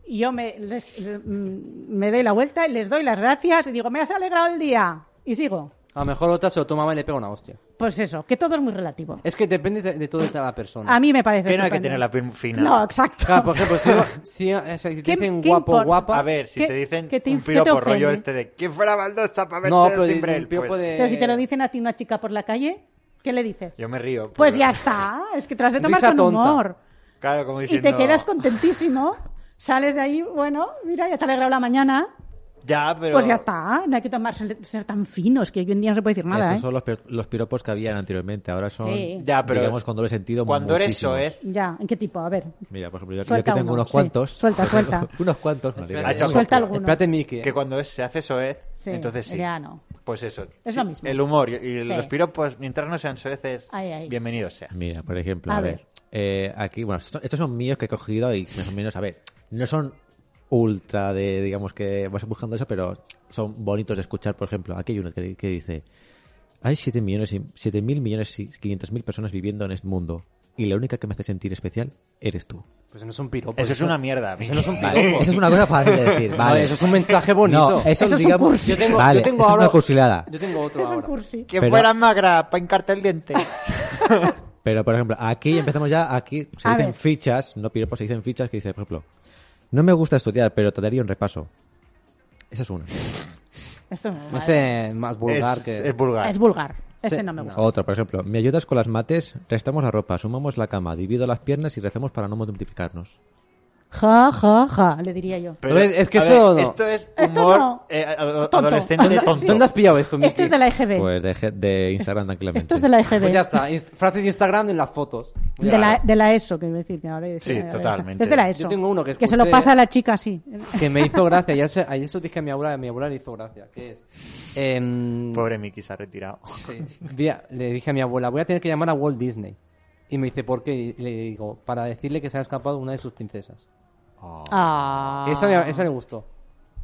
S2: y yo me, les- les- mm, me doy la vuelta y les doy las gracias y digo, me has alegrado el día. Y sigo.
S3: A lo mejor otra se lo tomaba y le pega una hostia.
S2: Pues eso, que todo es muy relativo.
S3: Es que depende de, de todo de cada persona.
S2: A mí me parece.
S1: que no hay que
S2: estupendo.
S1: tener la piel fina.
S2: No, exacto.
S3: Claro, por ejemplo, si, no- si, eh, si te
S2: ¿Qué-
S3: dicen
S2: qué
S3: guapo,
S2: importa?
S3: guapa...
S1: A ver, si
S2: pues, ¿Qué-
S1: te dicen
S2: qué te-
S1: un
S2: qué te
S1: piropo rollo
S2: ofende?
S1: este de ¿Quién fuera baldosa para verte
S3: No,
S1: el
S3: pero el
S1: cimbrel?",
S3: piropo
S1: pues,
S3: de-
S2: Pero si te lo dicen a ti una chica por la calle, ¿qué le dices?
S1: Yo me río.
S2: Pues
S1: porque-
S2: ya está. Es que tras de tomar
S3: Risa
S2: con
S3: tonta.
S2: humor
S1: Claro, como
S2: y
S1: diciendo...
S2: te quedas contentísimo, sales de ahí, bueno, mira, ya te ha alegrado la mañana.
S1: Ya, pero...
S2: Pues ya está, no hay que tomarse ser tan finos, que hoy en día no se puede decir nada.
S4: Esos
S2: ¿eh?
S4: son los, pir- los piropos que habían anteriormente. Ahora son,
S2: Sí.
S1: Ya, pero
S4: digamos,
S1: es-
S4: con doble sentido
S1: Cuando eres
S4: muchísimos.
S1: soez,
S2: Ya, ¿en qué tipo? A ver,
S4: Mira, por ejemplo, yo, yo
S2: Suelta
S4: que tengo
S2: uno,
S4: unos
S2: sí.
S4: cuantos.
S2: Suelta, suelta.
S4: unos cuantos. madre
S3: Espérate,
S4: mía.
S1: Ha hecho
S2: suelta
S1: copia.
S2: alguno.
S3: Espérate, Miki. eh.
S1: que cuando es- se hace soez,
S2: Sí,
S1: entonces sí.
S2: ya no.
S1: Pues eso.
S2: Es
S1: sí,
S2: lo mismo.
S1: El humor y, y
S2: Sí.
S1: los piropos, mientras no sean soeces,
S2: Ahí, ahí.
S1: bienvenidos
S3: Mm.
S1: sean.
S4: Mira, por ejemplo,
S2: A
S4: a,
S2: ver.
S4: ver. eh, aquí, bueno, esto- estos son míos que he cogido y más o menos, a ver, no son ultra de, digamos que vas buscando eso, pero son bonitos de escuchar. Por ejemplo, aquí hay uno que, que dice: Hay 7 millones, y- 7 mil millones y 500 mil personas viviendo en este mundo y la única que me hace sentir especial eres tú.
S3: Pues no es un piropo.
S1: Eso es una mierda.
S3: Eso no es un piropo.
S5: Vale, eso es una cosa fácil de decir. Vale.
S3: No, eso es un mensaje bonito.
S5: No, eso,
S2: Eso es un
S5: digamos.
S2: cursi.
S3: Yo tengo,
S5: vale,
S3: yo tengo
S5: eso
S3: ahora...
S5: es una cursilada.
S3: Yo tengo otro
S2: Es un
S3: ahora.
S2: cursi.
S1: Que
S5: Pero-
S1: fuera magra para hincarte el diente.
S5: Pero, por ejemplo, aquí empezamos ya, aquí se
S2: Ah. A
S5: dicen
S2: ver.
S5: fichas, no piropos, se dicen fichas que dice, por ejemplo, no me gusta estudiar, pero te daría un repaso. Esa es una.
S2: Esto no vale.
S3: Ese más vulgar
S1: es,
S3: que...
S1: es vulgar.
S2: Es vulgar. Ese
S3: Sí.
S2: no me gusta.
S5: Otra, por ejemplo, ¿me ayudas con las mates? Restamos la ropa, sumamos la cama, divido las piernas y recemos para no multiplicarnos.
S2: Ja, ja, ja, le diría yo.
S1: Pero,
S3: Es- es que
S1: a
S3: eso no.
S1: Esto es
S2: Esto
S1: humor
S2: no.
S1: eh, a- a-
S2: Tonto.
S1: adolescente tonto.
S3: ¿Dónde has pillado esto, Miki?
S2: Esto es de la EGB.
S5: Pues de, ge- de Instagram tranquilamente.
S2: Esto es de la EGB.
S3: Pues ya está. inst- Frases de Instagram en las fotos. Muy
S2: De la,
S3: raro.
S2: de la ESO, que iba a decir. que ahora es-
S1: Sí,
S2: eh,
S1: totalmente.
S2: Es de la ESO.
S3: Yo tengo uno que
S2: se lo
S3: escuché-
S2: pasa a la chica así.
S3: Que me hizo gracia. Ayer, se- ayer se lo dije a mi abuela, a mi abuela le hizo gracia. ¿Qué es? Em,
S1: Pobre Mickey se ha retirado.
S3: Sí. Vi a- le dije a mi abuela, voy a tener que llamar a Walt Disney. Y me dice, ¿por qué? Y le digo, para decirle que se ha escapado una de sus princesas.
S2: Ah.
S3: Esa, me- esa le gustó.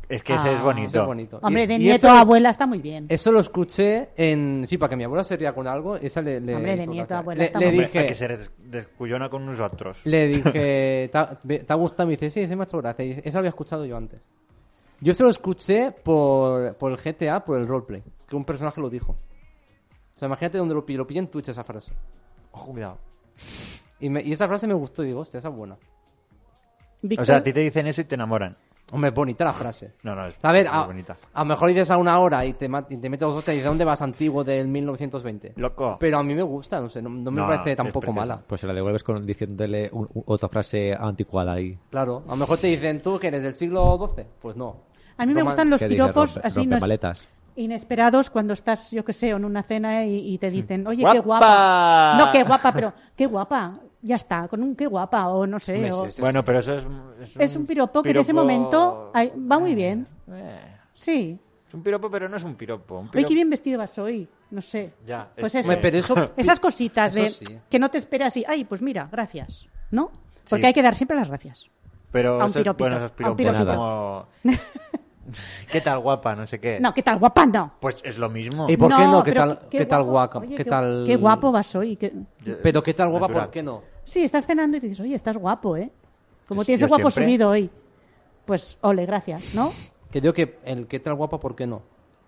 S1: Es que ese es bonito.
S3: Ese es bonito.
S2: Hombre,
S3: Y-
S2: de
S3: y
S2: nieto
S3: eso,
S2: a abuela está muy bien.
S3: Eso lo escuché en... Sí, para que mi abuela se ría con algo. Esa le, le
S2: Hombre, de
S3: hizo
S2: nieto a
S3: gracia.
S2: abuela
S3: Le,
S2: está
S3: le
S2: muy
S1: Hombre,
S3: dije...
S1: a que se des- descuyona con nosotros.
S3: Le dije, "¿Te ha- ¿te ha gustado? Me dice, sí, sí me ha hecho gracia. Y dice, Eso había escuchado yo antes. Yo se lo escuché por, por el GTA, por el roleplay. Que un personaje lo dijo. O sea, imagínate donde lo, pi- lo pillé en Twitch esa frase. Ojo, cuidado. Y, me- y esa frase me gustó y digo, hostia, esa es buena.
S2: Víctor,
S1: O sea, a ti te dicen eso y te enamoran.
S3: Hombre, es bonita la frase.
S1: No, no, es
S3: A ver, ah.
S1: muy
S3: a,
S1: bonita.
S3: a lo mejor dices a una hora y te, ma- y te metes dos hostias y dices, ¿dónde vas antiguo del 1920?
S1: Loco.
S3: Pero a mí me gusta, no sé, no, no me
S1: No,
S3: parece
S1: es
S3: tampoco
S1: preciosa.
S3: mala.
S5: Pues se la devuelves con, diciéndole un- u- otra frase anticuada ahí.
S3: Claro, a lo mejor te dicen, ¿tú que eres del siglo XII? Pues no.
S2: a mí me
S3: Roman-
S2: gustan los
S5: ¿Qué dices?
S2: piropos
S5: Rompe-
S2: así
S5: rompe
S2: no es-
S5: maletas.
S2: inesperados cuando estás, yo que sé, en una cena y, y te dicen, oye, qué
S1: ¡Guapa!
S2: guapa. No, qué guapa, pero qué guapa. Ya está, con un qué guapa o no sé.
S3: Hombre,
S2: o-
S3: sí, sí,
S1: Bueno, pero eso es.
S2: Es un piropo que en ese momento ay, va muy bien.
S1: Eh,
S2: Sí.
S1: es un piropo, pero no es un piropo. Un
S2: Oye, qué
S1: piropo...
S2: bien vestida vas hoy. No sé.
S1: Ya,
S2: Pues
S1: es-
S2: eso.
S3: Hombre, pero eso...
S2: Esas cositas
S3: Eso
S2: de
S3: sí.
S2: que no te esperas y, ay, pues mira, gracias. ¿No? Porque
S1: Sí.
S2: hay que dar siempre las gracias.
S1: Pero
S2: A un
S1: esos-
S2: piropito,
S1: bueno,
S2: a
S1: esos
S2: un
S1: piropos
S2: piropito.
S1: como. ¿Qué tal, guapa? No sé qué.
S2: No, ¿qué tal, guapa? No.
S1: Pues es lo mismo.
S3: Eh. Y por qué no, qué
S2: pero
S3: tal, qué, tal guapo,
S2: oye,
S3: qué, tal...
S2: Qué guapo vas hoy. qué-
S1: Yo-
S3: Pero qué tal guapa,
S1: natural.
S3: ¿por qué no?
S2: Sí, estás cenando y te dices, oye, estás guapo, ¿eh? Como
S1: Yo-
S2: tienes
S1: yo
S2: el guapo
S1: siempre-
S2: subido hoy. Pues, ole, gracias, ¿no?
S3: Que digo que el qué tal guapa, ¿por qué no?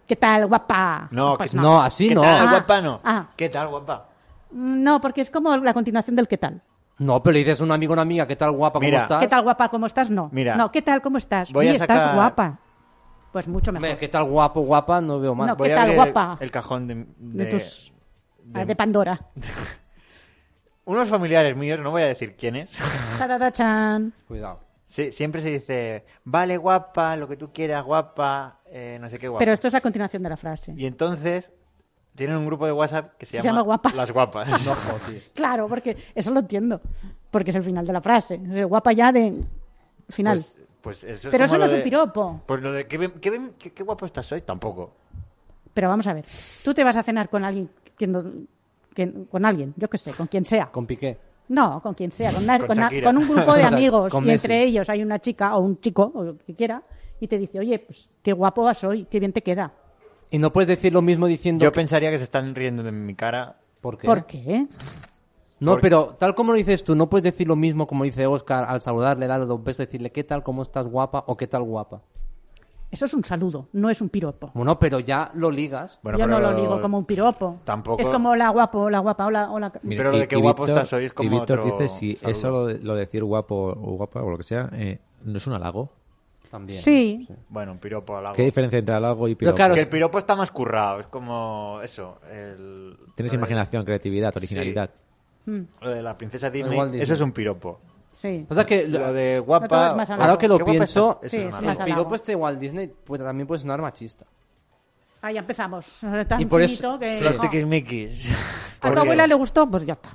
S2: ¿Qué tal, guapa?
S1: No,
S2: Pues
S1: que-
S3: No, así
S1: ¿Qué
S3: no.
S1: tal,
S2: Ah,
S1: guapa? No.
S2: ah.
S1: ¿Qué tal, guapa?
S2: No, porque es como la continuación del qué tal.
S3: No, pero le dices a un amigo o una amiga, ¿qué tal guapa,
S1: Mira.
S3: cómo estás?
S2: ¿Qué tal, guapa? ¿Cómo estás? No.
S1: Mira.
S2: No, ¿qué tal? ¿Cómo estás?
S1: Voy
S2: Oye,
S1: a sacar-
S2: estás guapa. Pues mucho
S3: Hombre,
S2: mejor.
S3: ¿qué tal guapo, guapa? No veo mal.
S2: No,
S3: Voy-
S1: Voy a
S2: tal,
S1: abrir
S2: guapa?
S1: El, el cajón de. de-
S2: De, tus...
S1: de-
S2: ah, de Pandora.
S1: Unos familiares míos, no voy a decir quiénes.
S2: Tadadachan.
S3: Cuidado.
S1: Sí, siempre se dice, vale, guapa, lo que tú quieras, guapa, eh, no sé qué guapa.
S2: Pero esto es la continuación de la frase.
S1: Y entonces tienen un grupo de WhatsApp que se
S2: Se
S1: llama,
S2: llama Guapa.
S1: Las Guapas.
S3: No, jo, sí.
S2: Claro, porque eso lo entiendo. Porque es el final de la frase. Es el guapa ya de final.
S1: Pues, pues eso es como
S2: Pero eso no
S1: lo
S2: es un
S1: de-
S2: piropo.
S1: Pues lo de, ¿qué, bien- qué bien- qué- qué guapo estás hoy? Tampoco.
S2: Pero vamos a ver. Tú te vas a cenar con alguien que no- que- con alguien, yo qué sé, con quien sea.
S3: Con Piqué.
S2: No, con quien sea, con, una-
S1: Con
S2: con una-
S1: Shakira.
S2: con un grupo de
S3: Con Sa-
S2: amigos
S3: con
S2: y entre
S3: Messi.
S2: ellos hay una chica o un chico o lo que quiera y te dice, oye, pues qué guapo vas hoy, qué bien te queda.
S3: Y no puedes decir lo mismo diciendo...
S1: Yo pensaría que se están riendo de mi cara.
S3: ¿Por qué?
S2: ¿Por qué?
S3: No,
S1: Porque-
S3: pero tal como lo dices tú, no puedes decir lo mismo como dice Oscar al saludarle, darle dos besos, decirle qué tal, cómo estás guapa o qué tal guapa.
S2: Eso es un saludo, no es un piropo.
S3: Bueno, pero ya lo ligas.
S1: Bueno,
S2: Yo no
S1: pero-
S2: lo digo como un piropo.
S1: Tampoco.
S2: Es como la guapo, la guapa, hola, hola.
S5: Mira,
S1: Pero lo
S5: y-
S1: de que
S5: y
S1: guapo
S5: Víctor-
S1: estás hoy es como
S5: Y Víctor
S1: otro
S5: dice si
S1: saludo.
S5: eso lo de, lo de decir guapo o guapa o lo que sea, eh, no es un halago.
S3: También.
S2: Sí,
S1: Bueno, un piropo al agua.
S5: ¿Qué diferencia entre halago y
S3: Pero
S5: piropo?
S3: claro,
S1: Que el piropo está más currado, es como eso. el-
S5: Tienes
S1: lo de-
S5: imaginación, creatividad, originalidad.
S1: Lo de la princesa Disney,
S3: Walt Disney.
S1: eso es un piropo.
S2: sí.
S3: O sea que
S1: Lo
S3: lo-
S1: de guapa.
S2: es más halago.
S3: ahora que
S1: ¿Qué
S3: lo
S1: guapa
S3: pienso,
S1: estás? Eso
S2: Sí,
S1: es un
S2: es
S1: halago.
S2: más
S3: el
S2: halago.
S3: piropo este de Walt Disney pues, también puede sonar machista.
S2: Ahí empezamos. Tan
S3: Y por eso-
S2: finito que-
S3: sí.
S1: Los
S2: jo.
S1: tiquismiquis.
S2: A
S1: ¿Por
S2: tu
S1: qué?
S2: abuela le gustó, pues ya está.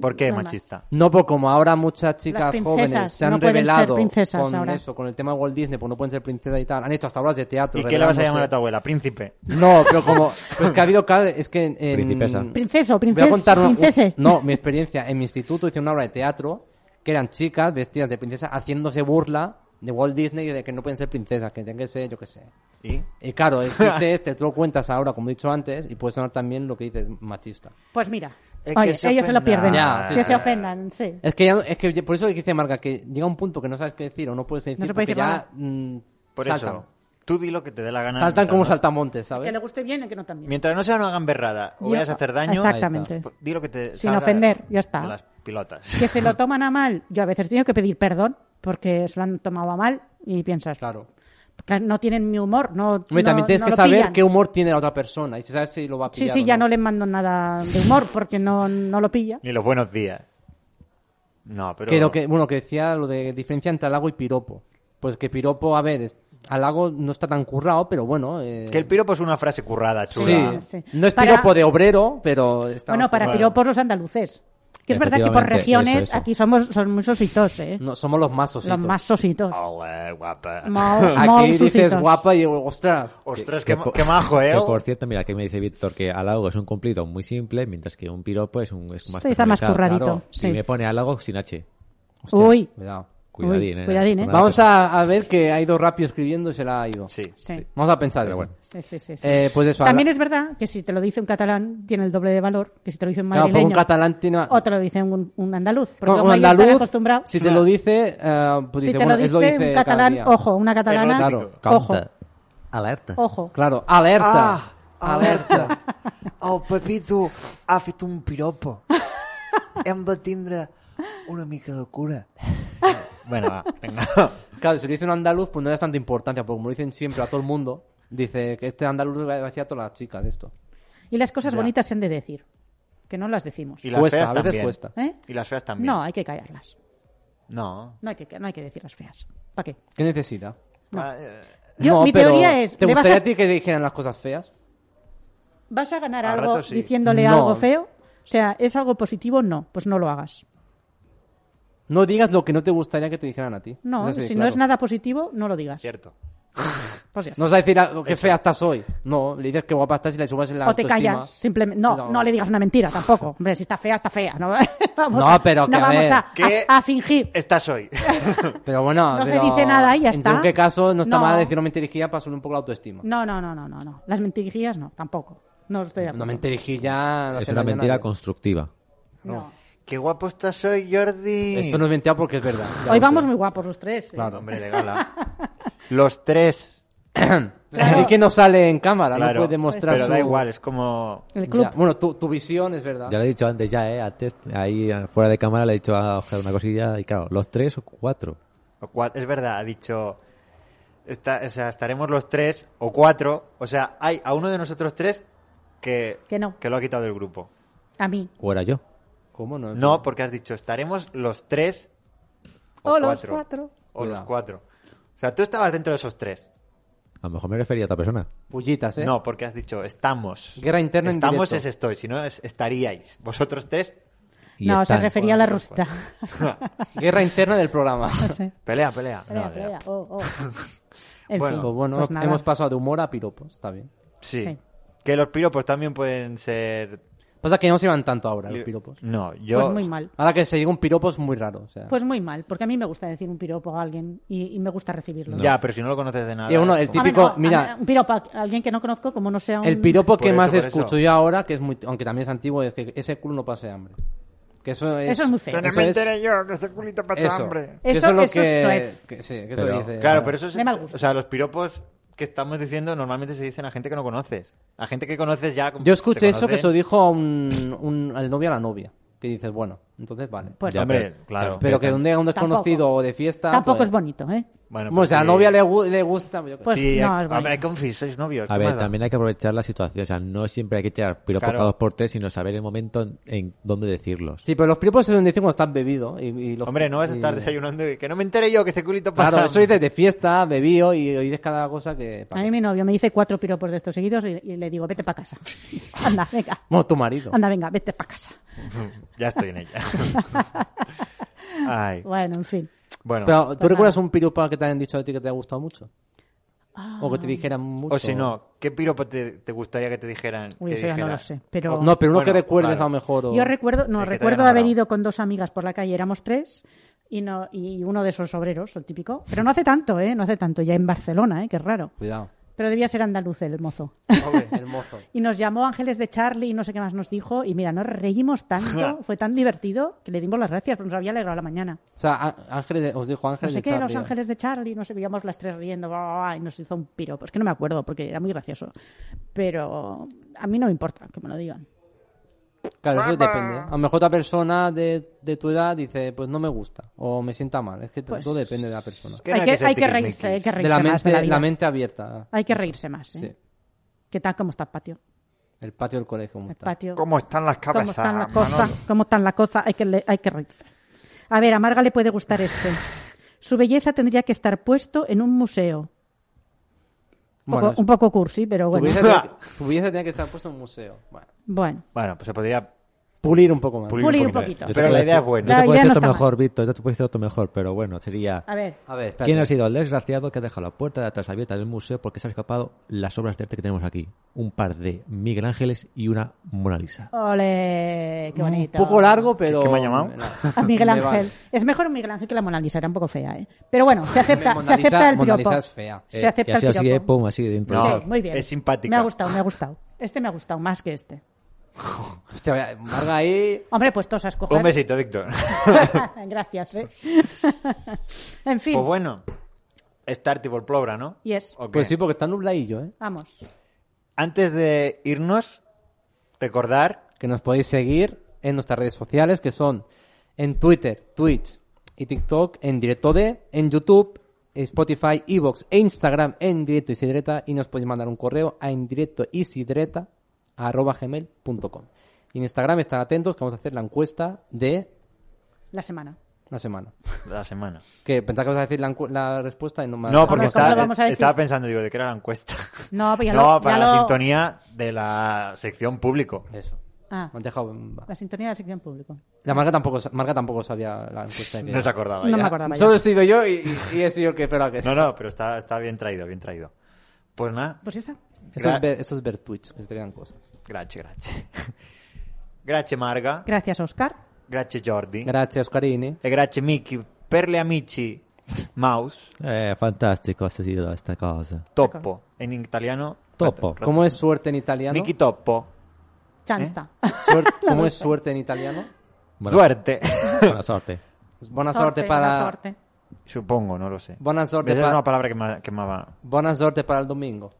S1: ¿Por qué
S2: No hay más.
S1: machista?
S3: No, porque como ahora muchas
S2: Las
S3: chicas
S2: princesas
S3: jóvenes se han
S2: no pueden ser
S3: revelado
S2: princesas
S3: con
S2: ahora.
S3: eso, con el tema de Walt Disney, pues no pueden ser princesas y tal. Han hecho hasta obras de teatro.
S1: ¿Y qué le vas a
S3: revelándose.
S1: llamar a tu abuela? Príncipe.
S3: No, pero como... Pues que ha habido cada... Es que en... en-
S5: Principesa.
S2: Princeso,
S3: Voy a
S2: princesa,
S3: contar una-
S2: princese.
S3: No, mi experiencia. En mi instituto hice una obra de teatro que eran chicas vestidas de princesa haciéndose burla de Walt Disney y de que no pueden ser princesas, que tienen que ser, yo qué sé.
S1: ¿Y?
S3: Y claro, el chiste este, tú lo cuentas ahora, como he dicho antes, y puede sonar también lo que dices, machista.
S2: Pues mira,
S1: Es que
S2: Oye,
S1: se
S2: ellos se lo
S1: ofendan.
S2: pierden.
S3: Ya, sí,
S2: que
S3: sí.
S2: se ofendan, sí.
S3: Es que, ya, es que por eso que dice Marca, que llega un punto que no sabes qué decir o no puedes decir.
S2: No se puede
S3: porque
S2: decir
S3: ya,
S2: nada.
S3: mm,
S1: Por
S3: saltan.
S1: eso, tú di lo que te dé la gana.
S3: Saltan
S1: mientras
S3: como
S1: no-
S3: saltamontes, ¿sabes?
S2: Que le guste bien y que no también.
S1: Mientras no sea una gamberrada o vayas a hacer daño,
S2: Exactamente.
S1: pues, di lo que te
S2: Sin
S1: salga
S2: ofender,
S1: de-
S2: ya está.
S1: de las pilotas.
S2: Que se lo toman a mal. Yo a veces tengo que pedir perdón porque se lo han tomado a mal y piensas,
S3: Claro.
S2: que no tienen mi humor. No, no-
S3: Hombre, también tienes
S2: no
S3: que
S2: lo
S3: saber
S2: pillan.
S3: qué humor tiene la otra persona y si sabes si lo va a
S2: Sí,
S3: pillar.
S2: sí,
S3: o
S2: ya no les mando nada de humor porque no, no lo pilla.
S1: Ni los buenos días. No, pero.
S3: Que lo que, bueno, que decía lo de diferencia entre halago y piropo. Pues que piropo, a ver, es- halago no está tan currado, pero bueno. eh,
S1: que el piropo es una frase currada, chula.
S3: Sí,
S2: Sí.
S3: no es
S2: Para-
S3: piropo de obrero, pero está.
S2: Bueno, para
S1: Bueno.
S2: piropos los andaluces. Que es verdad que por
S5: Efectivamente,
S2: regiones
S5: eso, eso.
S2: aquí somos son muy sositos, ¿eh?
S3: No, somos los más
S2: Los
S3: ositos.
S2: más sositos.
S1: Ole, guapa.
S2: Mao-
S3: Aquí
S2: mao
S3: dices
S2: sositos.
S3: guapa y ostras.
S1: Ostras,
S5: Que-
S1: qué,
S5: que
S1: ma-
S5: po-
S1: qué majo, ¿eh?
S5: Que por cierto, mira, aquí me dice Víctor que halago es un cumplido muy simple, mientras que un piropo es un es más
S2: Sí, está más
S5: personalizado.
S2: curradito,
S5: Si
S2: sí.
S5: me pone halago sin H.
S3: Hostia,
S2: Uy.
S3: Cuidado.
S5: Cuidadín,
S2: Uy,
S5: eh.
S2: cuidadín, eh.
S5: Una-
S3: Vamos a, a ver que ha ido rápido escribiendo y se la ha ido.
S1: Sí.
S2: Sí.
S3: Vamos a pensar.
S5: Pero
S3: eso.
S5: bueno.
S2: Sí, sí, sí, sí.
S3: Eh, pues eso.
S2: También
S3: habla-
S2: es verdad que si te lo dice un catalán tiene el doble de valor que si te lo dice un
S3: Claro,
S2: madrileño.
S3: porque un catalán tiene.
S2: O te lo dice un, un andaluz. Porque
S3: No,
S2: como
S3: un
S2: ellos están
S3: andaluz,
S2: acostumbrados-
S3: si te lo dice, eh, pues
S2: si
S3: dice,
S2: te
S3: bueno,
S2: lo dice
S3: es lo dice
S2: un
S3: cada
S2: catalán,
S3: día.
S2: ojo, una catalana,
S1: Erótico.
S2: ojo,
S5: Alerta.
S2: ojo.
S3: Claro, alerta.
S6: Ah, alerta. El Pepito ha fet un piropo. Hem de tindre una mica de cura.
S1: Bueno, va, venga.
S3: Claro, si lo dice un andaluz, pues no le das tanta importancia, porque como lo dicen siempre a todo el mundo, dice que este andaluz le decía a todas las chicas esto.
S2: Y las cosas
S1: Ya.
S2: bonitas se han de decir, que no las decimos.
S1: Y las
S3: Cuesta,
S1: feas
S3: a veces
S1: también.
S3: cuesta.
S2: ¿Eh?
S1: Y las feas también.
S2: No, hay que callarlas.
S1: No.
S2: No hay que, no hay que decir las feas. ¿Para qué?
S3: ¿Qué necesidad?
S1: Ah, eh,
S2: Yo,
S3: No,
S2: mi
S3: pero
S2: teoría es,
S3: ¿Te
S2: ¿le vas
S3: gustaría
S2: a,
S3: a ti que dijeran las cosas feas?
S2: vas a ganar
S1: Al
S2: algo
S1: rato sí.
S2: diciéndole
S3: No.
S2: algo feo? O sea, ¿es algo positivo? No, pues no lo hagas.
S3: No digas lo que no te gustaría que te dijeran a ti.
S2: No,
S3: sé,
S2: si no
S3: claro.
S2: es nada positivo, no lo digas.
S1: cierto.
S2: Pues ya está.
S3: No vas a decir ah, qué fea estás hoy. No, le dices qué guapa estás y le subas la
S2: o te
S3: autoestima.
S2: callas, simplemente. No, no, le digas una mentira tampoco. Hombre, si está fea, está fea. No, vamos
S3: No,
S2: a-
S3: pero que
S2: no
S3: a
S2: vamos
S3: ver.
S2: a,
S1: ¿Qué? Eh.
S2: a- a fingir.
S1: Estás hoy.
S3: Pero bueno,
S2: No se
S3: pero
S2: dice nada y ya
S3: en
S2: está.
S3: En qué caso, no está
S2: No.
S3: mal decir una mentirijilla para subir un poco la autoestima.
S2: No, no, no, no, no, no. Las mentirijillas no, tampoco. No estoy de acuerdo.
S3: Una mentirijilla... no
S5: Es
S3: hace
S5: una
S3: daño a
S5: mentira
S3: nadie.
S5: constructiva.
S2: No.
S1: qué guapo estás hoy, Jordi.
S3: Esto no es mentira porque es verdad. Ya
S2: Hoy
S3: lo
S2: vamos
S3: sé.
S2: muy guapos los tres. ¿eh?
S3: Claro.
S1: Hombre de gala. Los tres.
S3: Es que no sale en cámara,
S1: Claro.
S3: no puede mostrar
S1: Pero
S3: su...
S1: da igual, es como.
S2: El club.
S3: Ya, Bueno, tu, tu visión es verdad.
S5: Ya lo he dicho antes, ya, eh. Antes, ahí eh, fuera de cámara le he dicho a Oscar una cosilla y claro, los tres o cuatro.
S1: o cua- Es verdad, ha dicho. Está, o sea, estaremos los tres o cuatro. O sea, hay a uno de nosotros tres que,
S2: Que no.
S1: lo ha quitado del grupo.
S2: A mí.
S5: O era yo.
S3: ¿Cómo no?
S1: No, porque has dicho, estaremos los tres o,
S2: O
S1: cuatro.
S2: los cuatro.
S1: O los
S3: Cuidado.
S1: cuatro. O sea, tú estabas dentro de esos tres.
S5: A lo mejor me refería a otra persona.
S3: Pullitas, ¿eh?
S1: No, porque has dicho, estamos.
S3: Guerra interna en
S1: Estamos
S3: directo.
S1: es estoy, si no es estaríais. Vosotros tres,
S5: Y
S2: no, se
S5: están.
S2: refería a la
S1: Bueno,
S2: rusita.
S3: Guerra interna del programa.
S2: No sé.
S1: pelea, pelea.
S2: Espera,
S1: No, ya.
S2: espera. Oh, oh. En
S1: Bueno,
S2: fin,
S3: Pues bueno,
S2: pues
S3: hemos-
S2: nada.
S3: hemos pasado de humor a piropos, está bien.
S1: Sí.
S2: Sí.
S1: Que los piropos también pueden ser...
S3: Pasa que no se van tanto ahora los piropos.
S1: No, yo...
S2: Pues muy mal.
S3: Ahora que se diga un piropo es muy raro. O sea.
S2: Pues muy mal, porque a mí me gusta decir un piropo a alguien y, y me gusta recibirlo.
S1: Ya, pero si no lo conoces de nada...
S3: Y uno, el
S1: es
S2: A
S1: como-
S2: ver,
S3: típico-
S2: no, a
S3: mira-
S2: ver, un piropo a alguien que no conozco, como no sea un.
S3: El piropo
S1: Por
S3: que
S1: eso,
S3: más
S1: por eso.
S3: escucho yo ahora, que es muy, aunque también es antiguo, es que ese culo no pase hambre. Que eso es,
S2: Eso es muy feo.
S3: Eso es,
S6: yo, que ese culito pasa
S3: eso. Que
S2: Eso-
S3: es
S2: eso
S3: lo
S2: es
S3: que,
S2: soez.
S3: que sí, que eso
S5: Pero-
S3: dice.
S1: Claro, pero eso es...
S2: De mal gusto.
S1: O sea, los piropos que estamos diciendo normalmente se dicen a gente que no conoces. A gente que conoces ya... como
S3: Yo
S1: te
S3: escuché eso
S1: conoce.
S3: que se lo dijo a un, un, al novio a la novia. Que dices, bueno, entonces vale.
S2: Pues
S1: Ya,
S2: no.
S1: hombre, claro.
S3: pero que un día un
S2: Tampoco.
S3: desconocido o de fiesta.
S2: tampoco
S3: pues-
S2: es bonito, ¿eh?
S1: Bueno,
S3: Bueno,
S1: pues
S3: si a la
S1: sí.
S3: novia le, gu- le gusta. yo qué sé.
S2: Pues
S1: sí, eh,
S2: no,
S1: hay-
S2: es
S1: a ver,
S2: bonito.
S1: confis, sois novios.
S5: A
S1: ¿qué
S5: ver,
S1: más da?
S5: también hay que aprovechar la situación. O sea, no siempre hay que tirar piropos
S1: Claro.
S5: cada dos por tres, sino saber el momento en, en dónde decirlos.
S3: Sí, pero los piropos se dicen cuando estás bebido. Y, y los-
S1: Hombre, no vas a
S3: y-
S1: estar desayunando y que no me entere yo que este culito pasa
S3: Claro, eso
S1: hambre.
S3: dices de fiesta, bebido y oídes cada cosa que.
S2: A mí mi novio me dice cuatro piropos de estos seguidos y, y le digo, vete para casa. Anda, venga.
S3: Bueno, tu marido.
S2: Anda, venga, vete para casa.
S1: Ya estoy en ella. Ay,
S2: Bueno, en fin.
S1: bueno.
S3: Pero, ¿tú
S2: Pues
S3: recuerdas un piropo que te hayan dicho a ti que te ha gustado mucho? O
S2: Ah.
S3: que te dijeran mucho.
S1: o si no, ¿qué piropo te, te gustaría que te dijeran?
S2: Uy,
S1: que
S2: eso ya no
S1: dijera?
S2: lo sé. Pero
S3: O- Oh, No, pero uno
S1: Bueno,
S3: que recuerdes
S1: claro.
S3: a lo mejor. o-
S2: Ah, yo recuerdo, no,
S1: Es que te
S2: recuerdo
S1: habían
S2: haber
S1: nombrado.
S2: ido con dos amigas por la calle, éramos tres, y, no, y uno de esos obreros, el típico. Pero no hace tanto, ¿eh? No hace tanto, ya en Barcelona, ¿eh? Qué raro.
S3: Cuidado.
S2: Pero debía ser andaluz el mozo.
S3: El mozo.
S2: Y nos llamó Ángeles de Charlie y no sé qué más nos dijo. Y mira, nos reímos tanto, fue tan divertido que le dimos las gracias, porque nos había alegrado la mañana.
S3: O sea, á- Ángeles de- os dijo
S2: No
S3: Ángeles
S2: sé
S3: de
S2: qué, los
S3: Charlie. ¿eh?
S2: ángeles de Charlie, no sé, veíamos las tres riendo, bla, bla, bla, y nos hizo un piropo. Es que no me acuerdo porque era muy gracioso. Pero a mí no me importa que me lo digan.
S3: Claro, eso depende. ¿eh? A lo mejor otra persona de, de tu edad dice, pues no me gusta o me sienta mal. Es que t-
S2: Pues-
S3: todo depende de la persona.
S1: Que no
S2: hay, que,
S1: ser
S2: hay que
S1: tiquismiquis.
S2: reírse, hay que
S3: De
S2: reírse
S3: la
S2: más de la
S3: mente,
S2: vida.
S3: la mente abierta.
S2: Hay que reírse más. ¿eh?
S3: Sí.
S2: ¿Qué tal? ¿Cómo está el patio?
S3: El patio del colegio, ¿cómo
S2: El
S3: está?
S2: patio.
S1: ¿Cómo están las cabezas?
S2: ¿Cómo están las
S1: Manolo?
S2: cosas? ¿Cómo están las cosas? Hay que, le- hay que reírse. A ver, a Marga le puede gustar este. Su belleza tendría que estar puesto en un museo. Un poco,
S3: Bueno,
S2: un poco cursi, pero
S3: tu
S2: bueno.
S3: belleza tiene- tu belleza tiene que estar puesto en un museo. Bueno,
S2: Bueno,
S1: Bueno, pues se podría
S3: pulir un poco más.
S1: pulir,
S2: pulir
S1: un
S2: un
S1: poquito.
S2: poquito.
S4: Yo te
S1: Pero
S4: puedo
S1: la
S4: decir-
S1: idea es buena.
S2: La
S4: Yo te
S2: idea no
S4: puedo decir otro
S2: está Ah,
S4: mejor, Víctor. Yo te puedo decir otro mejor, pero bueno, sería...
S2: a ver.
S3: A ver, espérate.
S4: ¿Quién ha sido el desgraciado que ha dejado la puerta de atrás abierta del museo porque se han escapado las obras de arte que tenemos aquí? Un par de Miguel Ángeles y una Mona Lisa.
S2: Ole, qué bonito.
S3: Un Mm, poco largo, pero...
S1: ¿Qué- qué me ha llamado?
S2: A Miguel
S3: Me va.
S2: Ángel. Es mejor un Miguel Ángel que la Mona Lisa, era un poco fea, ¿eh? Pero bueno, se acepta,
S3: Mona
S2: se acepta
S3: Lisa-
S2: el
S3: Mona
S2: piropo.
S3: Lisa es fea.
S2: Se
S4: Eh,
S2: acepta
S4: y así,
S2: el
S4: así, eh,
S2: piropo.
S4: pum, así de
S1: No,
S4: improviso.
S2: Sí, muy bien.
S1: es simpática.
S2: Me ha gustado, me ha gustado. Este me ha gustado más que este.
S3: Hostia, vaya, Marga ahí...
S2: Hombre, pues todos a escoger.
S1: Un besito, Víctor.
S2: Gracias, ¿eh? en fin.
S1: Pues bueno, es tarde por plobra, ¿no?
S2: Yes.
S1: Ok.
S3: Pues sí, porque está nubladillo, ¿eh?
S2: Vamos.
S1: Antes de irnos, recordar
S3: que nos podéis seguir en nuestras redes sociales, que son en Twitter, Twitch y TikTok, en directo de, en YouTube, Spotify, Evox e Instagram en directo y sidreta, y nos podéis mandar un correo a en directo y sidreta arroba gmail.com. Y en Instagram están atentos que vamos a hacer la encuesta de
S2: La semana.
S3: la semana.
S1: la semana.
S3: Que pensaba que vas a decir la, encu- la respuesta y no me
S1: No,
S3: me-
S1: porque
S2: Ahora, ¿cómo
S1: estaba,
S2: lo vamos a decir?
S1: estaba pensando, digo, de qué era la encuesta.
S2: No, pero ya
S1: no
S2: lo-
S1: para
S2: ya
S1: la
S2: lo-
S1: sintonía de la sección público.
S3: Eso.
S2: Ah,
S3: Me has dejado-
S2: la sintonía de la sección público.
S3: La marca tampoco, sa- marca tampoco sabía la encuesta. que
S1: No se
S3: era.
S1: acordaba
S2: No
S1: ya.
S2: me acordaba ya.
S3: Solo he sido yo y, y, y he sido el que esperaba que...
S1: No, no, pero está, está bien traído, bien traído. Pues nada,
S2: Pues ya está.
S3: Eso,
S1: Gra-
S3: es ver, eso es ver Twitch, que se te quedan cosas.
S1: gracias, gracias. Gracias Marga,
S2: Gracias, Oscar.
S1: gracias Jordi,
S3: Grazie Oscarini.
S1: e grazie Miki per le amici mouse,
S4: Eh, fantástico ha sido esta cosa.
S1: toppo, in italiano
S4: Toppo.
S3: ¿Cómo es suerte en italiano?
S1: Miki toppo,
S2: Chanza.
S3: Suer- ¿Cómo es suerte en italiano?
S1: suerte,
S4: Buena suerte.
S3: Buena
S2: Sorte,
S3: suerte para
S2: buena sorte.
S1: suppongo, non lo so.
S3: Buona sorte
S1: Questa è
S3: pa-
S1: una parola che mi che mi va.
S3: buena suerte para el domingo.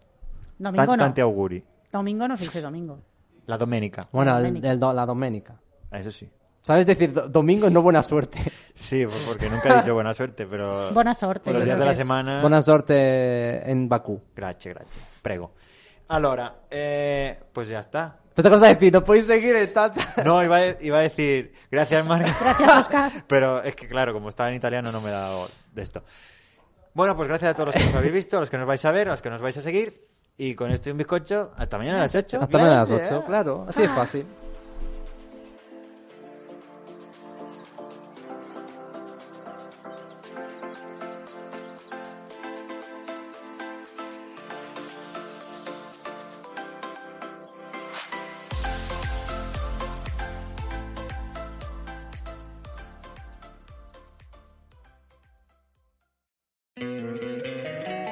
S2: Domingo
S1: Tan-
S2: no.
S1: tanti auguri.
S2: Domingo no se dice domingo.
S1: La domenica,
S3: Bueno, el-
S2: Domenica.
S3: el do- la domenica.
S1: eso sí.
S3: ¿Sabes decir do- domingo no buena suerte?
S1: Sí, pues porque nunca he dicho buena suerte, pero
S2: Buena suerte.
S1: los
S2: yo
S1: días
S2: creo
S1: de la
S2: que es.
S1: semana
S3: Buena suerte en Bakú.
S1: Grazie, grazie. Prego. Allora, eh, pues ya está.
S3: Entonces, cosa decir, no podéis seguir en tanta...
S1: No, iba a, iba a decir gracias, Marga.
S2: Gracias, Oscar.
S1: Pero es que, claro, como estaba en italiano, no me he dado de esto. Bueno, pues gracias a todos los que nos habéis visto, a los que nos vais a ver, a los que nos vais a seguir. Y con esto y un bizcocho, hasta mañana a las 8.
S3: Hasta mañana a las
S1: ¿eh?
S3: 8, claro. Así es fácil.